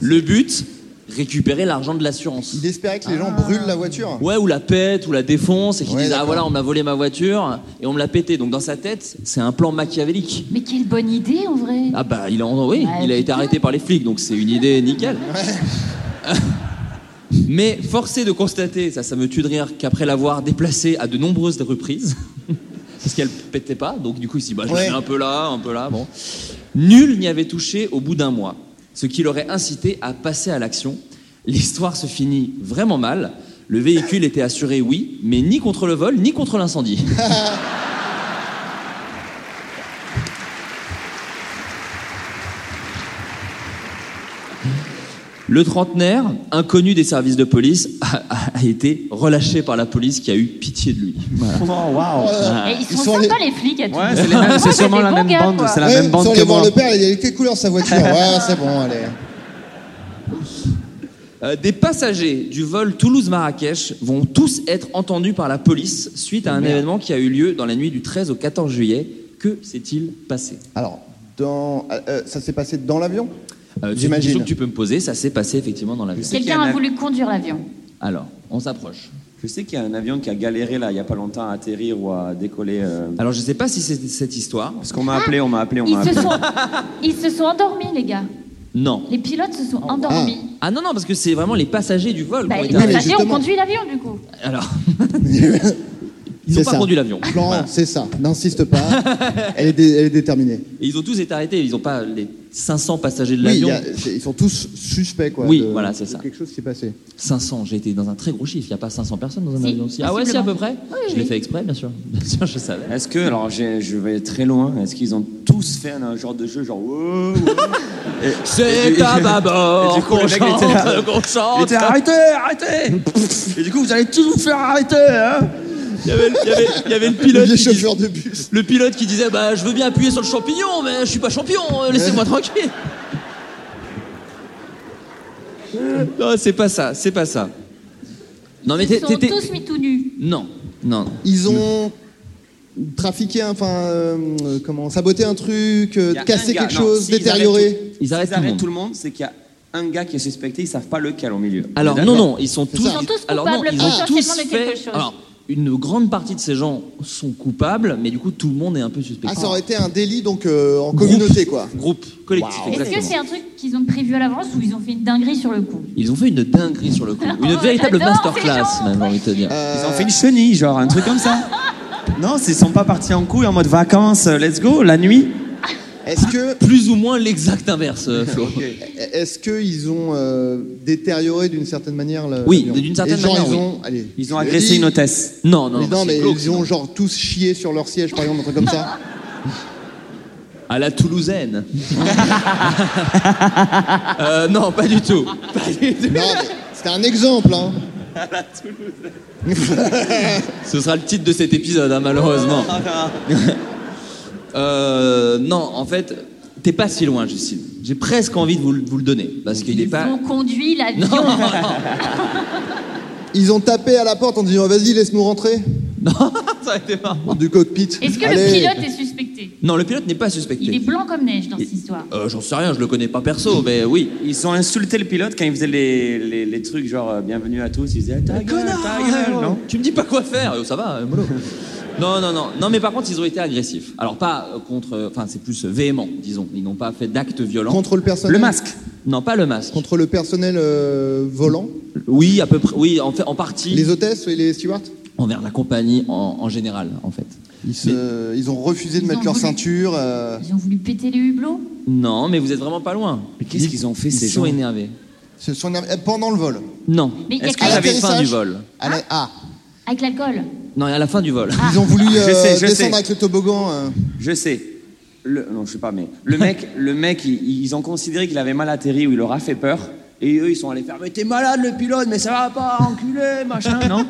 [SPEAKER 6] Le but, récupérer l'argent de l'assurance.
[SPEAKER 15] Il espérait que les
[SPEAKER 8] Ah.
[SPEAKER 15] gens brûlent la voiture.
[SPEAKER 6] Ouais, ou la pète, ou la défonce, et qu'ils
[SPEAKER 15] Ouais,
[SPEAKER 6] disent Ah
[SPEAKER 15] d'accord.
[SPEAKER 6] voilà, on m'a volé ma voiture, et on me l'a pété. Donc dans sa tête, c'est un plan machiavélique.
[SPEAKER 7] Mais quelle bonne idée en vrai.
[SPEAKER 6] Ah bah, il a, oui,
[SPEAKER 7] Ouais,
[SPEAKER 6] il a été
[SPEAKER 7] putain.
[SPEAKER 6] arrêté par les flics, donc c'est une idée nickel. Mais forcé de constater, ça, ça me tue de rire, qu'après l'avoir déplacé à de nombreuses reprises, parce qu'elle pétait pas, donc du coup, il s'est dit Bah, je la
[SPEAKER 15] Ouais.
[SPEAKER 6] mets un peu là, un peu là, bon. Nul n'y avait touché au bout d'un mois, ce qui l'aurait incité à passer à l'action. L'histoire se finit vraiment mal. Le véhicule était assuré, oui, mais ni contre le vol, ni contre l'incendie. Le trentenaire, inconnu des services de police, a, a- a été relâché par la police qui a eu pitié de lui. Voilà.
[SPEAKER 7] Et Eh, ils sont, sympas les flics à tout
[SPEAKER 6] bah, Ouais, c'est les mêmes- c'est
[SPEAKER 7] Moi, j'ai
[SPEAKER 6] sûrement
[SPEAKER 7] des
[SPEAKER 6] la
[SPEAKER 7] bons
[SPEAKER 6] même
[SPEAKER 7] gars,
[SPEAKER 6] bande,
[SPEAKER 7] quoi.
[SPEAKER 6] c'est la
[SPEAKER 8] Ouais,
[SPEAKER 6] même bande
[SPEAKER 8] sans
[SPEAKER 6] que
[SPEAKER 8] aller voir
[SPEAKER 6] moi.
[SPEAKER 8] le père, il a quelle couleur sa voiture Ouais, c'est bon, allez.
[SPEAKER 6] Euh, des passagers du vol Toulouse-Marrakech vont tous être entendus par la police suite à un événement qui a eu lieu dans la nuit du 13 au 14 juillet. Que s'est-il passé Euh,
[SPEAKER 8] Alors, dans, euh, euh, ça s'est passé dans l'avion
[SPEAKER 6] C'est une question que tu peux me poser. Ça s'est passé effectivement dans la ville.
[SPEAKER 7] Quelqu'un a voulu conduire l'avion.
[SPEAKER 6] Alors, on s'approche.
[SPEAKER 2] Je sais qu'il y a un avion qui a galéré là, il n'y a pas longtemps à atterrir ou à décoller. euh.
[SPEAKER 6] Alors je ne sais pas si c'est cette histoire. Parce
[SPEAKER 2] qu'on m'a appelé, on m'a appelé, on
[SPEAKER 7] Ils
[SPEAKER 2] m'a
[SPEAKER 7] se,
[SPEAKER 2] appelé.
[SPEAKER 7] sont... ils se sont endormis, les gars.
[SPEAKER 6] Non.
[SPEAKER 7] Les pilotes se sont endormis.
[SPEAKER 6] Ah non, non, parce que c'est vraiment les passagers du vol.
[SPEAKER 7] Bah,
[SPEAKER 6] qui ont
[SPEAKER 7] les
[SPEAKER 6] été arrêtés.
[SPEAKER 7] passagers ont conduit l'avion, du coup.
[SPEAKER 6] Alors,
[SPEAKER 8] Ils
[SPEAKER 6] n'ont pas conduit l'avion.
[SPEAKER 8] Florent,
[SPEAKER 6] Voilà.
[SPEAKER 8] c'est ça. N'insiste pas. elle, est dé- elle est déterminée.
[SPEAKER 6] et ils ont tous été arrêtés. Ils n'ont pas les 500 passagers de
[SPEAKER 8] Oui, il
[SPEAKER 6] l'avion.
[SPEAKER 8] y a- c'est- ils sont tous suspects, quoi.
[SPEAKER 6] Oui,
[SPEAKER 8] de-
[SPEAKER 6] voilà, c'est ça.
[SPEAKER 8] de Quelque chose qui est passé.
[SPEAKER 6] 500, j'ai été dans un très gros chiffre. Il n'y a pas 500 personnes dans un
[SPEAKER 16] Si,
[SPEAKER 6] avion aussi. Ah ouais, si, à
[SPEAKER 16] possiblement.
[SPEAKER 6] peu près
[SPEAKER 16] Oui,
[SPEAKER 6] Je
[SPEAKER 16] oui.
[SPEAKER 6] l'ai fait exprès, bien sûr. Bien sûr, je savais.
[SPEAKER 2] Est-ce que, alors j'ai- je vais très loin, est-ce qu'ils ont tous fait un, un genre de jeu genre. wow, wow Et- et
[SPEAKER 6] C'est
[SPEAKER 2] du-
[SPEAKER 6] à bâbord
[SPEAKER 2] et du coup,
[SPEAKER 6] qu'on
[SPEAKER 2] le mec était
[SPEAKER 6] chante,
[SPEAKER 2] là.
[SPEAKER 6] qu'on chante.
[SPEAKER 2] Il était, arrêtez, arrêtez Et du coup, vous allez tous vous faire arrêter, hein
[SPEAKER 6] Il y avait, il y avait- il y avait le pilote. qui dis-
[SPEAKER 8] de bus.
[SPEAKER 6] Le pilote qui disait bah, Je veux bien appuyer sur le champignon, mais je suis pas champion, euh, laissez-moi tranquille. non, c'est pas ça, c'est pas ça. Non, mais
[SPEAKER 7] Ils
[SPEAKER 6] t'es-
[SPEAKER 7] se sont
[SPEAKER 6] t'étais.
[SPEAKER 7] tous mis tout nus.
[SPEAKER 6] Non, non.
[SPEAKER 8] Ils ont trafiqué, un- enfin, euh, euh, comment, saboté un truc, euh,
[SPEAKER 2] Il y a
[SPEAKER 8] cassé
[SPEAKER 2] un gars-
[SPEAKER 8] quelque
[SPEAKER 2] non,
[SPEAKER 8] chose,
[SPEAKER 2] s'ils
[SPEAKER 8] détérioré.
[SPEAKER 2] arrêtent tout-
[SPEAKER 6] Ils arrêtent
[SPEAKER 2] s'ils
[SPEAKER 6] tout le
[SPEAKER 2] arrêtent
[SPEAKER 6] monde.
[SPEAKER 2] tout le monde, c'est qu'il y a un gars qui est suspecté, ils savent pas lequel au milieu.
[SPEAKER 6] Alors,
[SPEAKER 2] On est
[SPEAKER 6] non,
[SPEAKER 2] d'accord
[SPEAKER 6] non, ils sont
[SPEAKER 2] C'est
[SPEAKER 6] tous.
[SPEAKER 2] ça.
[SPEAKER 6] alors, non,
[SPEAKER 7] coupables
[SPEAKER 6] ils ont tous
[SPEAKER 7] potentiellement de quelque
[SPEAKER 6] fait.
[SPEAKER 7] chose.
[SPEAKER 6] Alors, une grande partie de ces gens sont coupables, mais du coup, tout le monde est un peu suspect.
[SPEAKER 8] Ah, ça aurait été un délit, donc, euh, en communauté, quoi.
[SPEAKER 6] Groupe, collectif,
[SPEAKER 7] Est-ce que
[SPEAKER 6] exactement.
[SPEAKER 7] c'est un truc qu'ils ont prévu à l'avance ou ils ont fait une dinguerie sur le coup
[SPEAKER 6] Ils ont fait une dinguerie sur le coup. Une
[SPEAKER 7] Oh,
[SPEAKER 6] véritable
[SPEAKER 7] j'adore
[SPEAKER 6] masterclass, même, j'ai envie de te dire.
[SPEAKER 8] Euh.
[SPEAKER 2] Ils ont fait une chenille, genre un truc comme ça. Non, ils sont pas partis en couille en mode vacances, euh, let's go, la nuit.
[SPEAKER 8] Est-ce que.
[SPEAKER 6] Plus ou moins l'exact inverse, euh, Flo.
[SPEAKER 8] Est-ce qu'ils ont euh, détérioré d'une certaine manière le-
[SPEAKER 6] Oui,
[SPEAKER 8] l'avion
[SPEAKER 6] d'une certaine
[SPEAKER 8] Et genre,
[SPEAKER 6] manière,
[SPEAKER 8] Ils
[SPEAKER 6] oui.
[SPEAKER 8] ont, allez,
[SPEAKER 2] Ils ont
[SPEAKER 8] je le
[SPEAKER 2] agressé
[SPEAKER 8] dis,
[SPEAKER 2] une hôtesse.
[SPEAKER 6] Non, non.
[SPEAKER 8] mais non,
[SPEAKER 6] c'est
[SPEAKER 8] mais
[SPEAKER 6] glauque,
[SPEAKER 8] ils ont genre tous chié sur leur siège, par exemple, un truc comme ça.
[SPEAKER 6] À la toulousaine. Euh, non, pas du tout. Pas du tout.
[SPEAKER 8] Non, mais c'était un exemple, hein.
[SPEAKER 6] Ce sera le titre de cet épisode, hein, malheureusement.
[SPEAKER 2] Ah,
[SPEAKER 6] Euh, non, en fait, t'es pas si loin, Justine. J'ai presque envie de vous, le- vous le donner. Parce qu'il est
[SPEAKER 7] Ils
[SPEAKER 6] pas.
[SPEAKER 7] ont conduit l'avion.
[SPEAKER 6] Non, non,
[SPEAKER 8] Ils ont tapé à la porte en disant vas-y, laisse-nous rentrer
[SPEAKER 6] ça a été marrant.
[SPEAKER 8] du cockpit.
[SPEAKER 7] Est-ce que
[SPEAKER 8] Allez.
[SPEAKER 7] le pilote est suspecté
[SPEAKER 6] Non, le pilote n'est pas suspecté.
[SPEAKER 7] Il est blanc comme neige dans cette histoire.
[SPEAKER 6] Euh, J'en sais rien, je le connais pas perso, mais oui.
[SPEAKER 2] Ils ont insulté le pilote quand il faisait les, les- les trucs genre euh, bienvenue à tous. Ils disaient ta gueule, ta gueule, non
[SPEAKER 6] Tu me dis pas quoi faire Euh, Ça va, euh, mollo. Non, non, non. Non, mais par contre, ils ont été agressifs. Alors, pas euh, contre. euh, Enfin, c'est plus euh, véhément, disons. Ils n'ont pas fait d'actes violents.
[SPEAKER 8] Contre le personnel
[SPEAKER 2] Le masque.
[SPEAKER 6] Non, pas le masque.
[SPEAKER 8] Contre le personnel euh, volant
[SPEAKER 6] Oui, à peu près. Oui, en, fait, en partie.
[SPEAKER 8] Les hôtesses et les stewards
[SPEAKER 6] Envers la compagnie en, en général, en fait.
[SPEAKER 8] ils, se- ils ont refusé de
[SPEAKER 7] Ils
[SPEAKER 8] mettre
[SPEAKER 7] ont
[SPEAKER 8] leur
[SPEAKER 7] voulu-
[SPEAKER 8] ceinture. euh,
[SPEAKER 7] Ils ont voulu péter les hublots
[SPEAKER 6] Non, mais vous êtes vraiment pas loin.
[SPEAKER 2] Mais qu'est-ce qu'ils ont fait
[SPEAKER 6] Ils
[SPEAKER 2] ces
[SPEAKER 6] sont
[SPEAKER 2] gens
[SPEAKER 6] énervés.
[SPEAKER 8] se sont énervés- euh, pendant le vol.
[SPEAKER 6] Non.
[SPEAKER 7] Mais il y a
[SPEAKER 6] Est-ce que
[SPEAKER 7] quand
[SPEAKER 6] vous
[SPEAKER 7] même-
[SPEAKER 6] avez faim
[SPEAKER 8] Atterrissage.
[SPEAKER 6] du vol
[SPEAKER 8] À la- ah,
[SPEAKER 7] avec l'alcool.
[SPEAKER 6] Non, à la fin du vol.
[SPEAKER 7] Ah.
[SPEAKER 8] ils ont voulu
[SPEAKER 2] Je
[SPEAKER 8] euh,
[SPEAKER 2] sais, je
[SPEAKER 8] descendre
[SPEAKER 2] sais.
[SPEAKER 8] avec le toboggan. euh.
[SPEAKER 2] Je sais. Le, non, je sais pas, mais le mec, le mec, il- ils ont considéré qu'il avait mal atterri ou il leur a fait peur. Et eux, ils sont allés faire mais t'es malade le pilote, mais ça va pas, enculé, machin, hein, non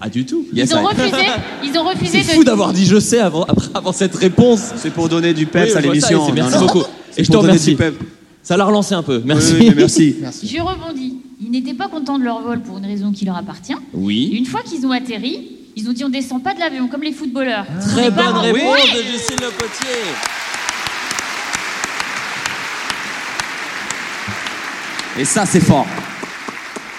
[SPEAKER 6] Pas du tout.
[SPEAKER 2] Yes,
[SPEAKER 7] Ils ont
[SPEAKER 2] I-
[SPEAKER 7] refusé, ils ont refusé
[SPEAKER 6] C'est
[SPEAKER 7] de.
[SPEAKER 6] fou d'avoir dit je sais avant, après- avant cette réponse.
[SPEAKER 2] C'est pour donner du
[SPEAKER 6] Oui,
[SPEAKER 2] peps
[SPEAKER 6] je
[SPEAKER 2] à
[SPEAKER 6] vois ça,
[SPEAKER 2] l'émission.
[SPEAKER 6] et c'est-
[SPEAKER 2] Non,
[SPEAKER 6] Merci
[SPEAKER 2] non.
[SPEAKER 6] beaucoup.
[SPEAKER 2] C'est
[SPEAKER 6] Et je te
[SPEAKER 2] pour donner
[SPEAKER 6] remercie.
[SPEAKER 2] du peps.
[SPEAKER 6] Ça l'a relancé un peu. Merci.
[SPEAKER 2] Oui, oui, mais merci.
[SPEAKER 7] Je rebondis. Ils n'étaient pas contents de leur vol pour une raison qui leur appartient.
[SPEAKER 6] Oui.
[SPEAKER 7] Et une fois qu'ils ont atterri, ils ont dit on descend pas de l'avion comme les footballeurs.
[SPEAKER 6] Ah. Très
[SPEAKER 7] On part
[SPEAKER 6] bonne
[SPEAKER 7] en-
[SPEAKER 6] réponse
[SPEAKER 7] Ouais.
[SPEAKER 6] de Justine Lepotier.
[SPEAKER 2] Et ça, c'est fort.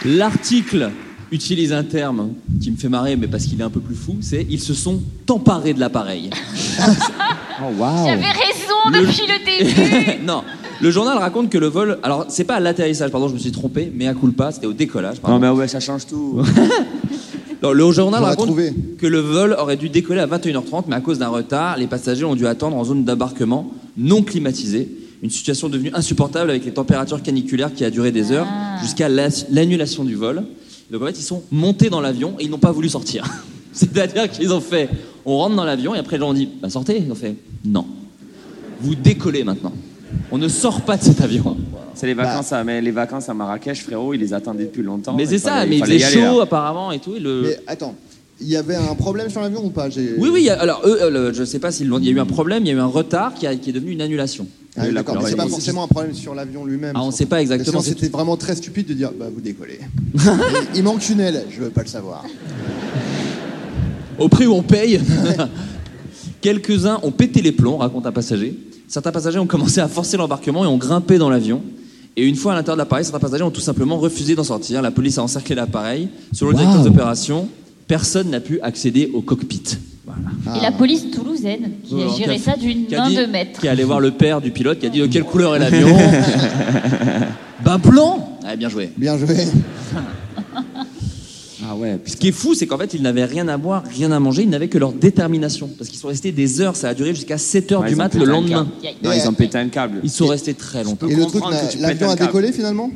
[SPEAKER 6] L'article utilise un terme qui me fait marrer, mais parce qu'il est un peu plus fou, c'est ils se sont emparés de l'appareil.
[SPEAKER 2] Oh, waouh.
[SPEAKER 7] J'avais raison
[SPEAKER 6] Le-
[SPEAKER 7] depuis le début.
[SPEAKER 6] non. Le journal raconte que le vol. Alors, c'est pas à l'atterrissage, pardon, je me suis trompé, mais à culpa, c'était au décollage. pardon.
[SPEAKER 2] Non, mais ouais, ça change tout.
[SPEAKER 6] Non, le journal
[SPEAKER 8] On l'a
[SPEAKER 6] raconte
[SPEAKER 8] trouvé.
[SPEAKER 6] que le vol aurait dû décoller à 21h30, mais à cause d'un retard, les passagers ont dû attendre en zone d'embarquement non climatisée. Une situation devenue insupportable avec les températures caniculaires qui a duré des heures jusqu'à la- l'annulation du vol. Donc en fait, ils sont montés dans l'avion et ils n'ont pas voulu sortir. C'est-à-dire qu'ils ont fait, on rentre dans l'avion et après les gens ont dit, bah sortez. Ils ont fait, non, vous décollez maintenant. On ne sort pas de cet avion.
[SPEAKER 2] C'est les vacances, à, mais les vacances à Marrakech, frérot, ils les attendaient depuis longtemps.
[SPEAKER 6] Mais
[SPEAKER 2] Il
[SPEAKER 6] c'est ça,
[SPEAKER 2] fallait-
[SPEAKER 6] mais il
[SPEAKER 2] fallait
[SPEAKER 6] faisait
[SPEAKER 2] y aller, hein.
[SPEAKER 6] chaud
[SPEAKER 2] là.
[SPEAKER 6] apparemment et tout. Et le...
[SPEAKER 15] Mais attends, il y avait un problème sur l'avion ou pas J'ai-
[SPEAKER 6] Oui, oui, il y a- alors eux, euh, le- je sais pas s'ils l'ont. Il y a eu un problème, il y a eu un retard qui, a- qui est devenu une annulation.
[SPEAKER 15] Ah oui,
[SPEAKER 6] Euh, la
[SPEAKER 15] d'accord,
[SPEAKER 6] couleur
[SPEAKER 15] mais c'est
[SPEAKER 6] est-
[SPEAKER 15] pas forcément un problème sur l'avion lui-même.
[SPEAKER 6] Ah, on
[SPEAKER 15] surtout.
[SPEAKER 6] sait pas
[SPEAKER 15] Sinon,
[SPEAKER 6] exactement, c'est
[SPEAKER 15] c'était vraiment très stupide de dire bah vous décollez. Et il manque une aile, je veux pas le savoir.
[SPEAKER 6] Au prix où on paye, quelques-uns ont pété les plombs, raconte un passager. Certains passagers ont commencé à forcer l'embarquement et ont grimpé dans l'avion. Et une fois à l'intérieur de l'appareil, certains passagers ont tout simplement refusé d'en sortir. La police a encerclé l'appareil. Selon le
[SPEAKER 15] Waouh.
[SPEAKER 6] directeur d'opération, personne n'a pu accéder au cockpit. Voilà.
[SPEAKER 7] Et
[SPEAKER 2] Ah.
[SPEAKER 7] la police toulousaine qui
[SPEAKER 6] Voilà,
[SPEAKER 7] a géré
[SPEAKER 6] qui a-
[SPEAKER 7] ça d'une
[SPEAKER 6] Oh, qui a
[SPEAKER 7] main
[SPEAKER 6] dit-
[SPEAKER 7] de maître.
[SPEAKER 6] Qui est allé voir le père du pilote qui a dit de quelle couleur est l'avion Ben blanc Ah, Bien joué.
[SPEAKER 15] Bien joué.
[SPEAKER 6] Ah ouais. Ce qui est fou, c'est qu'en fait, ils n'avaient rien à boire, rien à manger, ils n'avaient que leur détermination. Parce qu'ils sont restés des heures, ça a duré jusqu'à 7 heures
[SPEAKER 2] Ouais,
[SPEAKER 6] du
[SPEAKER 2] ils ont
[SPEAKER 6] mat
[SPEAKER 2] pété
[SPEAKER 6] le
[SPEAKER 2] un
[SPEAKER 6] lendemain.
[SPEAKER 2] câble. Non, ils ont pété un câble.
[SPEAKER 6] Ils sont restés très longtemps.
[SPEAKER 15] Et le truc, n'a- l'avion a décollé finalement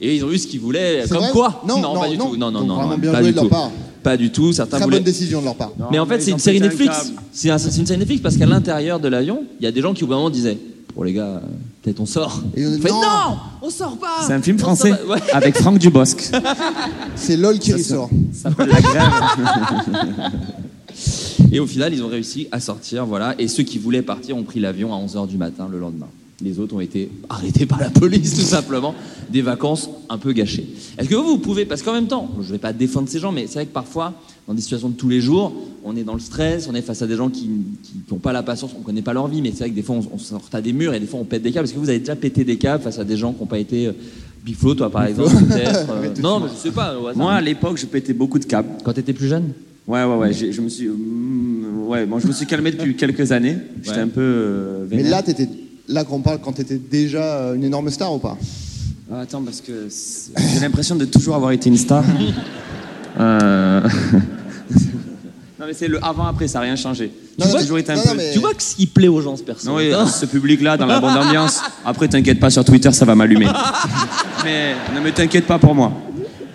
[SPEAKER 6] Et ils ont eu ce qu'ils voulaient,
[SPEAKER 15] C'est
[SPEAKER 6] comme
[SPEAKER 15] vrai
[SPEAKER 6] quoi
[SPEAKER 15] Non, non,
[SPEAKER 6] pas du
[SPEAKER 15] non.
[SPEAKER 6] tout. Non, non,
[SPEAKER 15] Donc
[SPEAKER 6] non.
[SPEAKER 15] vraiment
[SPEAKER 6] non,
[SPEAKER 15] bien
[SPEAKER 6] pas
[SPEAKER 15] joué
[SPEAKER 6] du
[SPEAKER 15] de leur
[SPEAKER 6] tout.
[SPEAKER 15] part.
[SPEAKER 6] Pas du tout. Certains
[SPEAKER 15] Très
[SPEAKER 6] voulaient-
[SPEAKER 15] bonne décision de leur part.
[SPEAKER 6] mais en fait, c'est une série Netflix. C'est un- c'est une série Netflix parce qu'à l'intérieur de l'avion, il y a des gens qui au bout d'un moment disaient Bon, les gars, euh, peut-être on sort.
[SPEAKER 15] Et on
[SPEAKER 6] Ils ont fait,
[SPEAKER 15] non.
[SPEAKER 6] non, on sort pas.
[SPEAKER 2] C'est un film
[SPEAKER 6] On sort
[SPEAKER 2] français
[SPEAKER 6] pas. Ouais.
[SPEAKER 2] avec Franck Dubosc.
[SPEAKER 15] C'est LOL qui ressort.
[SPEAKER 2] La grève.
[SPEAKER 6] Et au final, ils ont réussi à sortir, voilà. Et ceux qui voulaient partir ont pris l'avion à 11h du matin le lendemain. Les autres ont été arrêtés par la police, tout simplement. Des vacances un peu gâchées. Est-ce que vous, vous pouvez, parce qu'en même temps, je ne vais pas défendre ces gens, mais c'est vrai que parfois, dans des situations de tous les jours, on est dans le stress, on est face à des gens qui n'ont pas la patience, on ne connaît pas leur vie, mais c'est vrai que des fois, on, on sort à des murs et des fois, on pète des câbles. Est-ce que vous avez déjà pété des câbles face à des gens qui n'ont pas été... euh, Biflo, toi, par exemple, peut-être euh, Non, mais je sais pas. au hasard.
[SPEAKER 2] Moi, à l'époque, je pétais beaucoup de câbles.
[SPEAKER 6] Quand t'étais plus jeune
[SPEAKER 2] Ouais, ouais, ouais. j'ai- Je me suis, mm, ouais, bon, je me suis calmé depuis quelques années. J'étais
[SPEAKER 15] Ouais.
[SPEAKER 2] un peu euh,
[SPEAKER 15] Mais
[SPEAKER 2] vénère.
[SPEAKER 15] là, t'étais là qu'on parle quand t'étais déjà euh, une énorme star ou pas
[SPEAKER 2] Ah, attends, parce que c'est- j'ai l'impression de toujours avoir été une star. Euh, non, mais c'est le avant-après, ça n'a rien changé.
[SPEAKER 6] Tu vois,
[SPEAKER 2] toujours été un
[SPEAKER 6] non,
[SPEAKER 2] peu-
[SPEAKER 6] non, mais- tu vois que s'il plaît aux gens, ce perso.
[SPEAKER 2] Non, oui, ce public-là, dans la bonne ambiance. Après, t'inquiète pas, sur Twitter, ça va m'allumer. mais ne me t'inquiète pas pour moi.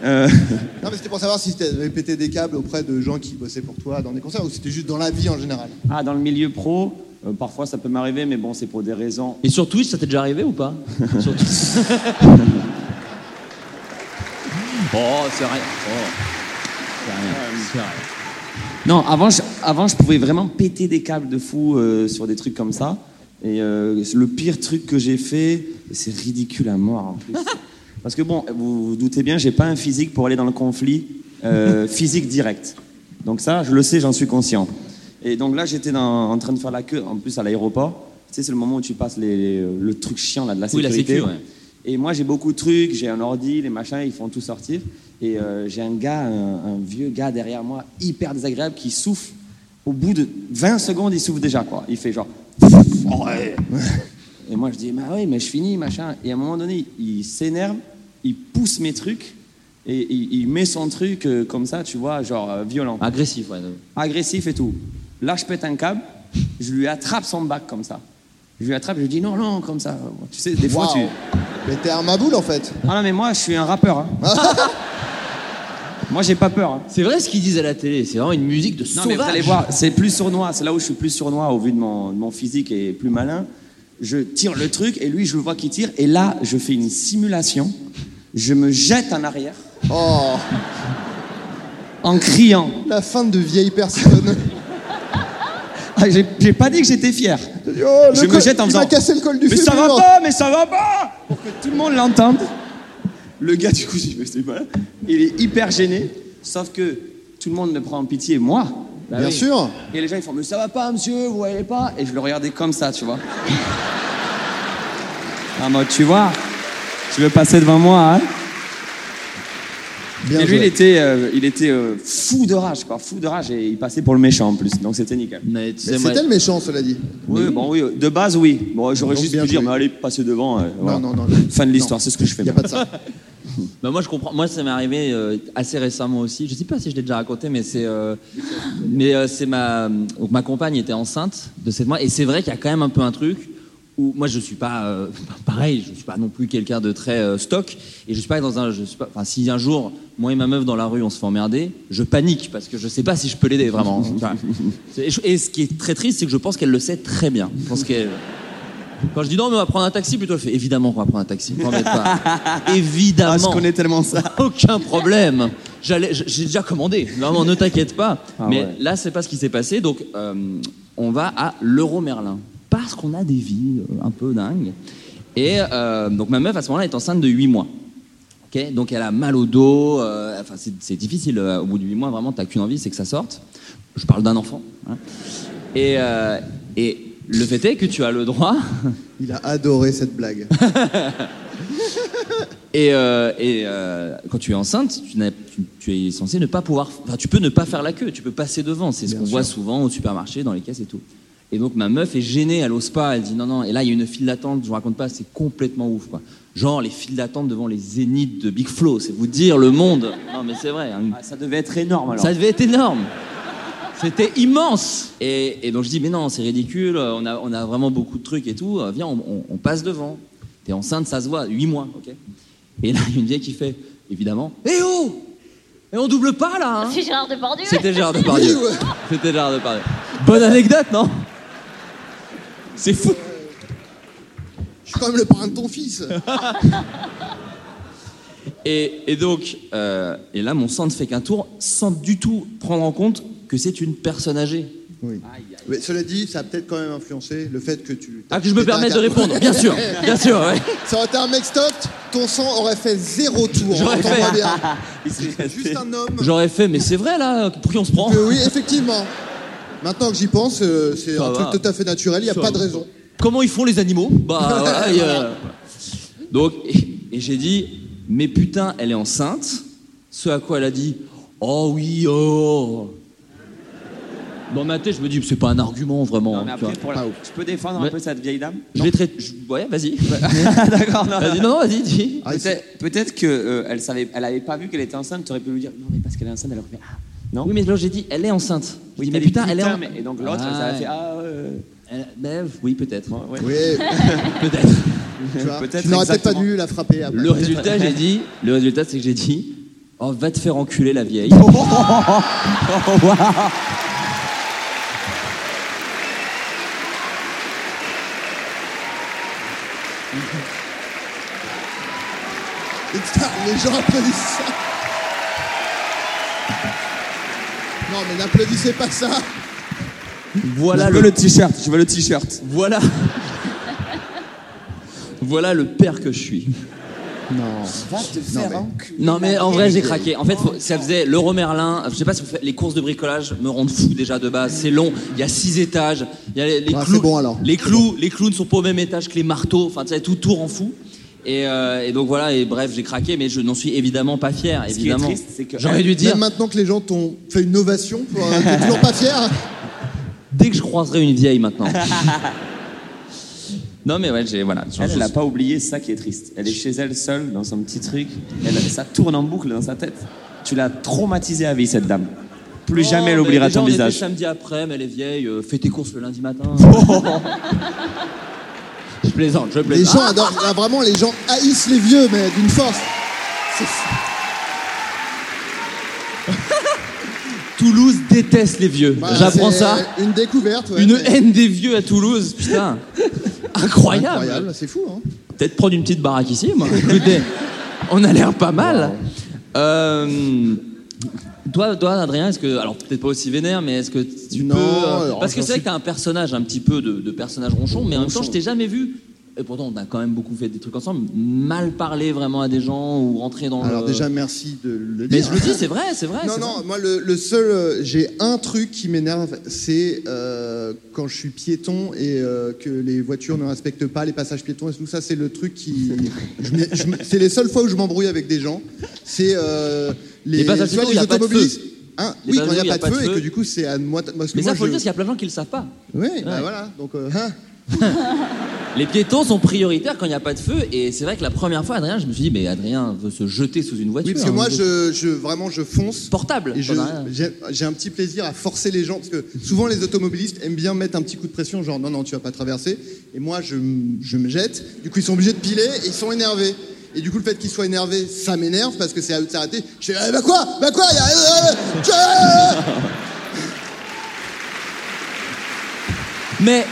[SPEAKER 2] Euh,
[SPEAKER 15] Non, mais c'était pour savoir si t'avais pété des câbles auprès de gens qui bossaient pour toi dans des concerts ou c'était juste dans la vie en général.
[SPEAKER 2] Ah, dans le milieu pro, euh, parfois ça peut m'arriver, mais bon, c'est pour des raisons.
[SPEAKER 6] Et sur Twitch, ça t'est déjà arrivé ou pas Sur Twitch. Oh, c'est rien. C'est rien. C'est rien.
[SPEAKER 2] Non, avant je, avant, je pouvais vraiment péter des câbles de fou euh, sur des trucs comme ça. Et euh, le pire truc que j'ai fait, c'est ridicule à mort en plus. Parce que bon, vous vous doutez bien, j'ai pas un physique pour aller dans le conflit euh, physique direct. Donc ça, je le sais, j'en suis conscient. Et donc là, j'étais dans- en train de faire la queue, en plus à l'aéroport. Tu sais, c'est le moment où tu passes les- les- le truc chiant là, de la
[SPEAKER 6] Oui, la
[SPEAKER 2] sécurité.
[SPEAKER 6] sécu, ouais.
[SPEAKER 2] Et moi, j'ai beaucoup de trucs, j'ai un ordi, les machins, ils font tout sortir. Et euh, j'ai un gars, un, un vieux gars derrière moi, hyper désagréable, qui souffle. Au bout de 20 secondes, il souffle déjà, quoi. Il fait genre. Ouais. Et moi, je dis, bah oui, mais je finis, machin. Et à un moment donné, il s'énerve, il pousse mes trucs, et il, il met son truc euh, comme ça, tu vois, genre euh, violent
[SPEAKER 6] Agressif, ouais.
[SPEAKER 2] agressif et tout. Là, je pète un câble, je lui attrape son bac comme ça. Je lui attrape, je lui dis non, non, comme ça. Tu sais, des fois,
[SPEAKER 15] Waouh.
[SPEAKER 2] tu.
[SPEAKER 15] Mais t'es un maboule en fait.
[SPEAKER 2] Ah non, mais moi, je suis un rappeur. hein. moi, j'ai pas peur. hein.
[SPEAKER 6] C'est vrai ce qu'ils disent à la télé, c'est vraiment une musique de
[SPEAKER 2] Non,
[SPEAKER 6] sauvage.
[SPEAKER 2] mais vous allez voir, c'est plus sournois. C'est là où je suis plus sournois au vu de mon, de mon physique et plus malin. Je tire le truc et lui, je le vois qui tire. Et là, je fais une simulation. Je me jette en arrière
[SPEAKER 15] Oh,
[SPEAKER 2] en criant.
[SPEAKER 15] la fin de vieille personne.
[SPEAKER 2] Ah, j'ai j'ai pas dit que j'étais fier.
[SPEAKER 15] Oh, le
[SPEAKER 2] je me
[SPEAKER 15] col-
[SPEAKER 2] jette en
[SPEAKER 15] il
[SPEAKER 2] faisant.
[SPEAKER 15] m'a cassé le col du
[SPEAKER 2] mais ça va
[SPEAKER 15] fémur.
[SPEAKER 2] pas, mais ça va pas Pour que tout le monde l'entende. Le gars, du coup, il dit, mais c'est malade. Il est hyper gêné, sauf que tout le monde le prend en pitié, moi. Bah, Ah
[SPEAKER 15] Bien sûr.
[SPEAKER 2] Et les gens, ils font, mais ça va pas, monsieur, vous voyez pas Et je le regardais comme ça, tu vois. En mode, tu vois, tu veux passer devant moi, hein
[SPEAKER 15] Bien
[SPEAKER 2] Et
[SPEAKER 15] joué.
[SPEAKER 2] lui, il était, euh, il était euh, fou de rage, quoi, fou de rage, et il passait pour le méchant en plus, donc c'était nickel.
[SPEAKER 6] Mais tu sais,
[SPEAKER 15] Mais
[SPEAKER 6] moi-
[SPEAKER 15] C'était le méchant, cela dit.
[SPEAKER 2] Oui, bon, oui, euh, de base, oui. Bon, j'aurais
[SPEAKER 15] Donc,
[SPEAKER 2] juste
[SPEAKER 15] bien
[SPEAKER 2] pu dire,
[SPEAKER 15] joué.
[SPEAKER 2] mais allez, passez devant. euh, voilà.
[SPEAKER 15] non, non.
[SPEAKER 2] Fin de l'histoire, c'est ce que je fais.
[SPEAKER 15] Il n'y a pas de ça.
[SPEAKER 6] Bah, moi, je comprends. Moi, ça m'est arrivé euh, assez récemment aussi. Je sais pas si je l'ai déjà raconté, mais c'est. euh, mais euh, c'est ma. donc, ma compagne était enceinte de 7 mois. Et c'est vrai qu'il y a quand même un peu un truc où moi, je suis pas. euh, pareil, je suis pas non plus quelqu'un de très euh, stock. Et je suis pas dans un. Je suis pas, enfin, si un jour, moi et ma meuf dans la rue, on se fait emmerder, je panique parce que je sais pas si je peux l'aider vraiment. Tu vois. et, je- et ce qui est très triste, c'est que je pense qu'elle le sait très bien. Je pense qu'elle. Quand je dis non, mais on va prendre un taxi, plutôt elle fait évidemment qu'on va prendre un taxi. T'embête pas. évidemment.
[SPEAKER 8] Ah, je connais tellement ça.
[SPEAKER 6] Bah, Aucun problème. J'allais, j- j'ai déjà commandé. Vraiment, ne t'inquiète pas.
[SPEAKER 8] Ah
[SPEAKER 6] mais
[SPEAKER 8] ouais.
[SPEAKER 6] là, c'est pas ce qui s'est passé. Donc, euh, on va à l'Euro Merlin parce qu'on a des vies euh, un peu dingues. Et euh, donc, ma meuf à ce moment-là est enceinte de 8 mois. Ok, donc elle a mal au dos, euh, enfin c'est, c'est difficile, euh, au bout de 8 mois vraiment t'as qu'une envie, c'est que ça sorte. Je parle d'un enfant. hein. Et, euh, et le fait est que tu as le droit,
[SPEAKER 8] Il a adoré cette blague.
[SPEAKER 6] et, euh, et, euh, quand tu es enceinte, tu, n'as- tu- tu es censé ne pas pouvoir, enfin tu peux ne pas faire la queue, tu peux passer devant, c'est ce qu'on voit souvent au supermarché, dans les caisses et tout. Et donc ma meuf est gênée, elle ose pas, elle dit non, non, et là il y a une file d'attente, je vous raconte pas, c'est complètement ouf quoi. Genre les files d'attente devant les zéniths de Big Flow, c'est vous dire le monde. Non mais c'est vrai. hein.
[SPEAKER 2] Ah,
[SPEAKER 6] ça devait être énorme
[SPEAKER 17] alors.
[SPEAKER 6] Ça devait être énorme. C'était immense. Et, et donc je dis mais non, c'est ridicule, on a, on a vraiment beaucoup de trucs et tout, euh, viens, on, on- on passe devant. T'es enceinte, ça se voit, 8 mois, ok Et là il y a une vieille qui fait, évidemment, Eh oh Et on double pas là hein
[SPEAKER 7] C'est Gérard Depardieu.
[SPEAKER 6] C'était Gérard Depardieu. C'était Gérard Depardieu. Bonne anecdote, non C'est fou.
[SPEAKER 8] Je suis quand même le parrain de ton fils.
[SPEAKER 6] Et, et donc, euh, et là, mon sang ne fait qu'un tour sans du tout prendre en compte que c'est une personne âgée.
[SPEAKER 8] Oui. Mais cela dit, ça a peut-être quand même influencé le fait que tu.
[SPEAKER 6] Ah, que je me
[SPEAKER 8] t'étais un
[SPEAKER 6] permette de
[SPEAKER 8] gars-
[SPEAKER 6] répondre, bien sûr, bien sûr, ouais.
[SPEAKER 8] Ça aurait été un mec stop, ton sang aurait fait zéro tour.
[SPEAKER 6] J'aurais
[SPEAKER 8] t'en
[SPEAKER 6] fait-
[SPEAKER 8] vois bien.
[SPEAKER 6] Juste
[SPEAKER 8] un homme.
[SPEAKER 6] J'aurais fait, mais c'est vrai là, pour qui on se prend
[SPEAKER 8] Que oui, effectivement. Maintenant que j'y pense, euh, c'est
[SPEAKER 6] Ça
[SPEAKER 8] un
[SPEAKER 6] va.
[SPEAKER 8] truc tout à fait naturel, il n'y a
[SPEAKER 6] Ça
[SPEAKER 8] pas
[SPEAKER 6] va.
[SPEAKER 8] de raison.
[SPEAKER 6] Comment ils font les animaux Bah voilà, et, euh, Donc, et, et j'ai dit, mais putain, elle est enceinte. Ce à quoi elle a dit, oh oui, oh. Dans ma tête, je me dis, c'est pas un argument vraiment.
[SPEAKER 2] mais
[SPEAKER 6] tu
[SPEAKER 2] après,
[SPEAKER 6] vois.
[SPEAKER 2] pour la- tu peux défendre un
[SPEAKER 6] Mais-
[SPEAKER 2] peu cette vieille dame
[SPEAKER 6] Je vais traiter. je- Ouais, vas-y.
[SPEAKER 2] D'accord, non.
[SPEAKER 6] Vas-y, non, non, vas-y, dis.
[SPEAKER 2] Peut-être peut-être que euh, elle savait, elle avait pas vu qu'elle était enceinte. Tu aurais pu lui dire non mais parce qu'elle est enceinte. Elle aurait fait ah. Non.
[SPEAKER 6] Oui, mais là, j'ai dit, elle est enceinte. Oui, mais
[SPEAKER 2] t'as
[SPEAKER 6] putain,
[SPEAKER 2] dit,
[SPEAKER 6] elle est
[SPEAKER 2] putain,
[SPEAKER 6] enceinte.
[SPEAKER 2] mais- et donc l'autre, ça a fait, ah,
[SPEAKER 6] oui, peut-être.
[SPEAKER 8] Oui.
[SPEAKER 6] peut-être.
[SPEAKER 8] Tu vois, tu n'aurais peut-être pas dû la frapper. après.
[SPEAKER 6] Le résultat, j'ai dit, le résultat, c'est que j'ai dit, oh, va te faire enculer la vieille.
[SPEAKER 8] Putain, les gens applaudissent ça. Non, mais n'applaudissez pas ça.
[SPEAKER 6] Voilà
[SPEAKER 2] je veux le t-shirt. Je veux le t-shirt.
[SPEAKER 6] Voilà. voilà le père que je suis.
[SPEAKER 8] Non.
[SPEAKER 2] Va te faire enculer.
[SPEAKER 6] Non mais en vrai j'ai craqué. En fait faut- ça faisait l'Euro Merlin. Je sais pas si vous faites les courses de bricolage me rendent fou déjà de base. C'est long. Il y a six étages. Il y a les, les
[SPEAKER 8] Ah,
[SPEAKER 6] clous.
[SPEAKER 8] c'est bon, alors.
[SPEAKER 6] Les clous. Les clous ne sont pas au même étage que les marteaux. Enfin tu sais tout tour en fou. Et, euh, et donc voilà et bref j'ai craqué mais je n'en suis évidemment pas fier
[SPEAKER 2] Ce qui est
[SPEAKER 6] évidemment.
[SPEAKER 2] triste, c'est que-
[SPEAKER 6] J'aurais dû dire
[SPEAKER 8] Même maintenant que les gens t'ont fait une ovation, pour- euh, t'es toujours pas fier.
[SPEAKER 6] dès que je croiserai une vieille maintenant. non mais ouais j'ai voilà.
[SPEAKER 2] Elle, elle a pas oublié c'est ça qui est triste. Elle est chez elle seule dans son petit truc. Elle, ça tourne en boucle dans sa tête. Tu l'as traumatisée à vie cette dame. Plus
[SPEAKER 6] Non,
[SPEAKER 2] jamais elle
[SPEAKER 6] Oh, mais
[SPEAKER 2] oubliera
[SPEAKER 6] déjà,
[SPEAKER 2] ton
[SPEAKER 6] on était
[SPEAKER 2] visage.
[SPEAKER 6] samedi après, mais elle est vieille. euh, fais tes courses le lundi matin. je plaisante, je
[SPEAKER 8] Les
[SPEAKER 6] plaisante.
[SPEAKER 8] gens adorent. là, vraiment, les gens haïssent les vieux, mais d'une force. C'est
[SPEAKER 6] Toulouse déteste les vieux.
[SPEAKER 8] Bah,
[SPEAKER 6] J'apprends
[SPEAKER 8] c'est
[SPEAKER 6] ça.
[SPEAKER 8] Une découverte. ouais,
[SPEAKER 6] Une
[SPEAKER 8] mais-
[SPEAKER 6] haine des vieux à Toulouse, putain. Incroyable.
[SPEAKER 8] Incroyable, c'est fou. Hein.
[SPEAKER 6] Peut-être prendre une petite baraque ici, moi. Écoutez, on a l'air pas mal. Euh, toi, toi, Adrien, est-ce que. Alors, peut-être pas aussi vénère, mais est-ce que tu
[SPEAKER 8] Non,
[SPEAKER 6] peux. euh,
[SPEAKER 8] alors,
[SPEAKER 6] parce que
[SPEAKER 8] j'en
[SPEAKER 6] c'est vrai
[SPEAKER 8] suis-
[SPEAKER 6] que t'as un personnage un petit peu de, de personnage ronchon, mais en même temps,
[SPEAKER 8] Ronchon.
[SPEAKER 6] je t'ai jamais vu. Et pourtant, on a quand même beaucoup fait des trucs ensemble. Mal parler vraiment à des gens ou rentrer dans.
[SPEAKER 8] Alors
[SPEAKER 6] le-
[SPEAKER 8] déjà, merci de le
[SPEAKER 6] Euh, Mais
[SPEAKER 8] dire.
[SPEAKER 6] je le dis, c'est vrai, c'est vrai. Ah,
[SPEAKER 8] Non,
[SPEAKER 6] c'est
[SPEAKER 8] non,
[SPEAKER 6] vrai.
[SPEAKER 8] moi le, le seul, euh, j'ai un truc qui m'énerve, c'est euh, quand je suis piéton et euh, que les voitures ne respectent pas les passages piétons et tout ça, c'est le truc qui. je m'ai- je m'ai- c'est les seules fois où je m'embrouille avec des gens. C'est euh, les,
[SPEAKER 6] Les passages
[SPEAKER 8] tu vois,
[SPEAKER 6] piétons, il y a pas de
[SPEAKER 8] automobilistes. Hein
[SPEAKER 6] Les
[SPEAKER 8] oui, quand il n'y a,
[SPEAKER 6] passages,
[SPEAKER 8] pas de feu et que du coup c'est à moi. Parce que
[SPEAKER 6] Mais
[SPEAKER 8] moi,
[SPEAKER 6] ça, faut le
[SPEAKER 8] je-
[SPEAKER 6] dire, parce qu'il y a plein de gens qui le savent pas.
[SPEAKER 8] Oui, bah voilà. Donc, euh, hein.
[SPEAKER 6] Les piétons sont prioritaires quand il n'y a pas de feu. Et c'est vrai que la première fois, Adrien, je me suis dit, mais Adrien veut se jeter sous une voiture.
[SPEAKER 8] Oui, parce que
[SPEAKER 6] hein,
[SPEAKER 8] moi,
[SPEAKER 6] il veut-
[SPEAKER 8] je, je- vraiment, je fonce.
[SPEAKER 6] Portable.
[SPEAKER 8] Et je-
[SPEAKER 6] t'en as rien.
[SPEAKER 8] j'ai- j'ai un petit plaisir à forcer les gens, parce que souvent les automobilistes aiment bien mettre un petit coup de pression, genre non, non, tu vas pas traverser. Et moi, je, m- je me jette. Du coup, ils sont obligés de piler et ils sont énervés. Et du coup, le fait qu'ils soient énervés, ça m'énerve parce que c'est à eux de s'arrêter. Je fais, eh, bah quoi Bah quoi Y a- euh, euh, tu- euh, euh.
[SPEAKER 6] Mais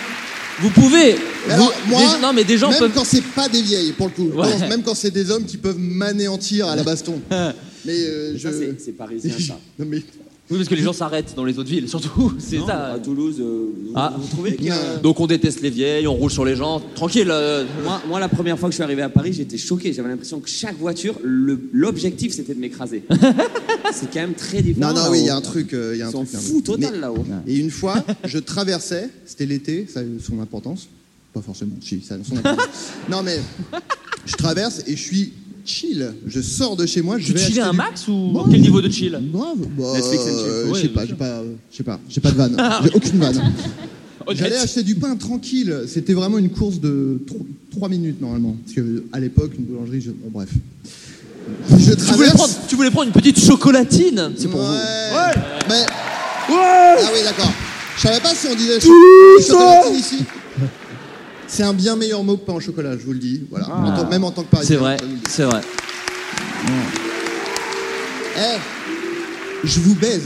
[SPEAKER 18] Vous pouvez.
[SPEAKER 8] Mais alors,
[SPEAKER 18] vous-
[SPEAKER 8] moi,
[SPEAKER 18] des- non, mais des gens
[SPEAKER 8] même
[SPEAKER 18] peuvent.
[SPEAKER 8] quand c'est pas des vieilles, pour le coup,
[SPEAKER 18] Ouais.
[SPEAKER 8] Non, même quand c'est des hommes qui peuvent m'anéantir à la baston. Mais euh, je.
[SPEAKER 19] C'est parisien, ça.
[SPEAKER 8] non, mais...
[SPEAKER 6] Oui, parce que les gens s'arrêtent dans les autres villes, surtout. C'est ça.
[SPEAKER 19] À Toulouse, euh, vous,
[SPEAKER 6] Ah.
[SPEAKER 19] vous trouvez qu'il y a-
[SPEAKER 6] Donc on déteste les vieilles, on roule sur les gens. Tranquille. euh,
[SPEAKER 19] moi, moi, la première fois que je suis arrivé à Paris, j'étais choqué. J'avais l'impression que chaque voiture, le- l'objectif, c'était de m'écraser. c'est quand même très différent.
[SPEAKER 8] Non, non,
[SPEAKER 19] là-haut.
[SPEAKER 8] oui, il y a
[SPEAKER 6] oh.
[SPEAKER 8] un truc. euh, il y a un
[SPEAKER 19] Ils s'en
[SPEAKER 8] truc là-haut.
[SPEAKER 19] foutent total,
[SPEAKER 8] Mais-
[SPEAKER 19] là-haut.
[SPEAKER 8] Et une fois, je traversais, c'était l'été, ça a eu son importance. Pas forcément, si, ça a son importance. non, mais je traverse et je suis chill. Je sors de chez moi, je
[SPEAKER 6] Tu
[SPEAKER 8] vais.
[SPEAKER 6] chillais
[SPEAKER 8] acheter
[SPEAKER 6] un
[SPEAKER 8] du-
[SPEAKER 6] max ou
[SPEAKER 8] Bon,
[SPEAKER 6] quel niveau de chill
[SPEAKER 8] Bravo. Bah,
[SPEAKER 6] Netflix and chill.
[SPEAKER 8] euh, Je
[SPEAKER 6] Ouais,
[SPEAKER 8] sais pas, j'ai pas, euh, je sais pas, j'ai pas de vanne. J'ai aucune vanne.
[SPEAKER 6] Honnête.
[SPEAKER 8] J'allais acheter du pain tranquille. C'était vraiment une course de 3 minutes normalement. Parce que à l'époque, une boulangerie, je... bon, bref. Je
[SPEAKER 6] Tu voulais,
[SPEAKER 8] traverse.
[SPEAKER 6] prendre, tu voulais prendre une petite chocolatine C'est pour
[SPEAKER 8] Ouais.
[SPEAKER 6] vous.
[SPEAKER 8] Mais. Ah oui, d'accord. Je savais pas si on disait cho- chocolatine ici. C'est un bien meilleur mot que pain au chocolat, je vous le dis. Voilà.
[SPEAKER 2] Ah.
[SPEAKER 8] En tant- même en tant que
[SPEAKER 6] C'est
[SPEAKER 8] parisien.
[SPEAKER 6] vrai,
[SPEAKER 8] je vous le dis.
[SPEAKER 6] c'est vrai.
[SPEAKER 8] Eh, je vous baise.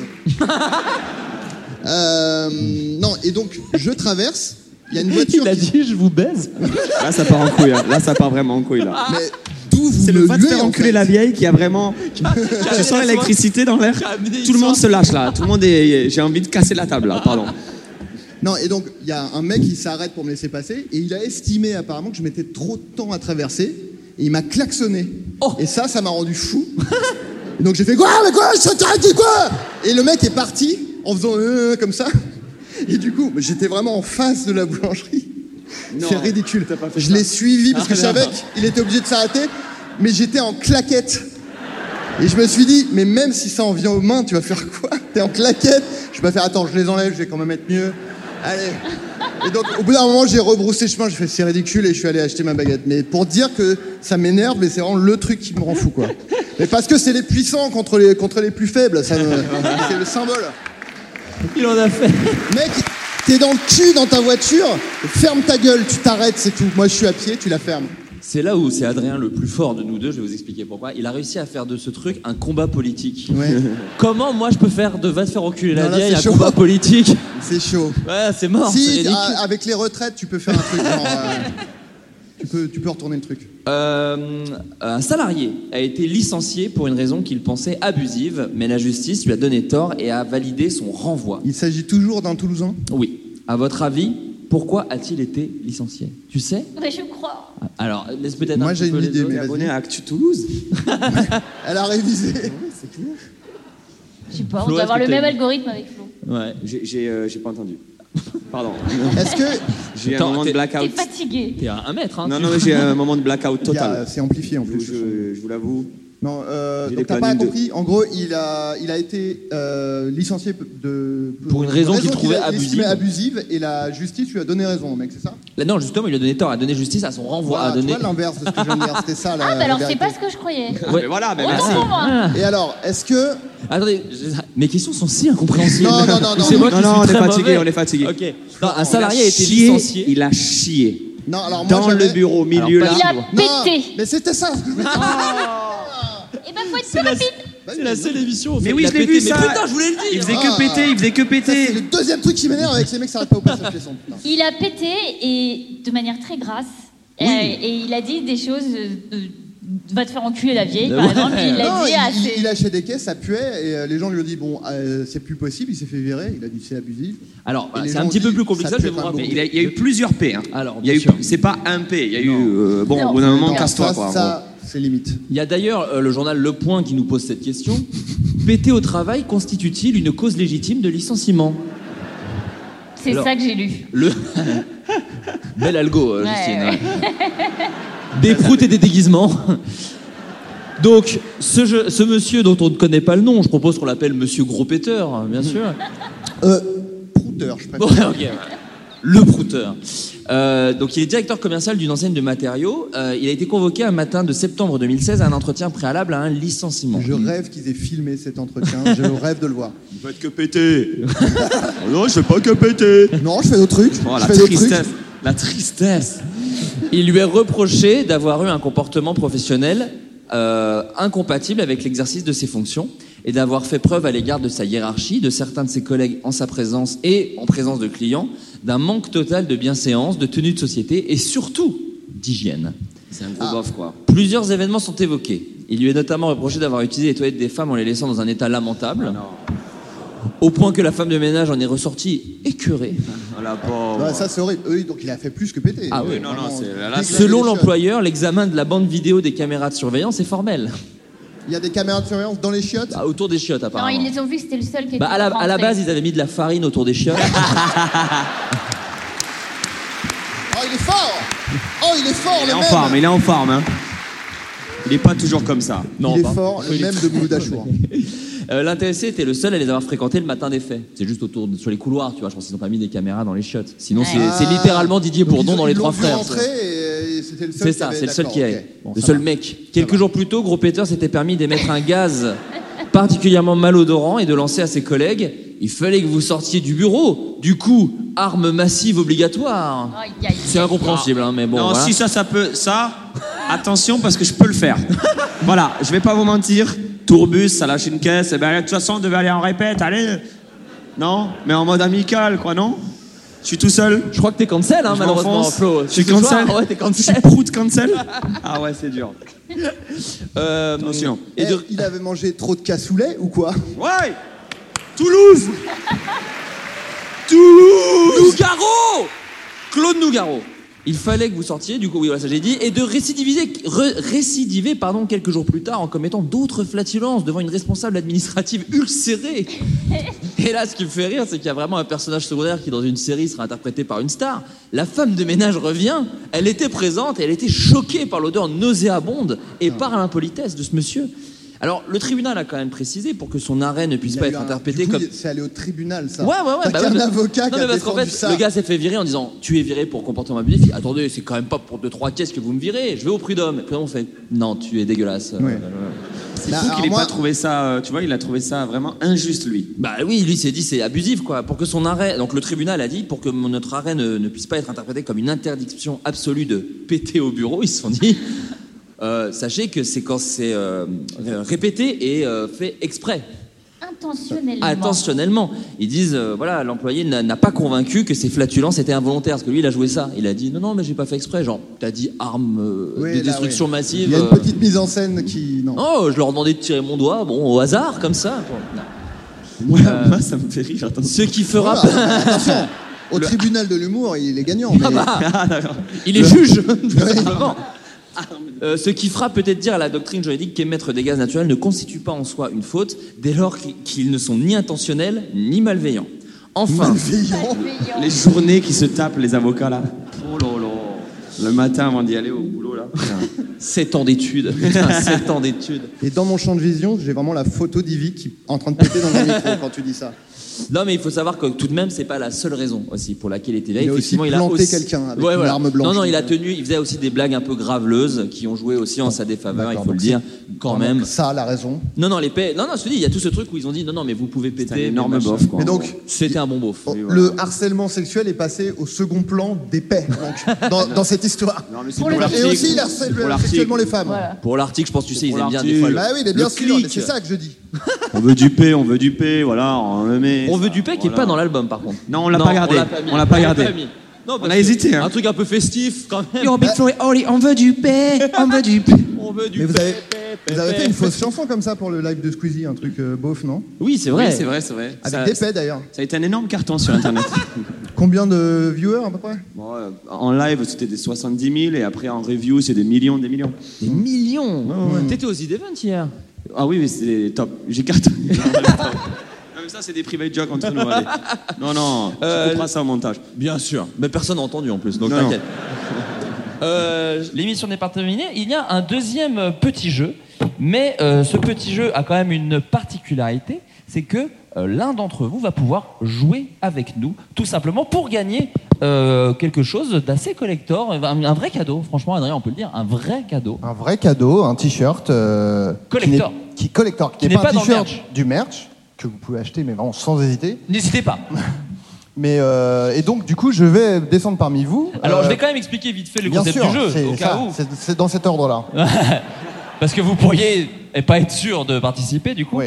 [SPEAKER 8] Euh, non, et donc, je traverse. Il y a une voiture.
[SPEAKER 6] Il a dit je vous baise.
[SPEAKER 2] Là, ça part en couille. hein. Là, ça part vraiment en couille. Là.
[SPEAKER 8] Mais d'où vous
[SPEAKER 2] Ah. C'est le
[SPEAKER 8] me
[SPEAKER 2] fait de
[SPEAKER 8] luez,
[SPEAKER 2] faire
[SPEAKER 8] en
[SPEAKER 2] enculer
[SPEAKER 8] fait
[SPEAKER 2] la vieille qui a vraiment. Je sens l'électricité dans l'air. Tout le monde se lâche là. Tout le monde est. J'ai envie de casser la table là. Pardon.
[SPEAKER 8] Non, et donc, il y a un mec qui s'arrête pour me laisser passer, et il a estimé apparemment que je mettais trop de temps à traverser, et il m'a klaxonné.
[SPEAKER 2] Oh.
[SPEAKER 8] Et ça, ça m'a rendu fou. et donc j'ai fait quoi Mais quoi Ça t'arrête dit quoi Et le mec est parti en faisant euh, comme ça. Et du coup, j'étais vraiment en face de la boulangerie. C'est ridicule. Je l'ai suivi parce que je
[SPEAKER 2] Ah,
[SPEAKER 8] savais qu'il était obligé de s'arrêter, mais j'étais en claquette. Et je me suis dit, mais même si ça en vient aux mains, tu vas faire quoi T'es en claquette Je vais faire, attends, je les enlève, je vais quand même être mieux. Allez. Et donc, au bout d'un moment, j'ai rebroussé chemin, j'ai fait, c'est ridicule, et je suis allé acheter ma baguette. Mais pour dire que ça m'énerve, mais c'est vraiment le truc qui me rend fou, quoi. Mais parce que c'est les puissants contre les, contre les plus faibles, ça me- c'est le symbole.
[SPEAKER 6] Il en a fait.
[SPEAKER 8] Mec, t'es dans le cul dans ta voiture, ferme ta gueule, tu t'arrêtes, c'est tout. Moi, je suis à pied, tu la fermes.
[SPEAKER 6] C'est là où c'est Adrien le plus fort de nous deux, je vais vous expliquer pourquoi. Il a réussi à faire de ce truc un combat politique. Comment moi je peux faire de va te faire enculer la
[SPEAKER 8] Non, là,
[SPEAKER 6] vieille
[SPEAKER 8] c'est
[SPEAKER 6] un
[SPEAKER 8] chaud.
[SPEAKER 6] combat politique
[SPEAKER 8] C'est chaud.
[SPEAKER 6] Ouais, c'est mort. Oh, c'est
[SPEAKER 8] Si, ah,
[SPEAKER 6] ridicule.
[SPEAKER 8] à- avec les retraites, tu peux faire un truc. genre, euh, tu, peux, tu peux retourner le truc.
[SPEAKER 6] Euh, un salarié a été licencié pour une raison qu'il pensait abusive, mais la justice lui a donné tort et a validé son renvoi.
[SPEAKER 8] Il s'agit toujours d'un Toulousain
[SPEAKER 6] Oui. À votre avis, pourquoi a-t-il été licencié Tu sais
[SPEAKER 7] Ouais, je crois.
[SPEAKER 6] Alors, laisse peut-être
[SPEAKER 8] Moi,
[SPEAKER 6] un
[SPEAKER 8] j'ai
[SPEAKER 6] petit peu
[SPEAKER 8] une
[SPEAKER 6] les
[SPEAKER 8] idée,
[SPEAKER 6] autres.
[SPEAKER 8] mais
[SPEAKER 2] Abonné
[SPEAKER 8] vas-y.
[SPEAKER 2] à Actu Toulouse.
[SPEAKER 8] Elle a révisé.
[SPEAKER 7] Je sais pas, on
[SPEAKER 2] Flo,
[SPEAKER 7] doit avoir
[SPEAKER 2] est-ce
[SPEAKER 7] le
[SPEAKER 2] que
[SPEAKER 7] même
[SPEAKER 2] t'as-
[SPEAKER 7] algorithme avec Flo.
[SPEAKER 2] Ouais. J'ai j'ai, euh, j'ai pas entendu. Pardon.
[SPEAKER 8] Est-ce que.
[SPEAKER 2] J'ai un
[SPEAKER 6] Attends,
[SPEAKER 2] moment de
[SPEAKER 6] t'es-
[SPEAKER 7] T'es
[SPEAKER 2] blackout.
[SPEAKER 7] fatigué.
[SPEAKER 6] T'es à un mètre, hein
[SPEAKER 2] Non,
[SPEAKER 6] tu-
[SPEAKER 2] non, mais j'ai un moment de blackout
[SPEAKER 8] Il y a- euh,
[SPEAKER 2] total.
[SPEAKER 8] C'est amplifié en
[SPEAKER 2] Je,
[SPEAKER 8] plus.
[SPEAKER 2] je- je vous l'avoue.
[SPEAKER 8] Non, euh,
[SPEAKER 2] J'ai
[SPEAKER 8] donc
[SPEAKER 2] des
[SPEAKER 8] t'as pas
[SPEAKER 2] plannings de-
[SPEAKER 8] compris. En gros, il a, il a été euh, licencié de.
[SPEAKER 6] Pour une raison qu'il trouvait
[SPEAKER 8] a-
[SPEAKER 6] abusive.
[SPEAKER 8] estimait abusive et la justice lui a donné raison, mec, c'est ça
[SPEAKER 6] Là, non, justement, il lui a donné tort, il a donné justice à son renvoi.
[SPEAKER 8] Voilà,
[SPEAKER 6] a donné...
[SPEAKER 8] tu vois l'inverse de ce que je viens de dire, c'était ça la.
[SPEAKER 7] Ah, bah
[SPEAKER 8] la
[SPEAKER 7] alors, c'est
[SPEAKER 8] vérité.
[SPEAKER 7] pas ce que je croyais.
[SPEAKER 2] Ah,
[SPEAKER 6] Ouais.
[SPEAKER 2] mais voilà, mais
[SPEAKER 7] Autant
[SPEAKER 2] merci.
[SPEAKER 7] pour moi.
[SPEAKER 8] Et alors, est-ce que.
[SPEAKER 6] Attendez, je- mes questions sont si incompréhensibles.
[SPEAKER 8] Non, non, non, non.
[SPEAKER 6] C'est moi
[SPEAKER 2] Non,
[SPEAKER 6] qui
[SPEAKER 2] non,
[SPEAKER 6] suis
[SPEAKER 2] on est
[SPEAKER 6] très
[SPEAKER 2] fatigué,
[SPEAKER 6] mauvais.
[SPEAKER 2] on est fatigué.
[SPEAKER 6] Ok. Non, un
[SPEAKER 2] Il a
[SPEAKER 6] salarié a été
[SPEAKER 2] chié,
[SPEAKER 6] licencié.
[SPEAKER 2] Il a chié.
[SPEAKER 8] Non, alors moi.
[SPEAKER 2] Dans le
[SPEAKER 8] j'avais-
[SPEAKER 2] bureau, au milieu
[SPEAKER 6] Alors,
[SPEAKER 2] là.
[SPEAKER 6] pas-
[SPEAKER 7] Il a
[SPEAKER 8] Non,
[SPEAKER 7] pété.
[SPEAKER 8] mais c'était ça ce que je voulais dire. Ah,
[SPEAKER 7] Et bah, faut être plus rapide.
[SPEAKER 6] C'est la seule émission.
[SPEAKER 2] Mais oui, je l'ai vu ça.
[SPEAKER 6] Mais putain, je voulais le dire.
[SPEAKER 2] Il faisait
[SPEAKER 8] Ah.
[SPEAKER 2] que péter, il faisait que
[SPEAKER 8] Ça, C'est le
[SPEAKER 2] péter.
[SPEAKER 8] deuxième truc qui m'énerve avec ces mecs qui s'arrêtent pas au passage piéton. putain.
[SPEAKER 7] Il a pété et de manière très grasse. Euh, et il a dit des choses. euh, euh, va te faire enculer la vieille, par
[SPEAKER 6] Bah Ouais.
[SPEAKER 7] exemple. Il l'a
[SPEAKER 8] Non,
[SPEAKER 7] dit
[SPEAKER 8] il,
[SPEAKER 7] à
[SPEAKER 8] il-
[SPEAKER 7] ses-
[SPEAKER 8] il lâchait des caisses, ça puait, et euh, les gens lui ont dit Bon, euh, c'est plus possible, il s'est fait virer. Il a dit C'est abusif.
[SPEAKER 6] Alors,
[SPEAKER 8] Et les
[SPEAKER 6] c'est un
[SPEAKER 8] gens
[SPEAKER 6] petit peu
[SPEAKER 8] disent,
[SPEAKER 6] plus compliqué que ça,
[SPEAKER 8] ça
[SPEAKER 6] je vais
[SPEAKER 8] fait
[SPEAKER 6] vous
[SPEAKER 8] pas
[SPEAKER 6] rappeler.
[SPEAKER 2] Mais il, a- il y a eu plusieurs P. Hein.
[SPEAKER 6] Alors,
[SPEAKER 2] il y a
[SPEAKER 6] bien
[SPEAKER 2] eu,
[SPEAKER 6] sûr.
[SPEAKER 2] c'est pas un P. Il y a eu euh, bon,
[SPEAKER 7] Non.
[SPEAKER 2] au bout d'un moment,
[SPEAKER 8] Non,
[SPEAKER 2] casse-toi
[SPEAKER 8] ça,
[SPEAKER 2] quoi. en
[SPEAKER 8] Ça, c'est limite.
[SPEAKER 6] Il y a d'ailleurs euh, le journal Le Point qui nous pose cette question. Péter au travail constitue-t-il une cause légitime de licenciement
[SPEAKER 7] C'est
[SPEAKER 6] Alors-
[SPEAKER 7] ça que j'ai lu.
[SPEAKER 6] Le. Bel algo, euh,
[SPEAKER 7] Ouais,
[SPEAKER 6] Justine. Des proutes et des déguisements. Donc, ce, je- ce monsieur dont on ne connaît pas le nom, je propose qu'on l'appelle monsieur Gros Péteur, hein, bien sûr.
[SPEAKER 8] Euh, prouteur, je
[SPEAKER 6] Bon,
[SPEAKER 8] préfère.
[SPEAKER 6] ouais, ok. Le prouteur. Euh, donc, il est directeur commercial d'une enseigne de matériaux. Euh, il a été convoqué un matin de septembre 2016 à un entretien préalable à un licenciement.
[SPEAKER 8] Je rêve qu'ils aient filmé cet entretien, je rêve de le voir.
[SPEAKER 2] gros. Il va être que péter. Oh non, je fais pas que péter.
[SPEAKER 8] Non, je fais d'autres trucs.
[SPEAKER 2] Oh,
[SPEAKER 8] je
[SPEAKER 2] la
[SPEAKER 8] fais d'autres trucs.
[SPEAKER 2] tristesse. La tristesse.
[SPEAKER 6] Il lui est reproché d'avoir eu un comportement professionnel euh, incompatible avec l'exercice de ses fonctions et d'avoir fait preuve à l'égard de sa hiérarchie, de certains de ses collègues en sa présence et en présence de clients, d'un manque total de bienséance, de tenue de société et surtout d'hygiène.
[SPEAKER 13] C'est un gros bof, quoi.
[SPEAKER 6] Plusieurs événements sont évoqués. Il lui est notamment reproché d'avoir utilisé les toilettes des femmes en les laissant dans un état
[SPEAKER 13] Ah
[SPEAKER 6] lamentable. Au point que la femme de ménage en est ressortie écœurée.
[SPEAKER 2] Oh,
[SPEAKER 8] Bah, ça, c'est horrible. Eux, donc il a fait plus que péter.
[SPEAKER 6] Ah
[SPEAKER 8] Euh,
[SPEAKER 6] oui,
[SPEAKER 8] vraiment,
[SPEAKER 6] Selon l'employeur, l'examen de la bande vidéo des caméras de surveillance est formel. Bah,
[SPEAKER 8] Il y a des caméras de surveillance dans les chiottes
[SPEAKER 6] Autour des chiottes,
[SPEAKER 20] Non,
[SPEAKER 6] apparemment.
[SPEAKER 20] ils les ont vus, c'était le seul qui était
[SPEAKER 6] Bah, à, la, à la
[SPEAKER 20] rentré.
[SPEAKER 6] base, ils avaient mis de la farine autour des chiottes.
[SPEAKER 8] Oh, il est fort Oh, il est fort,
[SPEAKER 2] Il
[SPEAKER 8] le
[SPEAKER 2] est en
[SPEAKER 8] même
[SPEAKER 2] forme, il est en forme. Hein. Il est pas toujours comme ça.
[SPEAKER 6] Non,
[SPEAKER 8] Il est
[SPEAKER 6] pas.
[SPEAKER 8] fort, le
[SPEAKER 6] Il est
[SPEAKER 8] même de
[SPEAKER 6] très-
[SPEAKER 8] Bouddhachour.
[SPEAKER 6] Euh, L'intéressé était le seul à les avoir fréquentés le matin des faits. C'est juste autour de- sur les couloirs, tu vois. Je pense qu'ils n'ont pas mis des caméras dans les chiottes. Sinon, c'est-
[SPEAKER 8] Ouais.
[SPEAKER 6] c'est littéralement Didier
[SPEAKER 8] Ah. Donc, ils
[SPEAKER 6] Bourdon
[SPEAKER 8] ont-
[SPEAKER 6] dans Les
[SPEAKER 8] ils
[SPEAKER 6] Trois
[SPEAKER 8] l'ont vu
[SPEAKER 6] Frères.
[SPEAKER 8] rentrer et, euh, c'était le seul
[SPEAKER 6] C'est
[SPEAKER 8] qui
[SPEAKER 6] ça,
[SPEAKER 8] avait-
[SPEAKER 6] c'est le seul
[SPEAKER 8] d'accord,
[SPEAKER 6] qui a.
[SPEAKER 8] ok. Bon,
[SPEAKER 6] le
[SPEAKER 8] ça
[SPEAKER 6] seul
[SPEAKER 8] va.
[SPEAKER 6] mec. Quelques jours plus tôt, Gros Peter s'était permis d'émettre un gaz particulièrement malodorant et de lancer à ses collègues Il fallait que vous sortiez du bureau. Du coup, arme massive obligatoire.
[SPEAKER 7] Aïe, aïe.
[SPEAKER 6] C'est incompréhensible, hein, mais bon.
[SPEAKER 2] non,
[SPEAKER 6] voilà.
[SPEAKER 2] si ça, ça peut. Ça, attention parce que je peux le faire. voilà, je vais pas vous mentir. Tourbus, ça lâche une caisse. Et ben, de toute façon, on devait aller en répète, allez. Non Mais en mode amical, quoi, non Je suis tout seul.
[SPEAKER 6] Je crois que t'es cancel, hein,
[SPEAKER 2] Je
[SPEAKER 6] malheureusement,
[SPEAKER 2] m'enfonce.
[SPEAKER 6] Flo.
[SPEAKER 2] Je suis
[SPEAKER 6] Ce soir,
[SPEAKER 2] cancel.
[SPEAKER 6] ouais, t'es cancel. Mm.
[SPEAKER 2] Je suis prout cancel. Ah ouais, c'est dur.
[SPEAKER 6] Euh,
[SPEAKER 8] Eh, Il avait mangé trop de cassoulet ou quoi
[SPEAKER 2] Ouais Toulouse Toulouse
[SPEAKER 6] Nougaro Claude Nougaro il fallait que vous sortiez, du coup, oui, voilà, ça j'ai dit, et de récidiviser, re- récidiver pardon, quelques jours plus tard en commettant d'autres flatulences devant une responsable administrative ulcérée. Et là, ce qui me fait rire, c'est qu'il y a vraiment un personnage secondaire qui, dans une série, sera interprété par une star. La femme de ménage revient, elle était présente et elle était choquée par l'odeur nauséabonde et
[SPEAKER 8] Ah.
[SPEAKER 6] par l'impolitesse de ce monsieur. Alors, le tribunal a quand même précisé pour que son arrêt ne puisse
[SPEAKER 8] Il a
[SPEAKER 6] pas
[SPEAKER 8] eu
[SPEAKER 6] être
[SPEAKER 8] un-
[SPEAKER 6] interprété
[SPEAKER 8] du coup,
[SPEAKER 6] comme.
[SPEAKER 8] il- C'est allé au tribunal, ça.
[SPEAKER 6] Ouais, ouais, ouais.
[SPEAKER 8] T'as
[SPEAKER 6] bah
[SPEAKER 8] qu'un
[SPEAKER 6] ouais, mais-
[SPEAKER 8] avocat
[SPEAKER 6] non,
[SPEAKER 8] qui
[SPEAKER 6] mais
[SPEAKER 8] a
[SPEAKER 6] parce qu'en
[SPEAKER 8] défendu
[SPEAKER 6] fait,
[SPEAKER 8] ça.
[SPEAKER 6] le gars s'est fait virer en disant Tu es viré pour comportement abusif. Il dit, Attendez, c'est quand même pas pour 2-3 caisses que vous me virez. Je vais au prud'homme. Et puis on fait Non, tu es dégueulasse.
[SPEAKER 2] Ouais.
[SPEAKER 6] Euh,
[SPEAKER 8] Bah,
[SPEAKER 2] C'est fou qu'il ait pas trouvé ça, euh, tu vois, il a trouvé ça vraiment injuste, lui.
[SPEAKER 6] Bah oui, lui s'est dit c'est abusif quoi. Pour que son arrêt, donc le tribunal a dit pour que mon- notre arrêt ne, ne puisse pas être interprété comme une interdiction absolue de péter au bureau, ils se sont dit euh, sachez que c'est quand c'est euh, euh, répété et euh, fait exprès.
[SPEAKER 20] Intentionnellement.
[SPEAKER 6] Attentionnellement. Ils disent, euh, voilà, l'employé n'a n'a pas convaincu que ces flatulences étaient involontaires. Parce que lui, il a joué ça. Il a dit, non, non, mais j'ai pas fait exprès. Genre, t'as dit arme euh,
[SPEAKER 8] Oui,
[SPEAKER 6] de
[SPEAKER 8] là,
[SPEAKER 6] destruction
[SPEAKER 8] oui.
[SPEAKER 6] massive.
[SPEAKER 8] Il y a une
[SPEAKER 6] euh,
[SPEAKER 8] petite mise en scène qui. Non.
[SPEAKER 6] Oh, je leur demandais de tirer mon doigt, bon, au hasard, comme ça. quoi. Non. Euh,
[SPEAKER 2] Moi, ça me fait rire. attends.
[SPEAKER 6] ce qui fera.
[SPEAKER 8] Voilà, attention, au tribunal de l'humour, il est gagnant.
[SPEAKER 6] Ah
[SPEAKER 8] mais-
[SPEAKER 6] bah, il est juge, tout simplement. Euh, ce qui fera peut-être dire à la doctrine juridique qu'émettre des gaz naturels ne constitue pas en soi une faute dès lors qu'- qu'ils ne sont ni intentionnels ni malveillants. Enfin,
[SPEAKER 2] Les journées qui se tapent, les avocats, là. Oh là là. Le matin, avant d'y aller au boulot, là.
[SPEAKER 6] 7 ans d'études. Putain, 7 ans d'études.
[SPEAKER 8] Et dans mon champ de vision, j'ai vraiment la photo d'Ivy qui est en train de péter dans un micro quand tu dis ça.
[SPEAKER 6] Non, mais il faut savoir que tout de même, c'est pas la seule raison aussi pour laquelle il était là.
[SPEAKER 8] Il a
[SPEAKER 6] Effectivement,
[SPEAKER 8] aussi planté quelqu'un avec une arme blanche.
[SPEAKER 6] Non, non, il a tenu, il faisait aussi des blagues un peu graveleuses qui ont joué aussi en sa défaveur, il faut le dire, quand
[SPEAKER 8] Vraiment,
[SPEAKER 6] même.
[SPEAKER 8] Ça, la raison.
[SPEAKER 6] Non, non, les paix. Non, non, je te dis, il y a tout ce truc où ils ont dit non, non, mais vous pouvez péter. mais
[SPEAKER 2] énorme
[SPEAKER 6] machin.
[SPEAKER 2] bof, quoi.
[SPEAKER 8] Mais donc,
[SPEAKER 6] C'était un bon beauf.
[SPEAKER 8] Le harcèlement sexuel est passé au second plan des paix donc, dans, dans cette histoire.
[SPEAKER 2] c'est Pour pour les-
[SPEAKER 8] et
[SPEAKER 2] l'article.
[SPEAKER 8] aussi, il
[SPEAKER 2] C'est pour
[SPEAKER 8] harcèle
[SPEAKER 2] l'article.
[SPEAKER 8] sexuellement les femmes.
[SPEAKER 6] Pour l'article, je pense, tu sais, ils
[SPEAKER 2] pour
[SPEAKER 6] aiment bien
[SPEAKER 2] l'article.
[SPEAKER 6] des fois. le-
[SPEAKER 8] Bah oui, mais bien
[SPEAKER 6] le
[SPEAKER 8] sûr, mais
[SPEAKER 6] clic.
[SPEAKER 8] c'est ça que je dis.
[SPEAKER 2] On veut du paix, on veut du paix, voilà, on le met.
[SPEAKER 6] On veut du paix qui est pas dans l'album, par contre.
[SPEAKER 2] Non, on l'a pas gardé.
[SPEAKER 6] mis.
[SPEAKER 2] On l'a pas gardé.
[SPEAKER 6] mis. Non,
[SPEAKER 2] On
[SPEAKER 6] parce
[SPEAKER 2] a
[SPEAKER 6] que
[SPEAKER 2] hésité. hein.
[SPEAKER 6] Un truc un peu festif, quand même.
[SPEAKER 14] Yo, Big Flo et Oli, on veut du paix, on veut du paix.
[SPEAKER 6] On veut du
[SPEAKER 8] Bah- Mais vous
[SPEAKER 6] paix,
[SPEAKER 8] avez,
[SPEAKER 6] paix,
[SPEAKER 8] vous avez
[SPEAKER 6] paix,
[SPEAKER 8] fait une
[SPEAKER 6] paix.
[SPEAKER 8] fausse chanson comme ça pour le live de Squeezie, un truc euh, beauf, non
[SPEAKER 6] Oui, c'est
[SPEAKER 2] Oui,
[SPEAKER 6] vrai.
[SPEAKER 2] c'est vrai, c'est vrai.
[SPEAKER 8] Avec
[SPEAKER 2] ça,
[SPEAKER 8] des paix d'ailleurs.
[SPEAKER 2] ça a été un énorme carton sur Internet.
[SPEAKER 8] Combien de viewers à peu près
[SPEAKER 2] Bon, euh, en live, c'était des 70 000 et après en review, c'est des millions, des millions.
[SPEAKER 6] Des millions.
[SPEAKER 2] Ouais, ouais.
[SPEAKER 6] T'étais aux events hier.
[SPEAKER 2] Ah oui, mais c'est top. J'ai cartonné. Non, mais ça, c'est des private jokes entre nous. allez. Non, non,
[SPEAKER 6] Euh,
[SPEAKER 2] tu couperas ça au montage.
[SPEAKER 6] Bien sûr. Mais personne n'a entendu en plus, donc
[SPEAKER 2] Non,
[SPEAKER 6] t'inquiète.
[SPEAKER 13] Euh, L'émission n'est pas terminée. Il y a un deuxième euh, petit jeu, mais euh, ce petit jeu a quand même une particularité, c'est que euh, l'un d'entre vous va pouvoir jouer avec nous, tout simplement pour gagner euh, quelque chose d'assez collector, un, un vrai cadeau. Franchement, Adrien, on peut le dire, un vrai cadeau.
[SPEAKER 21] Un vrai cadeau, un t-shirt. euh,
[SPEAKER 13] Collector.
[SPEAKER 21] Qui, n'est- qui- collector, qui
[SPEAKER 13] Qui
[SPEAKER 21] n'est
[SPEAKER 13] n'est
[SPEAKER 21] pas,
[SPEAKER 13] pas dans
[SPEAKER 21] un
[SPEAKER 13] le
[SPEAKER 21] t-shirt
[SPEAKER 13] merch.
[SPEAKER 21] du merch, que vous pouvez acheter, mais vraiment sans hésiter.
[SPEAKER 13] N'hésitez pas.
[SPEAKER 21] Mais, euh, et donc, du coup, je vais descendre parmi vous.
[SPEAKER 13] Alors,
[SPEAKER 21] Euh,
[SPEAKER 13] je vais quand même expliquer vite fait le
[SPEAKER 21] bien
[SPEAKER 13] concept
[SPEAKER 21] sûr,
[SPEAKER 13] du jeu,
[SPEAKER 21] c'est
[SPEAKER 13] au cas
[SPEAKER 21] ça,
[SPEAKER 13] où.
[SPEAKER 21] c'est- C'est dans cet ordre-là.
[SPEAKER 13] Parce que vous pourriez et pas être sûr de participer, du coup.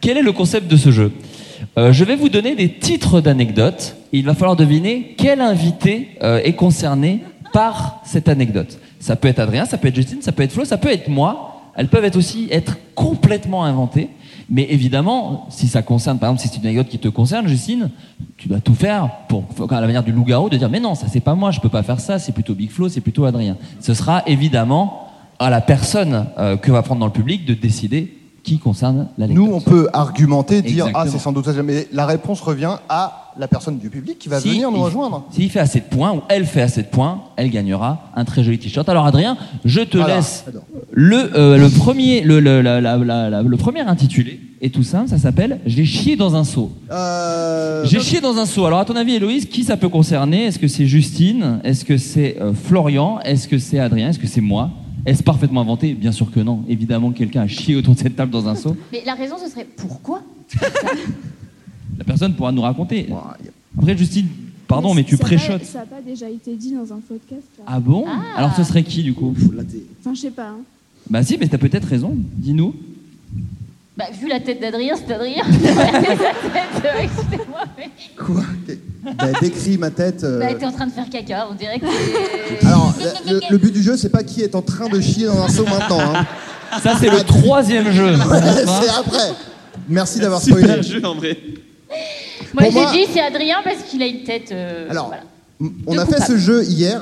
[SPEAKER 13] Quel est le concept de ce jeu
[SPEAKER 6] Euh, je vais vous donner des titres d'anecdotes. Il va falloir deviner quel invité euh, est concerné par cette anecdote. Ça peut être Adrien, ça peut être Justine, ça peut être Flo, ça peut être moi. Elles peuvent être aussi être complètement inventées. Mais évidemment, si ça concerne, par exemple, si c'est une anecdote qui te concerne, Justine, tu dois tout faire pour, à la manière du loup-garou, de dire mais non, ça c'est pas moi, je peux pas faire ça, c'est plutôt Big Flo, c'est plutôt Adrien. Ce sera évidemment à la personne euh, que va prendre dans le public de décider qui concerne l'anecdote.
[SPEAKER 22] Nous, on peut argumenter, dire
[SPEAKER 6] Exactement.
[SPEAKER 22] ah c'est sans doute ça, mais la réponse revient à la personne du public qui va
[SPEAKER 6] Si
[SPEAKER 22] venir nous
[SPEAKER 6] il-
[SPEAKER 22] rejoindre.
[SPEAKER 6] S'il fait assez de points, ou elle fait assez de points, elle gagnera un très joli t-shirt. Alors Adrien, je te
[SPEAKER 22] Voilà.
[SPEAKER 6] laisse le, euh, le premier, le, le- la- la- la- la- le premier intitulé, et tout simple, ça s'appelle « J'ai chié dans un seau ».
[SPEAKER 8] Euh,
[SPEAKER 22] Euh,
[SPEAKER 6] J'ai chié dans un seau. Alors, à ton avis, Héloïse, qui ça peut concerner Est-ce que c'est Justine Est-ce que c'est euh, Florian Est-ce que c'est Adrien Est-ce que c'est moi Est-ce parfaitement inventé Bien sûr que non. Évidemment, quelqu'un a chié autour de cette table dans un seau.
[SPEAKER 23] Mais la raison, ce serait pourquoi
[SPEAKER 6] La personne pourra nous raconter. Après, Justine, pardon, mais
[SPEAKER 24] Ça
[SPEAKER 6] tu
[SPEAKER 24] a pas-
[SPEAKER 6] préchotes.
[SPEAKER 24] Ça n'a pas déjà été dit dans un podcast. là.
[SPEAKER 6] Ah bon Alors, ce serait qui, du coup
[SPEAKER 24] Enfin, je sais pas. hein.
[SPEAKER 6] Bah si, mais t'as peut-être raison. Dis-nous.
[SPEAKER 7] Bah, vu la tête d'Adrien, c'est Adrien. Sa tête, euh, excusez-moi, mais.
[SPEAKER 8] Euh, Bah, décris ma tête. euh.
[SPEAKER 7] Bah, t'es en train de faire caca, on dirait que
[SPEAKER 8] Alors, le, le- le but du jeu, c'est pas qui est en train de chier dans un seau maintenant. hein.
[SPEAKER 6] Ça, c'est le troisième jeu. Hein
[SPEAKER 8] Ouais, c'est après. Merci d'avoir spoilé.
[SPEAKER 2] jeu en vrai.
[SPEAKER 7] Moi,
[SPEAKER 8] Pour moi-
[SPEAKER 7] j'ai dit c'est Adrien parce qu'il a une tête. euh,
[SPEAKER 8] Alors,
[SPEAKER 7] voilà.
[SPEAKER 8] On
[SPEAKER 7] De
[SPEAKER 8] a fait
[SPEAKER 7] coupable.
[SPEAKER 8] ce
[SPEAKER 25] jeu hier.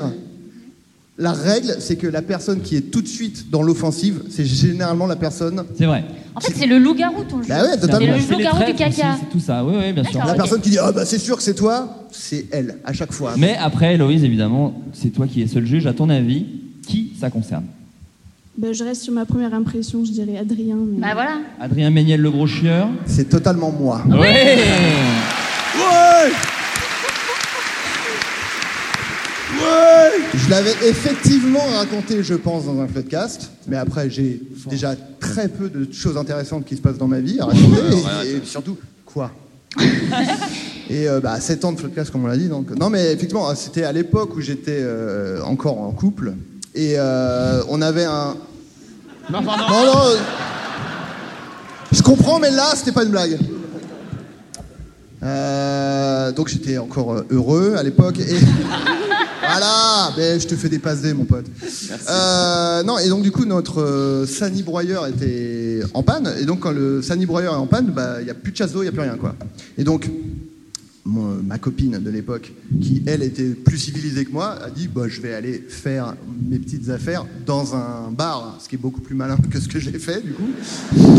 [SPEAKER 25] La règle, c'est que la personne qui est tout de suite dans l'offensive, c'est généralement la personne.
[SPEAKER 6] C'est vrai.
[SPEAKER 7] En fait, c'est le loup-garou ton jeu.
[SPEAKER 8] Bah ouais,
[SPEAKER 7] C'est
[SPEAKER 8] totalement.
[SPEAKER 7] le loup-garou du caca.
[SPEAKER 6] tout ça, oui, oui, bien sûr.
[SPEAKER 8] La personne qui dit Ah bah c'est sûr que c'est toi, c'est elle, à chaque fois.
[SPEAKER 6] Mais après, Héloïse, évidemment, c'est toi qui es seul juge. À ton avis, qui ça concerne
[SPEAKER 24] Bah, je reste sur ma première impression, je dirais Adrien. Mais...
[SPEAKER 7] Bah voilà.
[SPEAKER 6] Adrien Méniel, le gros chieur
[SPEAKER 8] C'est totalement moi.
[SPEAKER 6] Oui
[SPEAKER 8] Je l'avais effectivement raconté, je pense, dans un podcast, mais après j'ai déjà très peu de choses intéressantes qui se passent dans ma vie à raconter, et- et, surtout quoi. et euh, bah 7 ans de podcast comme on l'a dit donc non mais effectivement hein, c'était à l'époque où j'étais euh, encore en couple et euh, on avait un non non euh, je comprends mais là c'était pas une blague Euh, donc j'étais encore euh, heureux à l'époque et voilà, ben, je te fais des passes dés, mon pote. Euh, non, et donc du coup, notre euh, Sani broyeur était en panne. Et donc, quand le Sani broyeur est en panne, bah, il n'y a plus de chasse d'eau, il n'y a plus rien. quoi. Et donc, mon- ma copine de l'époque, qui elle était plus civilisée que moi, a dit bah, Je vais aller faire mes petites affaires dans un bar, ce qui est beaucoup plus malin que ce que j'ai fait, du coup.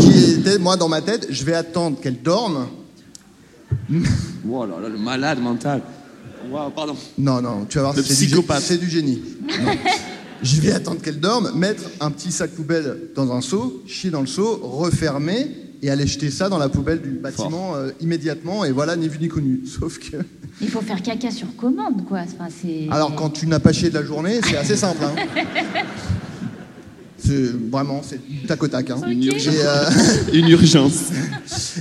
[SPEAKER 8] Qui était, moi, dans ma tête, je vais attendre qu'elle dorme.
[SPEAKER 2] Oh là là, le malade mental. Waouh, pardon.
[SPEAKER 8] Non, non, tu vas voir,
[SPEAKER 2] Le
[SPEAKER 8] c'est du gé-
[SPEAKER 2] psychopathe.
[SPEAKER 8] c'est du génie. Non. Je vais attendre qu'elle dorme, mettre un petit sac poubelle dans un seau, chier dans le seau, refermer et aller jeter ça dans la poubelle du bâtiment euh, immédiatement. Et voilà, ni vu ni connu. Sauf que.
[SPEAKER 7] Il faut faire caca sur commande, quoi. Enfin, c'est.
[SPEAKER 8] Alors, quand tu n'as pas chié de la journée, c'est assez simple. hein. C'est vraiment, c'est du tac au tac. hein.
[SPEAKER 2] Une urgence.
[SPEAKER 8] Et, euh,
[SPEAKER 2] Une urgence.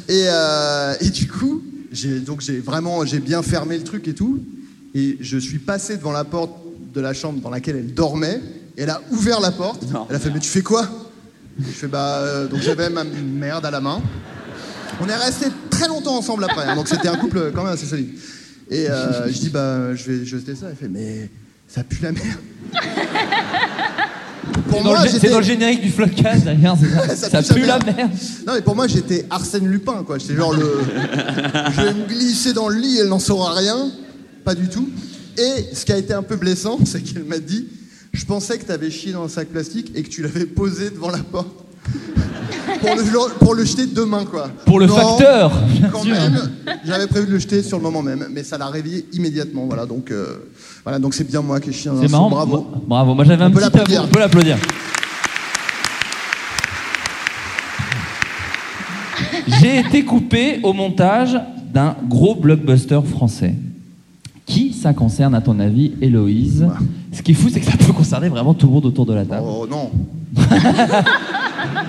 [SPEAKER 8] et, euh, et du coup, j'ai donc j'ai vraiment j'ai bien fermé le truc et tout, et je suis passé devant la porte de la chambre dans laquelle elle dormait. Et elle a ouvert la porte. Elle a fait mais tu fais quoi Je fais bah euh, donc j'avais ma merde à la main. On est resté très longtemps ensemble après, hein, donc c'était un couple quand même assez solide. Et euh, je dis bah je vais jeter ça. Elle fait mais ça pue la merde. Pour
[SPEAKER 6] C'est dans
[SPEAKER 8] moi,
[SPEAKER 6] le gé-
[SPEAKER 8] j'étais-
[SPEAKER 6] C'est dans le générique du Floodcast, d'ailleurs. c'est ça. ça pue la merde.
[SPEAKER 8] Non, mais pour moi, j'étais Arsène Lupin, quoi. J'étais genre le. Je vais me glisser dans le lit, elle n'en saura rien. Pas du tout. Et ce qui a été un peu blessant, c'est qu'elle m'a dit Je pensais que t'avais chié dans un sac plastique et que tu l'avais posé devant la porte. pour, le, pour le jeter demain, quoi.
[SPEAKER 6] Pour le
[SPEAKER 8] Non,
[SPEAKER 6] facteur, bien
[SPEAKER 8] Quand
[SPEAKER 6] sûr.
[SPEAKER 8] même, j'avais prévu de le jeter sur le moment même, mais ça l'a réveillé immédiatement. Voilà, donc euh, voilà, donc c'est bien moi qui ai chié dans un
[SPEAKER 6] C'est marrant.
[SPEAKER 8] sac, Bravo.
[SPEAKER 6] Moi- Bravo. Moi, j'avais
[SPEAKER 8] On
[SPEAKER 6] un
[SPEAKER 8] peut
[SPEAKER 6] petit tabou.
[SPEAKER 8] l'applaudir.
[SPEAKER 6] On peut l'applaudir. J'ai été coupé au montage d'un gros blockbuster français. Qui ça concerne, à ton avis, Héloïse Ce qui est fou, c'est que ça peut concerner vraiment tout le monde autour de la table.
[SPEAKER 8] Bah. Oh non
[SPEAKER 6] Bah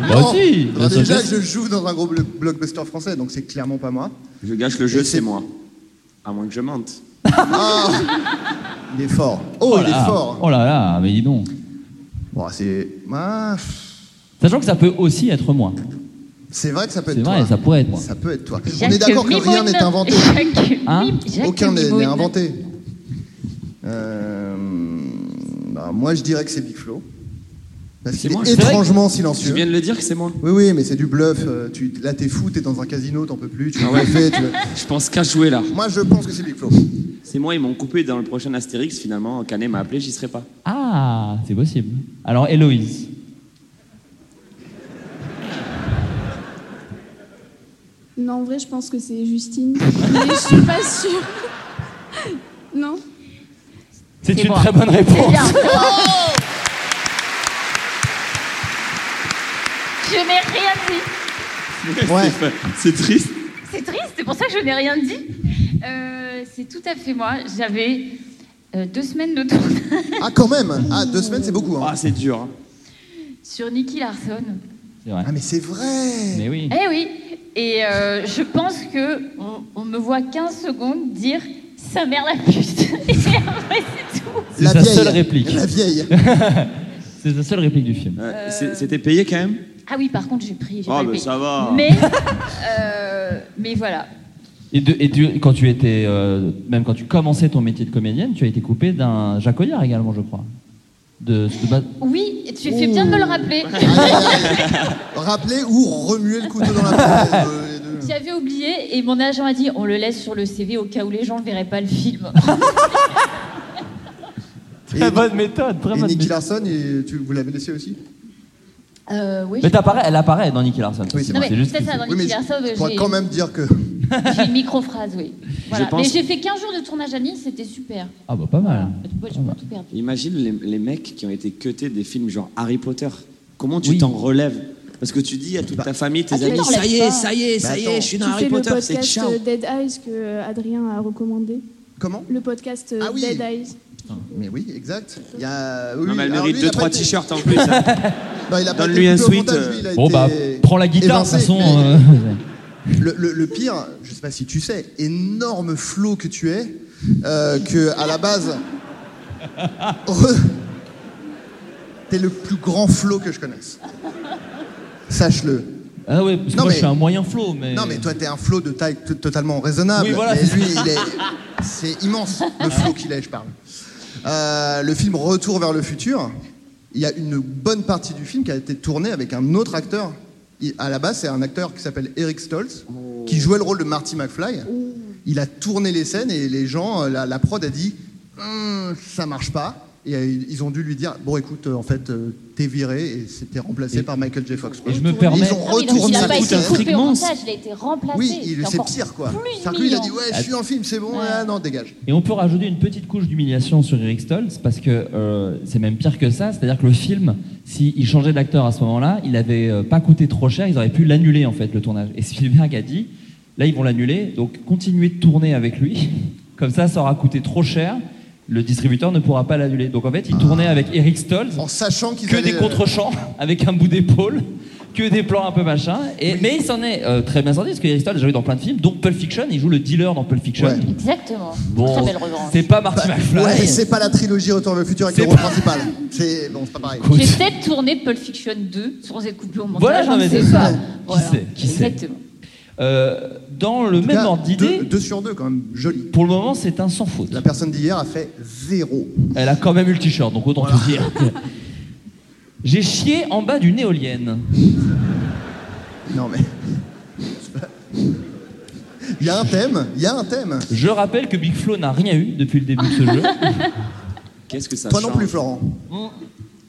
[SPEAKER 8] Non.
[SPEAKER 6] si bien
[SPEAKER 8] Alors
[SPEAKER 6] sûr
[SPEAKER 8] Déjà
[SPEAKER 6] que
[SPEAKER 8] que je joue dans un gros blo- blockbuster français, donc c'est clairement pas moi.
[SPEAKER 2] Je gâche le jeu, c'est moi. À moins que je mente.
[SPEAKER 8] Ah, il est fort. Oh, il
[SPEAKER 6] là.
[SPEAKER 8] est fort.
[SPEAKER 6] Oh là là, mais dis donc.
[SPEAKER 8] Bon, c'est. Ah,
[SPEAKER 6] Sachant que ça peut aussi être moi.
[SPEAKER 8] C'est vrai que ça peut être
[SPEAKER 6] C'est
[SPEAKER 8] toi.
[SPEAKER 6] vrai, ça pourrait être moi.
[SPEAKER 8] Ça peut être toi.
[SPEAKER 6] Jacques
[SPEAKER 8] On est d'accord que rien
[SPEAKER 6] Mimoun.
[SPEAKER 8] n'est inventé.
[SPEAKER 6] Jacques- Hein Jacques
[SPEAKER 8] Aucun n'est- n'est
[SPEAKER 6] Mimoun.
[SPEAKER 8] inventé. Euh, bah, moi, je dirais que c'est Big Flo. Parce qu'il
[SPEAKER 2] moi,
[SPEAKER 8] est
[SPEAKER 2] je dirais
[SPEAKER 8] étrangement
[SPEAKER 2] que-
[SPEAKER 8] silencieux.
[SPEAKER 2] je viens de le dire que c'est moi.
[SPEAKER 8] Oui, oui, mais c'est du bluff. euh, Tu, là, t'es fou, t'es dans un casino, t'en peux plus. Tu
[SPEAKER 2] Ah ouais.
[SPEAKER 8] le fais, tu le-
[SPEAKER 2] Je pense qu'à jouer là.
[SPEAKER 8] Moi, je pense que c'est Big Flo.
[SPEAKER 2] C'est moi, ils m'ont coupé dans le prochain Astérix finalement. Canet m'a appelé, j'y serai pas.
[SPEAKER 6] Ah, c'est possible. Alors, Héloïse.
[SPEAKER 26] Non, en vrai, je pense que c'est Justine. Mais je suis pas sûre. Non
[SPEAKER 27] C'est une
[SPEAKER 26] moi.
[SPEAKER 27] très bonne réponse.
[SPEAKER 7] Je n'ai rien dit.
[SPEAKER 2] C'est- C'est triste.
[SPEAKER 7] C'est triste, c'est pour ça que je n'ai rien dit. Euh, c'est tout à fait moi. J'avais euh, deux semaines de tournage
[SPEAKER 8] Ah, quand même Ah, deux semaines, c'est beaucoup. Ah,
[SPEAKER 2] c'est dur. hein.
[SPEAKER 7] sur Nicky Larson.
[SPEAKER 8] Ah, mais c'est vrai
[SPEAKER 6] Mais oui.
[SPEAKER 7] Eh oui. Et euh, je pense que on, on me voit 15 secondes dire sa mère la pute. Et après, c'est tout.
[SPEAKER 6] C'est
[SPEAKER 8] La
[SPEAKER 6] sa
[SPEAKER 8] vieille.
[SPEAKER 6] seule réplique.
[SPEAKER 8] La vieille.
[SPEAKER 6] c'est sa seule réplique du film.
[SPEAKER 2] Euh,
[SPEAKER 26] Euh.
[SPEAKER 2] c'est- C'était payé quand même
[SPEAKER 7] Ah oui, par contre, j'ai pris. j'ai
[SPEAKER 2] Ah,
[SPEAKER 7] pas
[SPEAKER 2] bah,
[SPEAKER 7] payé.
[SPEAKER 2] ça va.
[SPEAKER 7] Mais, euh, mais voilà.
[SPEAKER 6] Et, de- et tu- quand tu étais, euh, même quand tu commençais ton métier de comédienne, tu as été coupé d'un Jacques Audiard également, je crois. De, de base-
[SPEAKER 7] Oui, et tu fais bien de me le rappeler.
[SPEAKER 8] Rappeler ou remuer le couteau dans la plaie. euh, les deux.
[SPEAKER 7] J'avais oublié et mon agent a dit on le laisse sur le CV au cas où les gens ne verraient pas le film.
[SPEAKER 6] Très bonne méthode, très
[SPEAKER 8] et
[SPEAKER 6] bonne
[SPEAKER 8] Nicky
[SPEAKER 6] méthode.
[SPEAKER 8] Larson, et tu, vous l'avez laissé aussi
[SPEAKER 7] Euh, oui.
[SPEAKER 6] Mais t'apparais- elle apparaît dans Nicky Larson.
[SPEAKER 8] Oui,
[SPEAKER 7] c'est Non, vrai. mais c'est
[SPEAKER 6] que-
[SPEAKER 7] ça, dans Nicky Larson,
[SPEAKER 8] je
[SPEAKER 7] j'ai-
[SPEAKER 8] pourrais quand même dire que.
[SPEAKER 7] J'ai une micro-phrase, oui. Voilà.
[SPEAKER 2] Je pense-
[SPEAKER 7] Mais j'ai fait 15 jours de tournage à Nice, c'était super.
[SPEAKER 6] Ah bah pas mal.
[SPEAKER 7] Ouais, J'ai pas tout perdu.
[SPEAKER 2] Imagine les, les mecs qui ont été cutés des films genre Harry Potter. Comment tu t'en relèves Parce que tu dis à toute ta famille, tes
[SPEAKER 26] Ah, tu
[SPEAKER 2] amis,
[SPEAKER 26] t'en
[SPEAKER 2] ça y est,
[SPEAKER 26] relèves
[SPEAKER 2] ça y est,
[SPEAKER 26] pas.
[SPEAKER 2] ça y est, je suis dans
[SPEAKER 26] Tu
[SPEAKER 2] Harry
[SPEAKER 26] fais
[SPEAKER 2] Potter,
[SPEAKER 26] le
[SPEAKER 2] c'est ciao.
[SPEAKER 26] podcast Dead Eyes que euh, Adrien a recommandé.
[SPEAKER 8] Comment
[SPEAKER 26] Le podcast euh,
[SPEAKER 8] Ah oui.
[SPEAKER 26] Dead Eyes.
[SPEAKER 8] Mais oui, exact. Il y a.
[SPEAKER 2] Non, mais elle
[SPEAKER 26] Ah
[SPEAKER 8] alors
[SPEAKER 2] mérite
[SPEAKER 8] lui,
[SPEAKER 2] deux,
[SPEAKER 8] il a
[SPEAKER 2] trois
[SPEAKER 8] pas été-
[SPEAKER 2] t-shirts en plus. hein.
[SPEAKER 8] Non, il a pas
[SPEAKER 2] Donne-lui
[SPEAKER 8] été
[SPEAKER 2] un
[SPEAKER 8] coupé au
[SPEAKER 2] sweat,
[SPEAKER 8] montage,
[SPEAKER 2] euh.
[SPEAKER 8] lui, il a
[SPEAKER 6] Bon
[SPEAKER 8] été
[SPEAKER 6] bah, prends la guitare, de toute
[SPEAKER 8] évincé,
[SPEAKER 6] façon.
[SPEAKER 8] mais-
[SPEAKER 6] euh,
[SPEAKER 8] Le, le- le pire, je sais pas si tu sais, énorme flot que tu es, euh, que à la base, Re- t'es le plus grand flot que je connaisse. Sache-le.
[SPEAKER 6] Ah ouais, parce que
[SPEAKER 8] Non,
[SPEAKER 6] moi
[SPEAKER 8] mais-
[SPEAKER 6] je suis un moyen flow, mais.
[SPEAKER 8] Non mais toi t'es un flot de taille t- totalement raisonnable.
[SPEAKER 6] Oui, voilà,
[SPEAKER 8] mais
[SPEAKER 6] c'est
[SPEAKER 8] lui,
[SPEAKER 6] ça.
[SPEAKER 8] il est, c'est immense le flot qu'il est, je parle. Euh, le film Retour vers le futur, il y a une bonne partie du film qui a été tournée avec un autre acteur. Il- à la base, c'est un acteur qui s'appelle Eric Stoltz, qui jouait le rôle de Marty McFly. Il a tourné les scènes et les gens, euh, la, la prod a dit Hum, ça marche pas. Et euh, ils ont dû lui dire bon écoute, euh, en fait, euh, t'es viré et c'était remplacé par Michael J. Fox. quoi.
[SPEAKER 6] je me permets-
[SPEAKER 8] Ils ont
[SPEAKER 6] Non, mais
[SPEAKER 7] Il a- Ah, il
[SPEAKER 8] retourné
[SPEAKER 7] a pas
[SPEAKER 8] la
[SPEAKER 7] été
[SPEAKER 8] scène.
[SPEAKER 7] coupé au montage, il a été remplacé.
[SPEAKER 8] Oui, il-
[SPEAKER 7] C'est
[SPEAKER 8] c'est
[SPEAKER 7] encore
[SPEAKER 8] pire quoi.
[SPEAKER 7] plus
[SPEAKER 8] C'est-à-dire qu'il a dit
[SPEAKER 7] humiliant.
[SPEAKER 8] ouais, je suis en film, c'est bon, ah, non, dégage.
[SPEAKER 6] Et on peut rajouter une petite couche d'humiliation sur Eric Stoltz parce que euh, c'est même pire que ça. C'est-à-dire que le film, s'il changeait d'acteur à ce moment-là, il n'avait pas coûté trop cher. Ils auraient pu l'annuler en fait le tournage. Et Spielberg a dit là ils vont l'annuler, donc continuez de tourner avec lui. Comme ça, ça aura coûté trop cher. Le distributeur ne pourra pas l'annuler. Donc en fait, il tournait avec Eric Stoltz.
[SPEAKER 8] En sachant qu'ils
[SPEAKER 6] que
[SPEAKER 8] allaient,
[SPEAKER 6] des
[SPEAKER 8] euh,
[SPEAKER 6] contre-champs avec un bout d'épaule, que des plans un peu machin. Et, Mais il s'en est euh, très bien sorti parce que Eric Stoltz a joué dans plein de films, dont Pulp Fiction. Il joue le dealer dans Pulp Fiction.
[SPEAKER 7] Exactement.
[SPEAKER 6] Bon,
[SPEAKER 7] Très belle revanche.
[SPEAKER 6] c'est pas Marty McFly.
[SPEAKER 8] Ouais, mais c'est pas la trilogie Retour vers le futur avec le rôle principal. C'est bon, c'est pas pareil.
[SPEAKER 7] J'ai peut-être tourné Pulp Fiction 2 sans être coupé au montage.
[SPEAKER 6] Voilà, j'en
[SPEAKER 7] je ne
[SPEAKER 6] étais
[SPEAKER 7] sais
[SPEAKER 6] sûr.
[SPEAKER 7] pas.
[SPEAKER 6] Qui
[SPEAKER 7] Voilà.
[SPEAKER 6] sait, qui sait.
[SPEAKER 7] Exactement.
[SPEAKER 6] Euh, dans le
[SPEAKER 8] tout
[SPEAKER 6] même
[SPEAKER 8] cas,
[SPEAKER 6] ordre d'idée.
[SPEAKER 8] 2 sur 2 quand même, joli.
[SPEAKER 6] Pour le moment, c'est un sans faute.
[SPEAKER 8] La personne d'hier a fait zéro.
[SPEAKER 6] Elle a quand même eu le t-shirt, donc autant te dire. que- J'ai chié en bas d'une éolienne.
[SPEAKER 8] Non mais. Il y a un thème, il y a un thème.
[SPEAKER 6] Je rappelle que Big Flo n'a rien eu depuis le début de ce jeu.
[SPEAKER 2] Qu'est-ce que ça
[SPEAKER 8] Toi non
[SPEAKER 2] change
[SPEAKER 8] plus, Florent.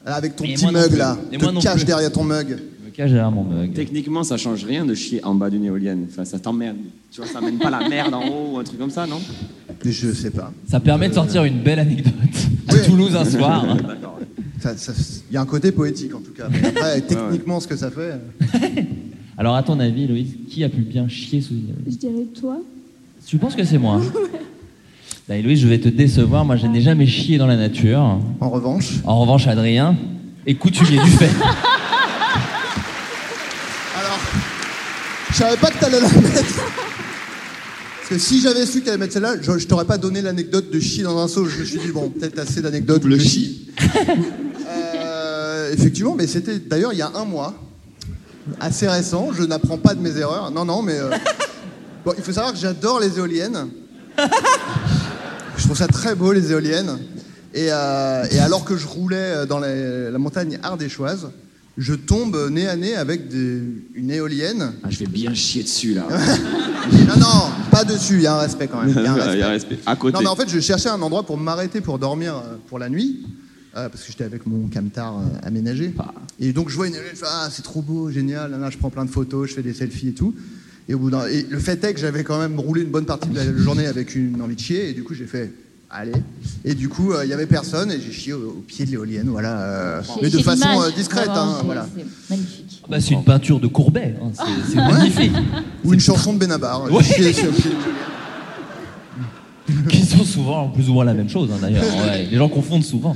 [SPEAKER 8] Là, Avec ton
[SPEAKER 6] Hmm. Et
[SPEAKER 8] petit
[SPEAKER 6] moi non
[SPEAKER 8] mug
[SPEAKER 6] plus.
[SPEAKER 8] là,
[SPEAKER 6] Et moi non
[SPEAKER 8] te cache
[SPEAKER 6] plus.
[SPEAKER 8] derrière ton mug.
[SPEAKER 6] Me cache derrière mon mug.
[SPEAKER 2] Techniquement, ça change rien de chier en bas d'une éolienne. Enfin, ça t'emmerde. Tu vois, ça amène pas la merde en haut ou un truc comme ça, non
[SPEAKER 8] Je sais pas.
[SPEAKER 6] Ça permet de sortir une belle anecdote. À Toulouse un soir.
[SPEAKER 8] Ça- ça- Il y a un côté poétique en tout cas. Mais après, techniquement, ce que ça fait.
[SPEAKER 6] Alors, à ton avis, Louise, qui a pu bien chier sous une éolienne
[SPEAKER 26] Je dirais toi.
[SPEAKER 6] Tu penses que c'est moi hein Là, Louise, je vais te décevoir. Moi, je n'ai jamais chié dans la nature.
[SPEAKER 8] En revanche
[SPEAKER 6] En revanche, Adrien est coutumier du fait.
[SPEAKER 8] Je savais pas que t'allais la mettre. Parce que si j'avais su que t'allais mettre celle-là, je, je t'aurais pas donné l'anecdote de chi dans un seau. Je me suis dit, bon, peut-être assez d'anecdotes. Euh, Le chi. effectivement, mais c'était d'ailleurs il y a un mois. assez récent. Je n'apprends pas de mes erreurs. Non, non, mais. euh, Bon, il faut savoir que j'adore les éoliennes. je trouve ça très beau, les éoliennes. Et, euh, et alors que je roulais dans la, la montagne ardéchoise, je tombe nez à nez avec des- une éolienne.
[SPEAKER 2] Ah, je vais bien chier dessus là.
[SPEAKER 8] non, non, pas dessus, il y a un respect quand même. il y a un respect.
[SPEAKER 2] Il y a un respect. À côté.
[SPEAKER 8] Non, mais en fait, je cherchais un endroit pour m'arrêter pour dormir euh, pour la nuit. euh, parce que j'étais avec mon camtar euh, aménagé.
[SPEAKER 2] Ah.
[SPEAKER 8] Et donc je vois une éolienne, je fais, ah, c'est trop beau, génial, là, là, je prends plein de photos, je fais des selfies et tout. Et, au bout d'un- et le fait est que j'avais quand même roulé une bonne partie de la journée avec une envie de chier, et du coup j'ai fait, allez. Et du coup, euh, il y avait personne, et j'ai chié au, au pied de l'éolienne, voilà. euh, mais de façon euh, discrète, hein, voilà.
[SPEAKER 7] Magnifique.
[SPEAKER 6] Bah, c'est une peinture de Courbet. hein, c'est- C'est
[SPEAKER 8] Ouais.
[SPEAKER 6] magnifique.
[SPEAKER 8] Ou une chanson de Benabar. euh, j'ai
[SPEAKER 6] Ouais.
[SPEAKER 8] chié sur le pied de l'éolienne.
[SPEAKER 6] Qui sont souvent plus ou moins la même chose, hein, d'ailleurs. Ouais, Les gens confondent souvent.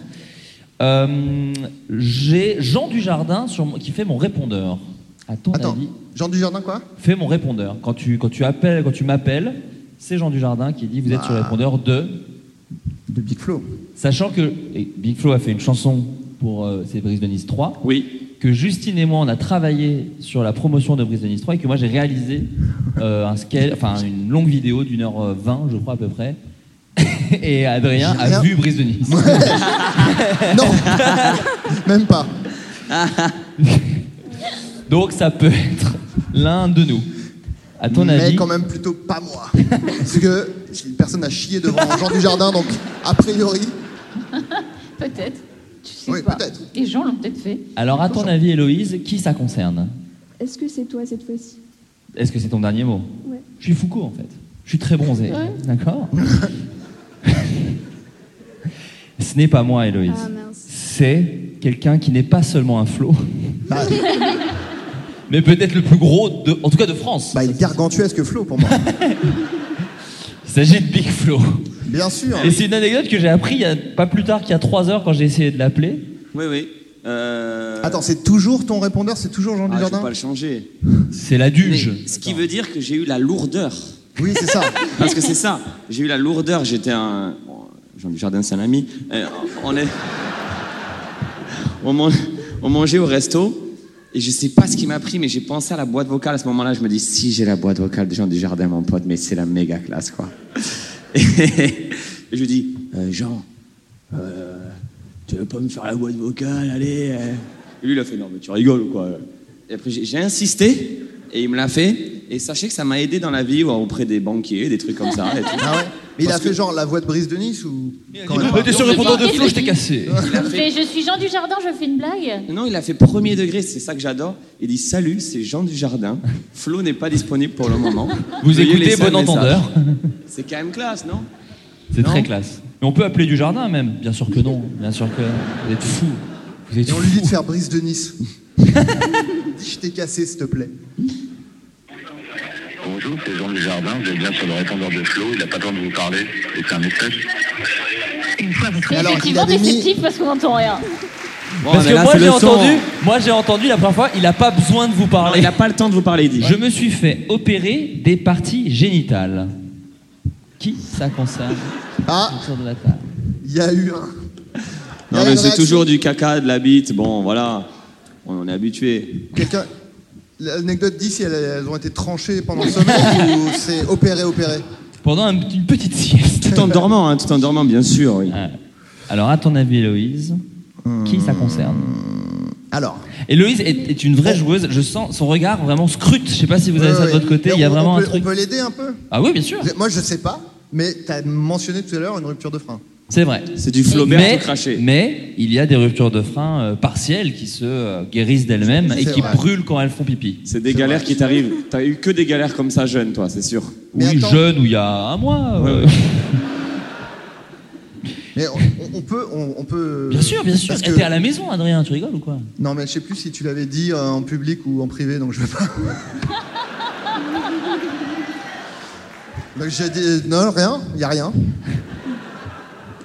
[SPEAKER 6] Euh, J'ai Jean Dujardin sur mon- qui fait mon répondeur. À ton avis
[SPEAKER 8] Jean Dujardin, quoi
[SPEAKER 6] Fait mon répondeur. Quand tu, quand tu appelles, quand tu m'appelles, c'est Jean Dujardin qui dit Vous êtes sur le
[SPEAKER 8] Ah.
[SPEAKER 6] répondeur de.
[SPEAKER 8] De Big Flo.
[SPEAKER 6] Sachant que et Big Flo a fait une chanson pour euh, c'est Brise de Nice 3.
[SPEAKER 2] Oui.
[SPEAKER 6] Que Justine et moi, on a travaillé sur la promotion de Brise de Nice 3 et que moi, j'ai réalisé euh, un scale, enfin, une longue vidéo d'une heure euh, vingt, je crois, à peu près. et Adrien
[SPEAKER 8] J'ai
[SPEAKER 6] a
[SPEAKER 8] rien-
[SPEAKER 6] vu Brise de Nice.
[SPEAKER 8] non Même pas.
[SPEAKER 6] Donc, ça peut être l'un de nous. À ton
[SPEAKER 8] mais
[SPEAKER 6] avis.
[SPEAKER 8] quand même plutôt pas moi. Parce que personne a chié devant Jean Dujardin, donc a priori.
[SPEAKER 7] peut-être. Tu sais
[SPEAKER 8] Oui,
[SPEAKER 7] pas.
[SPEAKER 8] peut-être.
[SPEAKER 7] Les gens l'ont peut-être fait.
[SPEAKER 6] Alors, à ton avis, Héloïse, qui ça concerne
[SPEAKER 28] Est-ce que c'est toi cette fois-ci
[SPEAKER 6] Est-ce que c'est ton dernier mot
[SPEAKER 28] Ouais.
[SPEAKER 6] Je suis Foucault, en fait. Je suis très bronzé.
[SPEAKER 28] Ouais.
[SPEAKER 6] D'accord Ce n'est pas moi, Héloïse.
[SPEAKER 28] Ah, mince.
[SPEAKER 6] C'est quelqu'un qui n'est pas seulement un flot, mais peut-être le plus gros, de, en tout cas de France.
[SPEAKER 8] Bah, il est gargantuesque Flo pour moi.
[SPEAKER 6] Il s'agit de Big Flo.
[SPEAKER 8] Bien sûr.
[SPEAKER 2] Ah
[SPEAKER 6] Et c'est une anecdote que j'ai appris il y a pas plus tard qu'il y a trois heures quand j'ai essayé de l'appeler.
[SPEAKER 2] Oui, oui. Euh...
[SPEAKER 8] Attends, c'est toujours ton répondeur, c'est toujours Jean
[SPEAKER 2] Ah, je vais
[SPEAKER 8] Dujardin
[SPEAKER 2] pas le changer.
[SPEAKER 6] C'est la duge.
[SPEAKER 2] Ce qui veut dire que j'ai eu la lourdeur.
[SPEAKER 8] Oui, c'est ça.
[SPEAKER 2] Parce que c'est ça. J'ai eu la lourdeur. J'étais un. bon, Jean Dujardin, c'est un ami. Euh, on est. On, man- on mangeait au resto. Et je sais pas ce qui m'a pris, mais j'ai pensé à la boîte vocale à ce moment-là. Je me dis, si j'ai la boîte vocale de Jean Dujardin, mon pote, mais c'est la méga classe, quoi. Et je lui dis, euh, Jean, euh, tu veux pas me faire la boîte vocale, allez. euh. Et lui, il a fait, non, mais tu rigoles ou quoi Et après, j'ai j'ai insisté, et il me l'a fait. Et sachez que ça m'a aidé dans la vie, ou auprès des banquiers, des trucs comme ça. Et tout.
[SPEAKER 8] Ah ouais Mais il a
[SPEAKER 2] Parce
[SPEAKER 8] fait
[SPEAKER 2] que-
[SPEAKER 8] genre la voix de Brise de Nice ou quand
[SPEAKER 2] dit,
[SPEAKER 8] même
[SPEAKER 2] bah,
[SPEAKER 8] pas
[SPEAKER 2] t'es sur le répondeur de Flo, je t'ai
[SPEAKER 6] cassé.
[SPEAKER 2] Il a
[SPEAKER 7] Il
[SPEAKER 2] fait-
[SPEAKER 7] fait, je suis Jean du Jardin, je fais une blague.
[SPEAKER 2] Non, il a fait premier degré, c'est ça que j'adore. Il dit Salut, c'est Jean Dujardin. Flo n'est pas disponible pour le moment.
[SPEAKER 6] Vous
[SPEAKER 2] Veuillez
[SPEAKER 6] écoutez
[SPEAKER 2] laisser un
[SPEAKER 6] Bon
[SPEAKER 2] message.
[SPEAKER 6] Entendeur.
[SPEAKER 2] C'est quand même classe, non
[SPEAKER 6] C'est
[SPEAKER 2] Non.
[SPEAKER 6] très classe. Mais on peut appeler du jardin même. Bien sûr que non. Bien sûr que vous êtes fous. Vous êtes
[SPEAKER 8] Et on
[SPEAKER 6] fous.
[SPEAKER 8] lui dit de faire Brise de Nice. Dis, je t'ai cassé, s'il te plaît.
[SPEAKER 29] Bonjour, c'est Jean Dujardin, vous êtes bien sur le répondeur de Flo, il n'a pas le temps de vous parler, c'est un message.
[SPEAKER 7] Mais
[SPEAKER 8] Alors, il
[SPEAKER 7] effectivement,
[SPEAKER 8] avait
[SPEAKER 7] t'es
[SPEAKER 8] mis-
[SPEAKER 7] fictif parce qu'on n'entend rien.
[SPEAKER 6] Parce que moi j'ai entendu, moi j'ai entendu la première fois, il a pas besoin de vous parler. il
[SPEAKER 2] n'a pas le temps de vous parler, dit.
[SPEAKER 6] Je me suis fait opérer des parties génitales. Qui ça concerne
[SPEAKER 8] Ah
[SPEAKER 6] Autour de la table.
[SPEAKER 8] Il y a eu un. Il y a
[SPEAKER 2] Non,
[SPEAKER 8] eu une
[SPEAKER 2] mais c'est
[SPEAKER 8] réaction.
[SPEAKER 2] toujours du caca, de la bite. Bon, voilà, on en est habitué.
[SPEAKER 8] Quelqu'un. L'anecdote dit si elles, elles ont été tranchées pendant le sommeil ou c'est opéré, opéré
[SPEAKER 6] Pendant un- une petite sieste.
[SPEAKER 2] Tout en dormant, hein, tout en dormant, bien sûr. Oui.
[SPEAKER 6] Alors à ton avis, Héloïse, qui ça concerne
[SPEAKER 8] Alors.
[SPEAKER 6] Héloïse est, est une vraie joueuse. Je sens son regard vraiment scrute. Je sais pas si vous avez
[SPEAKER 8] Oh. Ouais,
[SPEAKER 6] ça de
[SPEAKER 8] ouais.
[SPEAKER 6] votre côté.
[SPEAKER 8] Et
[SPEAKER 6] Il y a
[SPEAKER 8] on-
[SPEAKER 6] vraiment
[SPEAKER 8] on
[SPEAKER 6] un
[SPEAKER 8] peut-
[SPEAKER 6] truc.
[SPEAKER 8] On peut l'aider un peu
[SPEAKER 6] Ah oui, bien sûr.
[SPEAKER 8] Moi, je sais pas, mais t'as mentionné tout à l'heure une rupture de frein.
[SPEAKER 6] C'est vrai.
[SPEAKER 2] C'est du Flaubert
[SPEAKER 6] mais,
[SPEAKER 2] tout craché.
[SPEAKER 6] Mais il y a des ruptures de frein euh, partielles qui se euh, guérissent d'elles-mêmes et
[SPEAKER 2] C'est
[SPEAKER 6] qui
[SPEAKER 2] vrai.
[SPEAKER 6] brûlent quand elles font pipi.
[SPEAKER 2] C'est des galères qui t'arrivent. T'as eu que des galères comme ça, jeune, toi, c'est sûr.
[SPEAKER 6] oui, jeune ou il y a un mois. euh,
[SPEAKER 8] Mais on, on- on peut, on, on peut.
[SPEAKER 6] Bien sûr, bien sûr.
[SPEAKER 8] parce
[SPEAKER 6] Eh,
[SPEAKER 8] que-
[SPEAKER 6] T'es à la maison, Adrien, tu rigoles ou quoi
[SPEAKER 8] Non, mais je sais plus si tu l'avais dit euh, en public ou en privé, donc je veux pas. donc j'ai dit non, rien, y a rien.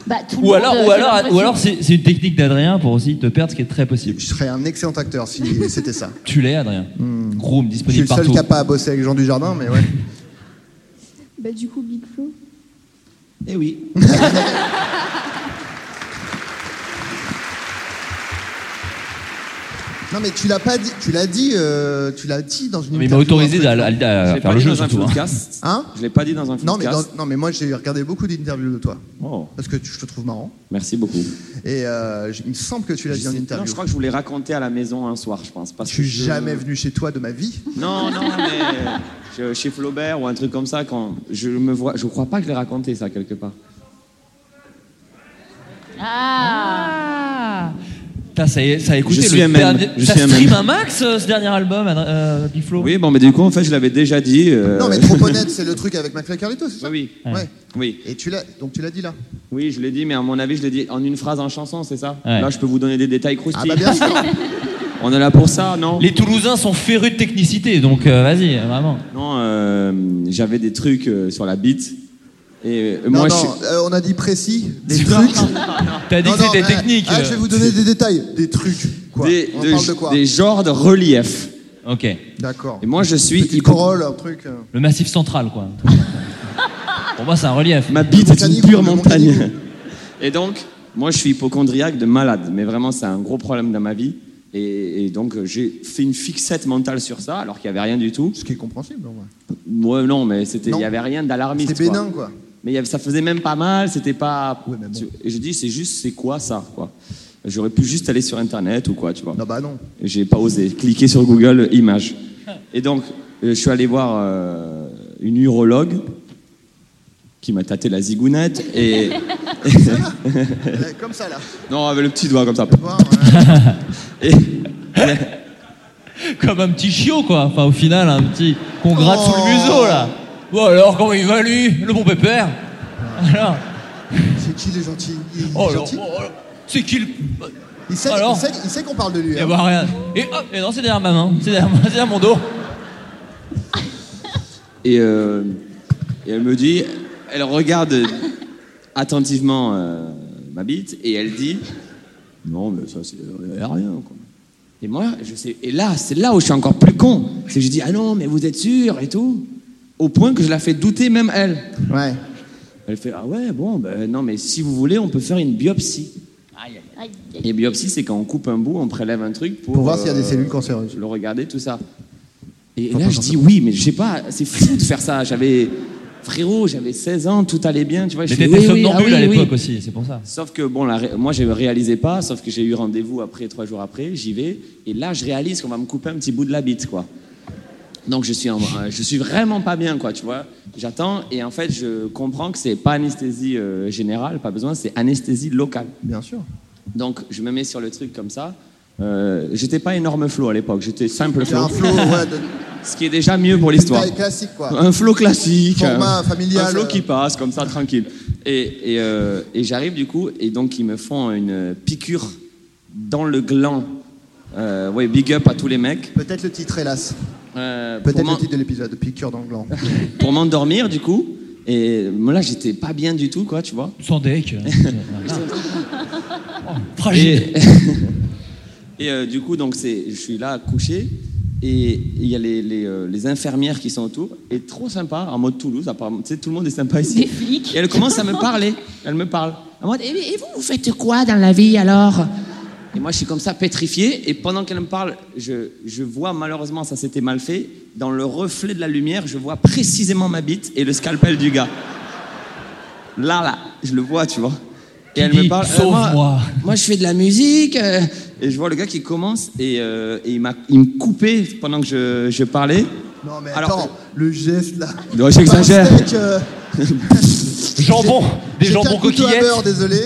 [SPEAKER 7] Bah, tout le
[SPEAKER 6] Ou alors,
[SPEAKER 7] monde,
[SPEAKER 6] ou
[SPEAKER 7] euh,
[SPEAKER 6] alors,
[SPEAKER 7] j'ai l'impression.
[SPEAKER 6] ou alors c'est c'est une technique d'Adrien pour aussi te perdre, ce qui est très possible.
[SPEAKER 8] Je serais un excellent acteur si c'était ça.
[SPEAKER 6] Tu l'es, Adrien.
[SPEAKER 2] Hmm.
[SPEAKER 6] Groom,
[SPEAKER 8] Je suis
[SPEAKER 6] disponible
[SPEAKER 8] le seul
[SPEAKER 6] partout.
[SPEAKER 8] qui a pas à bosser avec Jean Dujardin, mais ouais.
[SPEAKER 28] Bah du coup Big Flo.
[SPEAKER 2] Eh oui.
[SPEAKER 8] Non mais tu l'as pas dit, tu l'as dit, euh, tu l'as dit dans une.
[SPEAKER 6] Mais il m'a autorisé à, à- à
[SPEAKER 8] l'ai
[SPEAKER 6] faire
[SPEAKER 8] pas
[SPEAKER 6] le
[SPEAKER 8] dit
[SPEAKER 6] jeu
[SPEAKER 8] dans un
[SPEAKER 6] surtout. hein.
[SPEAKER 8] podcast. Hein
[SPEAKER 2] Je l'ai pas dit dans un
[SPEAKER 8] Non mais dans-
[SPEAKER 2] podcast.
[SPEAKER 8] non mais moi j'ai regardé beaucoup d'interviews de toi
[SPEAKER 2] Oh.
[SPEAKER 8] parce que tu- je te trouve marrant
[SPEAKER 2] Merci beaucoup.
[SPEAKER 8] et euh, j- il me semble que tu l'as
[SPEAKER 2] Je
[SPEAKER 8] dit en
[SPEAKER 2] sais- non,
[SPEAKER 8] interview.
[SPEAKER 2] je crois que je voulais raconter à la maison un soir, je pense. Parce
[SPEAKER 8] Je suis
[SPEAKER 2] que je- Euh.
[SPEAKER 8] jamais venu chez toi de ma vie.
[SPEAKER 2] Non, non, mais euh, je- chez Flaubert ou un truc comme ça, quand je me vois, je crois pas que je l'ai raconté ça quelque part.
[SPEAKER 7] Ah
[SPEAKER 6] Putain, ça, a- ça a écouté
[SPEAKER 2] Je
[SPEAKER 6] le
[SPEAKER 2] suis un même.
[SPEAKER 6] dernier.
[SPEAKER 2] Je
[SPEAKER 6] ça
[SPEAKER 2] suis un
[SPEAKER 6] stream
[SPEAKER 2] même.
[SPEAKER 6] un max euh, ce dernier album, euh, Big Flo
[SPEAKER 2] Oui, bon, mais du coup, en fait, je l'avais déjà dit. euh,
[SPEAKER 8] Non mais trop honnête, c'est le truc avec McFly Carlito, c'est ça Oui. Ouais.
[SPEAKER 2] Oui.
[SPEAKER 8] Et tu l'as, donc tu l'as dit là.
[SPEAKER 2] Oui, je l'ai dit, mais à mon avis, je l'ai dit en une phrase, en chanson, c'est ça
[SPEAKER 6] Ouais.
[SPEAKER 2] Là, je peux vous donner des détails
[SPEAKER 8] Ah bah
[SPEAKER 2] croustillants.
[SPEAKER 8] bien sûr.
[SPEAKER 2] On est là pour ça, non
[SPEAKER 6] Les Toulousains sont férus de technicité, donc euh, vas-y, vraiment.
[SPEAKER 2] Non, euh, j'avais des trucs euh, sur la bite. Et euh,
[SPEAKER 8] Non,
[SPEAKER 2] moi,
[SPEAKER 8] non,
[SPEAKER 2] je-
[SPEAKER 8] euh, on a dit précis, des
[SPEAKER 2] Tu-
[SPEAKER 8] trucs.
[SPEAKER 2] T'as dit que c'était
[SPEAKER 8] mais,
[SPEAKER 2] technique,
[SPEAKER 8] ah,
[SPEAKER 2] là.
[SPEAKER 8] je vais vous donner des détails, des trucs. Quoi.
[SPEAKER 2] Des,
[SPEAKER 8] on
[SPEAKER 2] de-
[SPEAKER 8] parle de quoi
[SPEAKER 2] des genres de relief.
[SPEAKER 6] Ok.
[SPEAKER 8] D'accord.
[SPEAKER 2] Et moi, je suis.
[SPEAKER 8] Petite corolle, un truc. euh.
[SPEAKER 6] Le massif central, quoi. Pour moi, c'est un relief.
[SPEAKER 2] Ma bite est une
[SPEAKER 8] Montagneux,
[SPEAKER 2] pure
[SPEAKER 8] le
[SPEAKER 2] montagne. Et donc, moi, je suis hypochondriaque de malade, mais vraiment, c'est un gros problème dans ma vie. Et, et donc, j'ai fait une fixette mentale sur ça, alors qu'il n'y avait rien du tout.
[SPEAKER 8] Ce qui est compréhensible, en vrai.
[SPEAKER 2] Ouais, non, mais c'était, il
[SPEAKER 8] Non.
[SPEAKER 2] n'y avait rien d'alarmiste.
[SPEAKER 8] C'est bénin, quoi.
[SPEAKER 2] Mais il y avait- ça faisait même pas mal, c'était pas. Et j'ai dit, c'est juste, c'est quoi ça, quoi J'aurais pu juste aller sur Internet ou quoi, tu vois.
[SPEAKER 8] Non, bah non.
[SPEAKER 2] Et J'ai pas osé cliquer sur Google Images. Et donc, euh, je suis allé voir euh, une urologue qui m'a tâté la zigounette et.
[SPEAKER 8] Euh, Comme ça, là.
[SPEAKER 2] non, avec le petit doigt comme ça.
[SPEAKER 8] Voir,
[SPEAKER 2] Et-
[SPEAKER 6] Comme un petit chiot, quoi. Enfin, au final, un petit qu'on gratte sous le museau, là. Bon, alors, comment il va, lui Le bon pépère Alors,
[SPEAKER 8] euh, C'est qui le gentil Il est
[SPEAKER 6] oh, alors,
[SPEAKER 8] gentil
[SPEAKER 6] oh, alors, c'est qui le.
[SPEAKER 8] Il sait,
[SPEAKER 6] alors
[SPEAKER 8] il sait, il sait qu'on parle de
[SPEAKER 6] Il
[SPEAKER 2] Eh
[SPEAKER 8] lui.
[SPEAKER 6] y a
[SPEAKER 8] hein.
[SPEAKER 2] bah.
[SPEAKER 6] pas rien. Et hop, et non, c'est derrière ma main. C'est derrière, moi, c'est derrière mon dos.
[SPEAKER 2] Et, euh, et elle me dit, elle regarde attentivement euh, ma bite et elle dit, non mais ça c'est euh, rien quoi. Et moi, je sais, et là, c'est là où je suis encore plus con. C'est que je dis, ah non, mais vous êtes sûr et tout. Au point que je la fais douter même elle.
[SPEAKER 8] Ouais.
[SPEAKER 2] Elle fait, ah ouais, bon, ben non, mais si vous voulez, on peut faire une biopsie.
[SPEAKER 7] Aïe, aïe.
[SPEAKER 2] Et biopsie, c'est quand on coupe un bout, on prélève un truc pour,
[SPEAKER 8] Pour voir s'il y a des
[SPEAKER 2] euh,
[SPEAKER 8] cellules cancéreuses.
[SPEAKER 2] Le regarder, tout ça. Et
[SPEAKER 8] Faut
[SPEAKER 2] là,
[SPEAKER 8] pas
[SPEAKER 2] je
[SPEAKER 8] faire
[SPEAKER 2] dis oui, mais je sais pas, c'est fou de faire ça. J'avais, frérot, j'avais 16 ans, tout allait bien, tu vois. je
[SPEAKER 6] Mais
[SPEAKER 2] fais,
[SPEAKER 6] t'étais
[SPEAKER 2] oui, oui,
[SPEAKER 6] somnambule
[SPEAKER 2] ah oui,
[SPEAKER 6] à l'époque
[SPEAKER 2] oui.
[SPEAKER 6] aussi, c'est pour ça.
[SPEAKER 2] Sauf que bon, la ré- moi je réalisais pas, sauf que j'ai eu rendez-vous après, trois jours après, j'y vais, et là je réalise qu'on va me couper un petit bout de la bite, quoi. Donc je suis, en- euh, je suis vraiment pas bien, quoi, tu vois. J'attends, et en fait je comprends que c'est pas anesthésie euh, générale, pas besoin, c'est anesthésie locale.
[SPEAKER 8] Bien sûr.
[SPEAKER 2] Donc je me mets sur le truc comme ça. Euh, j'étais pas énorme flow à l'époque, j'étais simple
[SPEAKER 8] C'est
[SPEAKER 2] flow.
[SPEAKER 8] un flow, ouais, de
[SPEAKER 2] Ce qui est déjà mieux pour l'histoire.
[SPEAKER 8] taille classique, quoi.
[SPEAKER 2] Un flow classique.
[SPEAKER 8] Format
[SPEAKER 2] euh,
[SPEAKER 8] familial,
[SPEAKER 2] Un flow
[SPEAKER 8] euh.
[SPEAKER 2] qui passe, comme ça, tranquille. Et, et, euh, et j'arrive du coup, et donc ils me font une piqûre dans le gland. Euh, ouais, big up à tous les mecs.
[SPEAKER 8] Peut-être le titre, hélas.
[SPEAKER 2] Euh, pour
[SPEAKER 8] Peut-être
[SPEAKER 2] m'en-
[SPEAKER 8] le titre de l'épisode, Piqûre dans le gland.
[SPEAKER 2] Pour m'endormir du coup. Et moi, là, j'étais pas bien du tout, quoi, tu vois.
[SPEAKER 6] Sans deck. Oh,
[SPEAKER 2] Et,
[SPEAKER 6] Fragile.
[SPEAKER 2] et, euh, du coup, donc, c'est, je suis là couché et il y a les, les, euh, les infirmières qui sont autour et trop sympa en mode Toulouse. Apparemment, tu sais, tout le monde est sympa ici.
[SPEAKER 7] Des flics.
[SPEAKER 2] Et elle commence à me parler. Elle me parle. En mode, et, et vous, vous faites quoi dans la vie alors Et moi, je suis comme ça pétrifié. Et pendant qu'elle me parle, je, je vois malheureusement, ça s'était mal fait. Dans le reflet de la lumière, je vois précisément ma bite et le scalpel du gars. Là, là, je le vois, tu vois. Et elle me
[SPEAKER 6] dit,
[SPEAKER 2] parle. euh,
[SPEAKER 6] Sauve-moi.
[SPEAKER 2] moi, moi, je fais de la musique. euh. et je vois le gars qui commence et, euh, et il, m'a, il me coupait pendant que je, je parlais.
[SPEAKER 8] Non, mais
[SPEAKER 2] Alors-
[SPEAKER 8] attends, le geste, là.
[SPEAKER 2] Non, j'exagère.
[SPEAKER 8] Pas un steak, euh,
[SPEAKER 6] Jambon. Des
[SPEAKER 8] j'ai
[SPEAKER 6] jambons
[SPEAKER 8] quatre couteaux à
[SPEAKER 6] coquillettes.
[SPEAKER 8] beurre, désolé.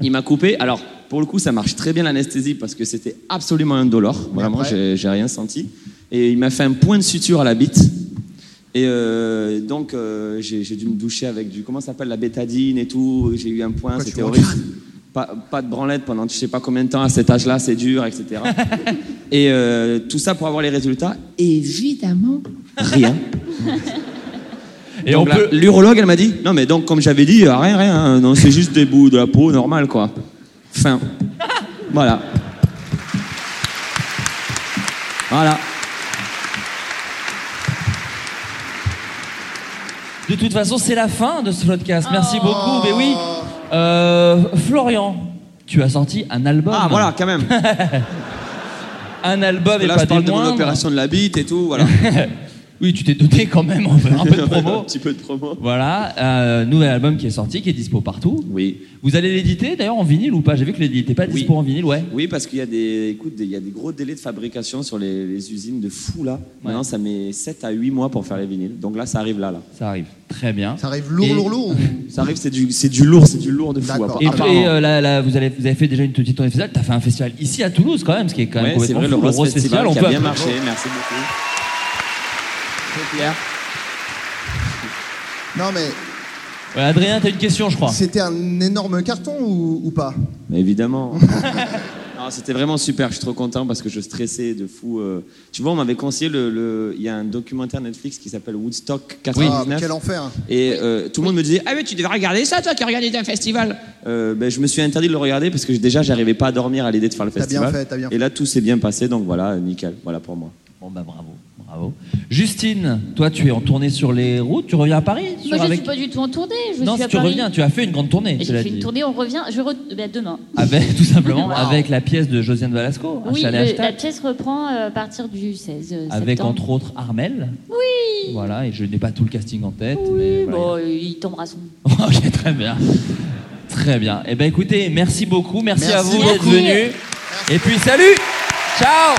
[SPEAKER 2] Il m'a coupé. Alors, pour le coup, ça marche très bien l'anesthésie parce que c'était absolument indolore. Vraiment,
[SPEAKER 8] après
[SPEAKER 2] j'ai, j'ai rien senti. Et il m'a fait un point de suture à la bite. Et euh, donc, euh, j'ai, j'ai dû me doucher avec du. Comment ça s'appelle La bétadine et tout. J'ai eu un point,
[SPEAKER 8] Pourquoi tu
[SPEAKER 2] c'était
[SPEAKER 8] me
[SPEAKER 2] horrible.
[SPEAKER 8] regardes
[SPEAKER 2] Pas, pas de branlette pendant je sais pas combien de temps à cet âge-là, c'est dur, etc. et euh, tout ça pour avoir les résultats. Évidemment, rien.
[SPEAKER 6] Et on
[SPEAKER 2] Donc la-
[SPEAKER 6] peut.
[SPEAKER 2] L'urologue, elle m'a dit Non, mais donc, comme j'avais dit, euh, rien, rien, hein, non, c'est juste des bouts de la peau, normal, quoi. Fin. Voilà. Voilà.
[SPEAKER 6] De toute façon, c'est la fin de ce podcast. Merci
[SPEAKER 2] Oh.
[SPEAKER 6] beaucoup. Mais oui, Euh, Florian, tu as sorti un album.
[SPEAKER 2] Ah, voilà, quand même.
[SPEAKER 6] un album et
[SPEAKER 2] là,
[SPEAKER 6] pas
[SPEAKER 2] je parle
[SPEAKER 6] des
[SPEAKER 2] de mon
[SPEAKER 6] moindres.
[SPEAKER 2] opération de la bite et tout, voilà.
[SPEAKER 6] oui, tu t'es donné quand même un peu de promo.
[SPEAKER 2] un petit peu de promo.
[SPEAKER 6] Voilà, euh, nouvel album qui est sorti, qui est dispo partout.
[SPEAKER 2] Oui.
[SPEAKER 6] Vous allez l'éditer d'ailleurs en vinyle ou pas J'ai vu que l'édité pas dispo en vinyle, ouais.
[SPEAKER 2] Oui, parce qu'il y a des, écoute, des- il y a des gros délais de fabrication sur les, les usines de fou là. Maintenant, ça met 7 à 8 mois pour faire les vinyles. Donc là, ça arrive là, là.
[SPEAKER 6] Ça arrive. Très bien.
[SPEAKER 2] Ça
[SPEAKER 8] arrive
[SPEAKER 6] lourd, lourd,
[SPEAKER 8] lourd.
[SPEAKER 2] Ça arrive, c'est du, c'est du lourd, c'est du lourd de fou.
[SPEAKER 6] D'accord.
[SPEAKER 2] appara-
[SPEAKER 6] Et,
[SPEAKER 2] apparemment.
[SPEAKER 6] et, euh, là, là, vous, avez, vous avez fait déjà une petite tournée festival. T'as fait un festival ici à Toulouse quand même, ce qui est quand même
[SPEAKER 2] Ouais, c'est
[SPEAKER 6] complètement
[SPEAKER 2] vrai, le
[SPEAKER 6] fou,
[SPEAKER 2] Rose
[SPEAKER 6] Rose
[SPEAKER 2] Festival, qui a
[SPEAKER 6] on peut
[SPEAKER 2] bien
[SPEAKER 6] applaudir.
[SPEAKER 2] marché. Merci beaucoup. Ah.
[SPEAKER 8] Non, mais
[SPEAKER 6] Ouais, Adrien, t'as une question, je crois.
[SPEAKER 8] c'était un énorme carton ou, ou pas
[SPEAKER 2] Mais évidemment. Non, C'était vraiment super, je suis trop content parce que je stressais de fou. euh. Tu vois, on m'avait conseillé, le- le- il y a un documentaire Netflix qui s'appelle Woodstock 99.
[SPEAKER 8] Ah, quel enfer.
[SPEAKER 2] Et euh, tout le monde me disait, ah mais tu devrais regarder ça, toi qui as regardé un festival. Euh, ben, je me suis interdit de le regarder parce que déjà, j'arrivais pas à dormir à l'idée de faire le
[SPEAKER 8] T'as bien
[SPEAKER 2] festival.
[SPEAKER 8] fait, t'as bien
[SPEAKER 2] Et là, tout s'est bien passé, donc voilà, nickel, voilà pour moi.
[SPEAKER 6] Bon bah bravo, bravo. Justine, toi tu es en tournée sur les routes, tu reviens à Paris
[SPEAKER 7] Moi,
[SPEAKER 6] sur-
[SPEAKER 7] je
[SPEAKER 6] avec-
[SPEAKER 7] suis pas du tout en tournée. Je
[SPEAKER 6] Non,
[SPEAKER 7] suis à
[SPEAKER 6] si tu
[SPEAKER 7] Paris.
[SPEAKER 6] reviens, tu as fait une grande tournée.
[SPEAKER 7] J'ai
[SPEAKER 6] cela
[SPEAKER 7] fait une
[SPEAKER 6] dit. Ah,
[SPEAKER 7] tournée, on revient. Je re- bah, demain.
[SPEAKER 6] Avec, tout simplement avec la pièce de Josiane Balasco, un
[SPEAKER 7] Oui,
[SPEAKER 6] chalet
[SPEAKER 7] le-
[SPEAKER 6] hashtag,
[SPEAKER 7] la pièce reprend euh, à partir du 16 septembre.
[SPEAKER 6] avec entre autres Armel.
[SPEAKER 7] Oui.
[SPEAKER 6] Voilà, et je n'ai pas tout le casting en tête, mais
[SPEAKER 7] Oui,
[SPEAKER 6] voilà,
[SPEAKER 7] bon, il tombera son.
[SPEAKER 6] Ok, très bien. Très bien. Eh ben écoutez, merci beaucoup. Merci,
[SPEAKER 7] Merci
[SPEAKER 6] à vous
[SPEAKER 7] beaucoup.
[SPEAKER 6] d'être venus. Et puis salut Ciao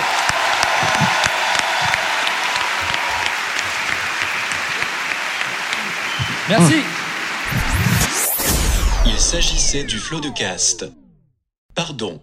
[SPEAKER 6] Merci.
[SPEAKER 30] Il s'agissait du flot de caste. Pardon.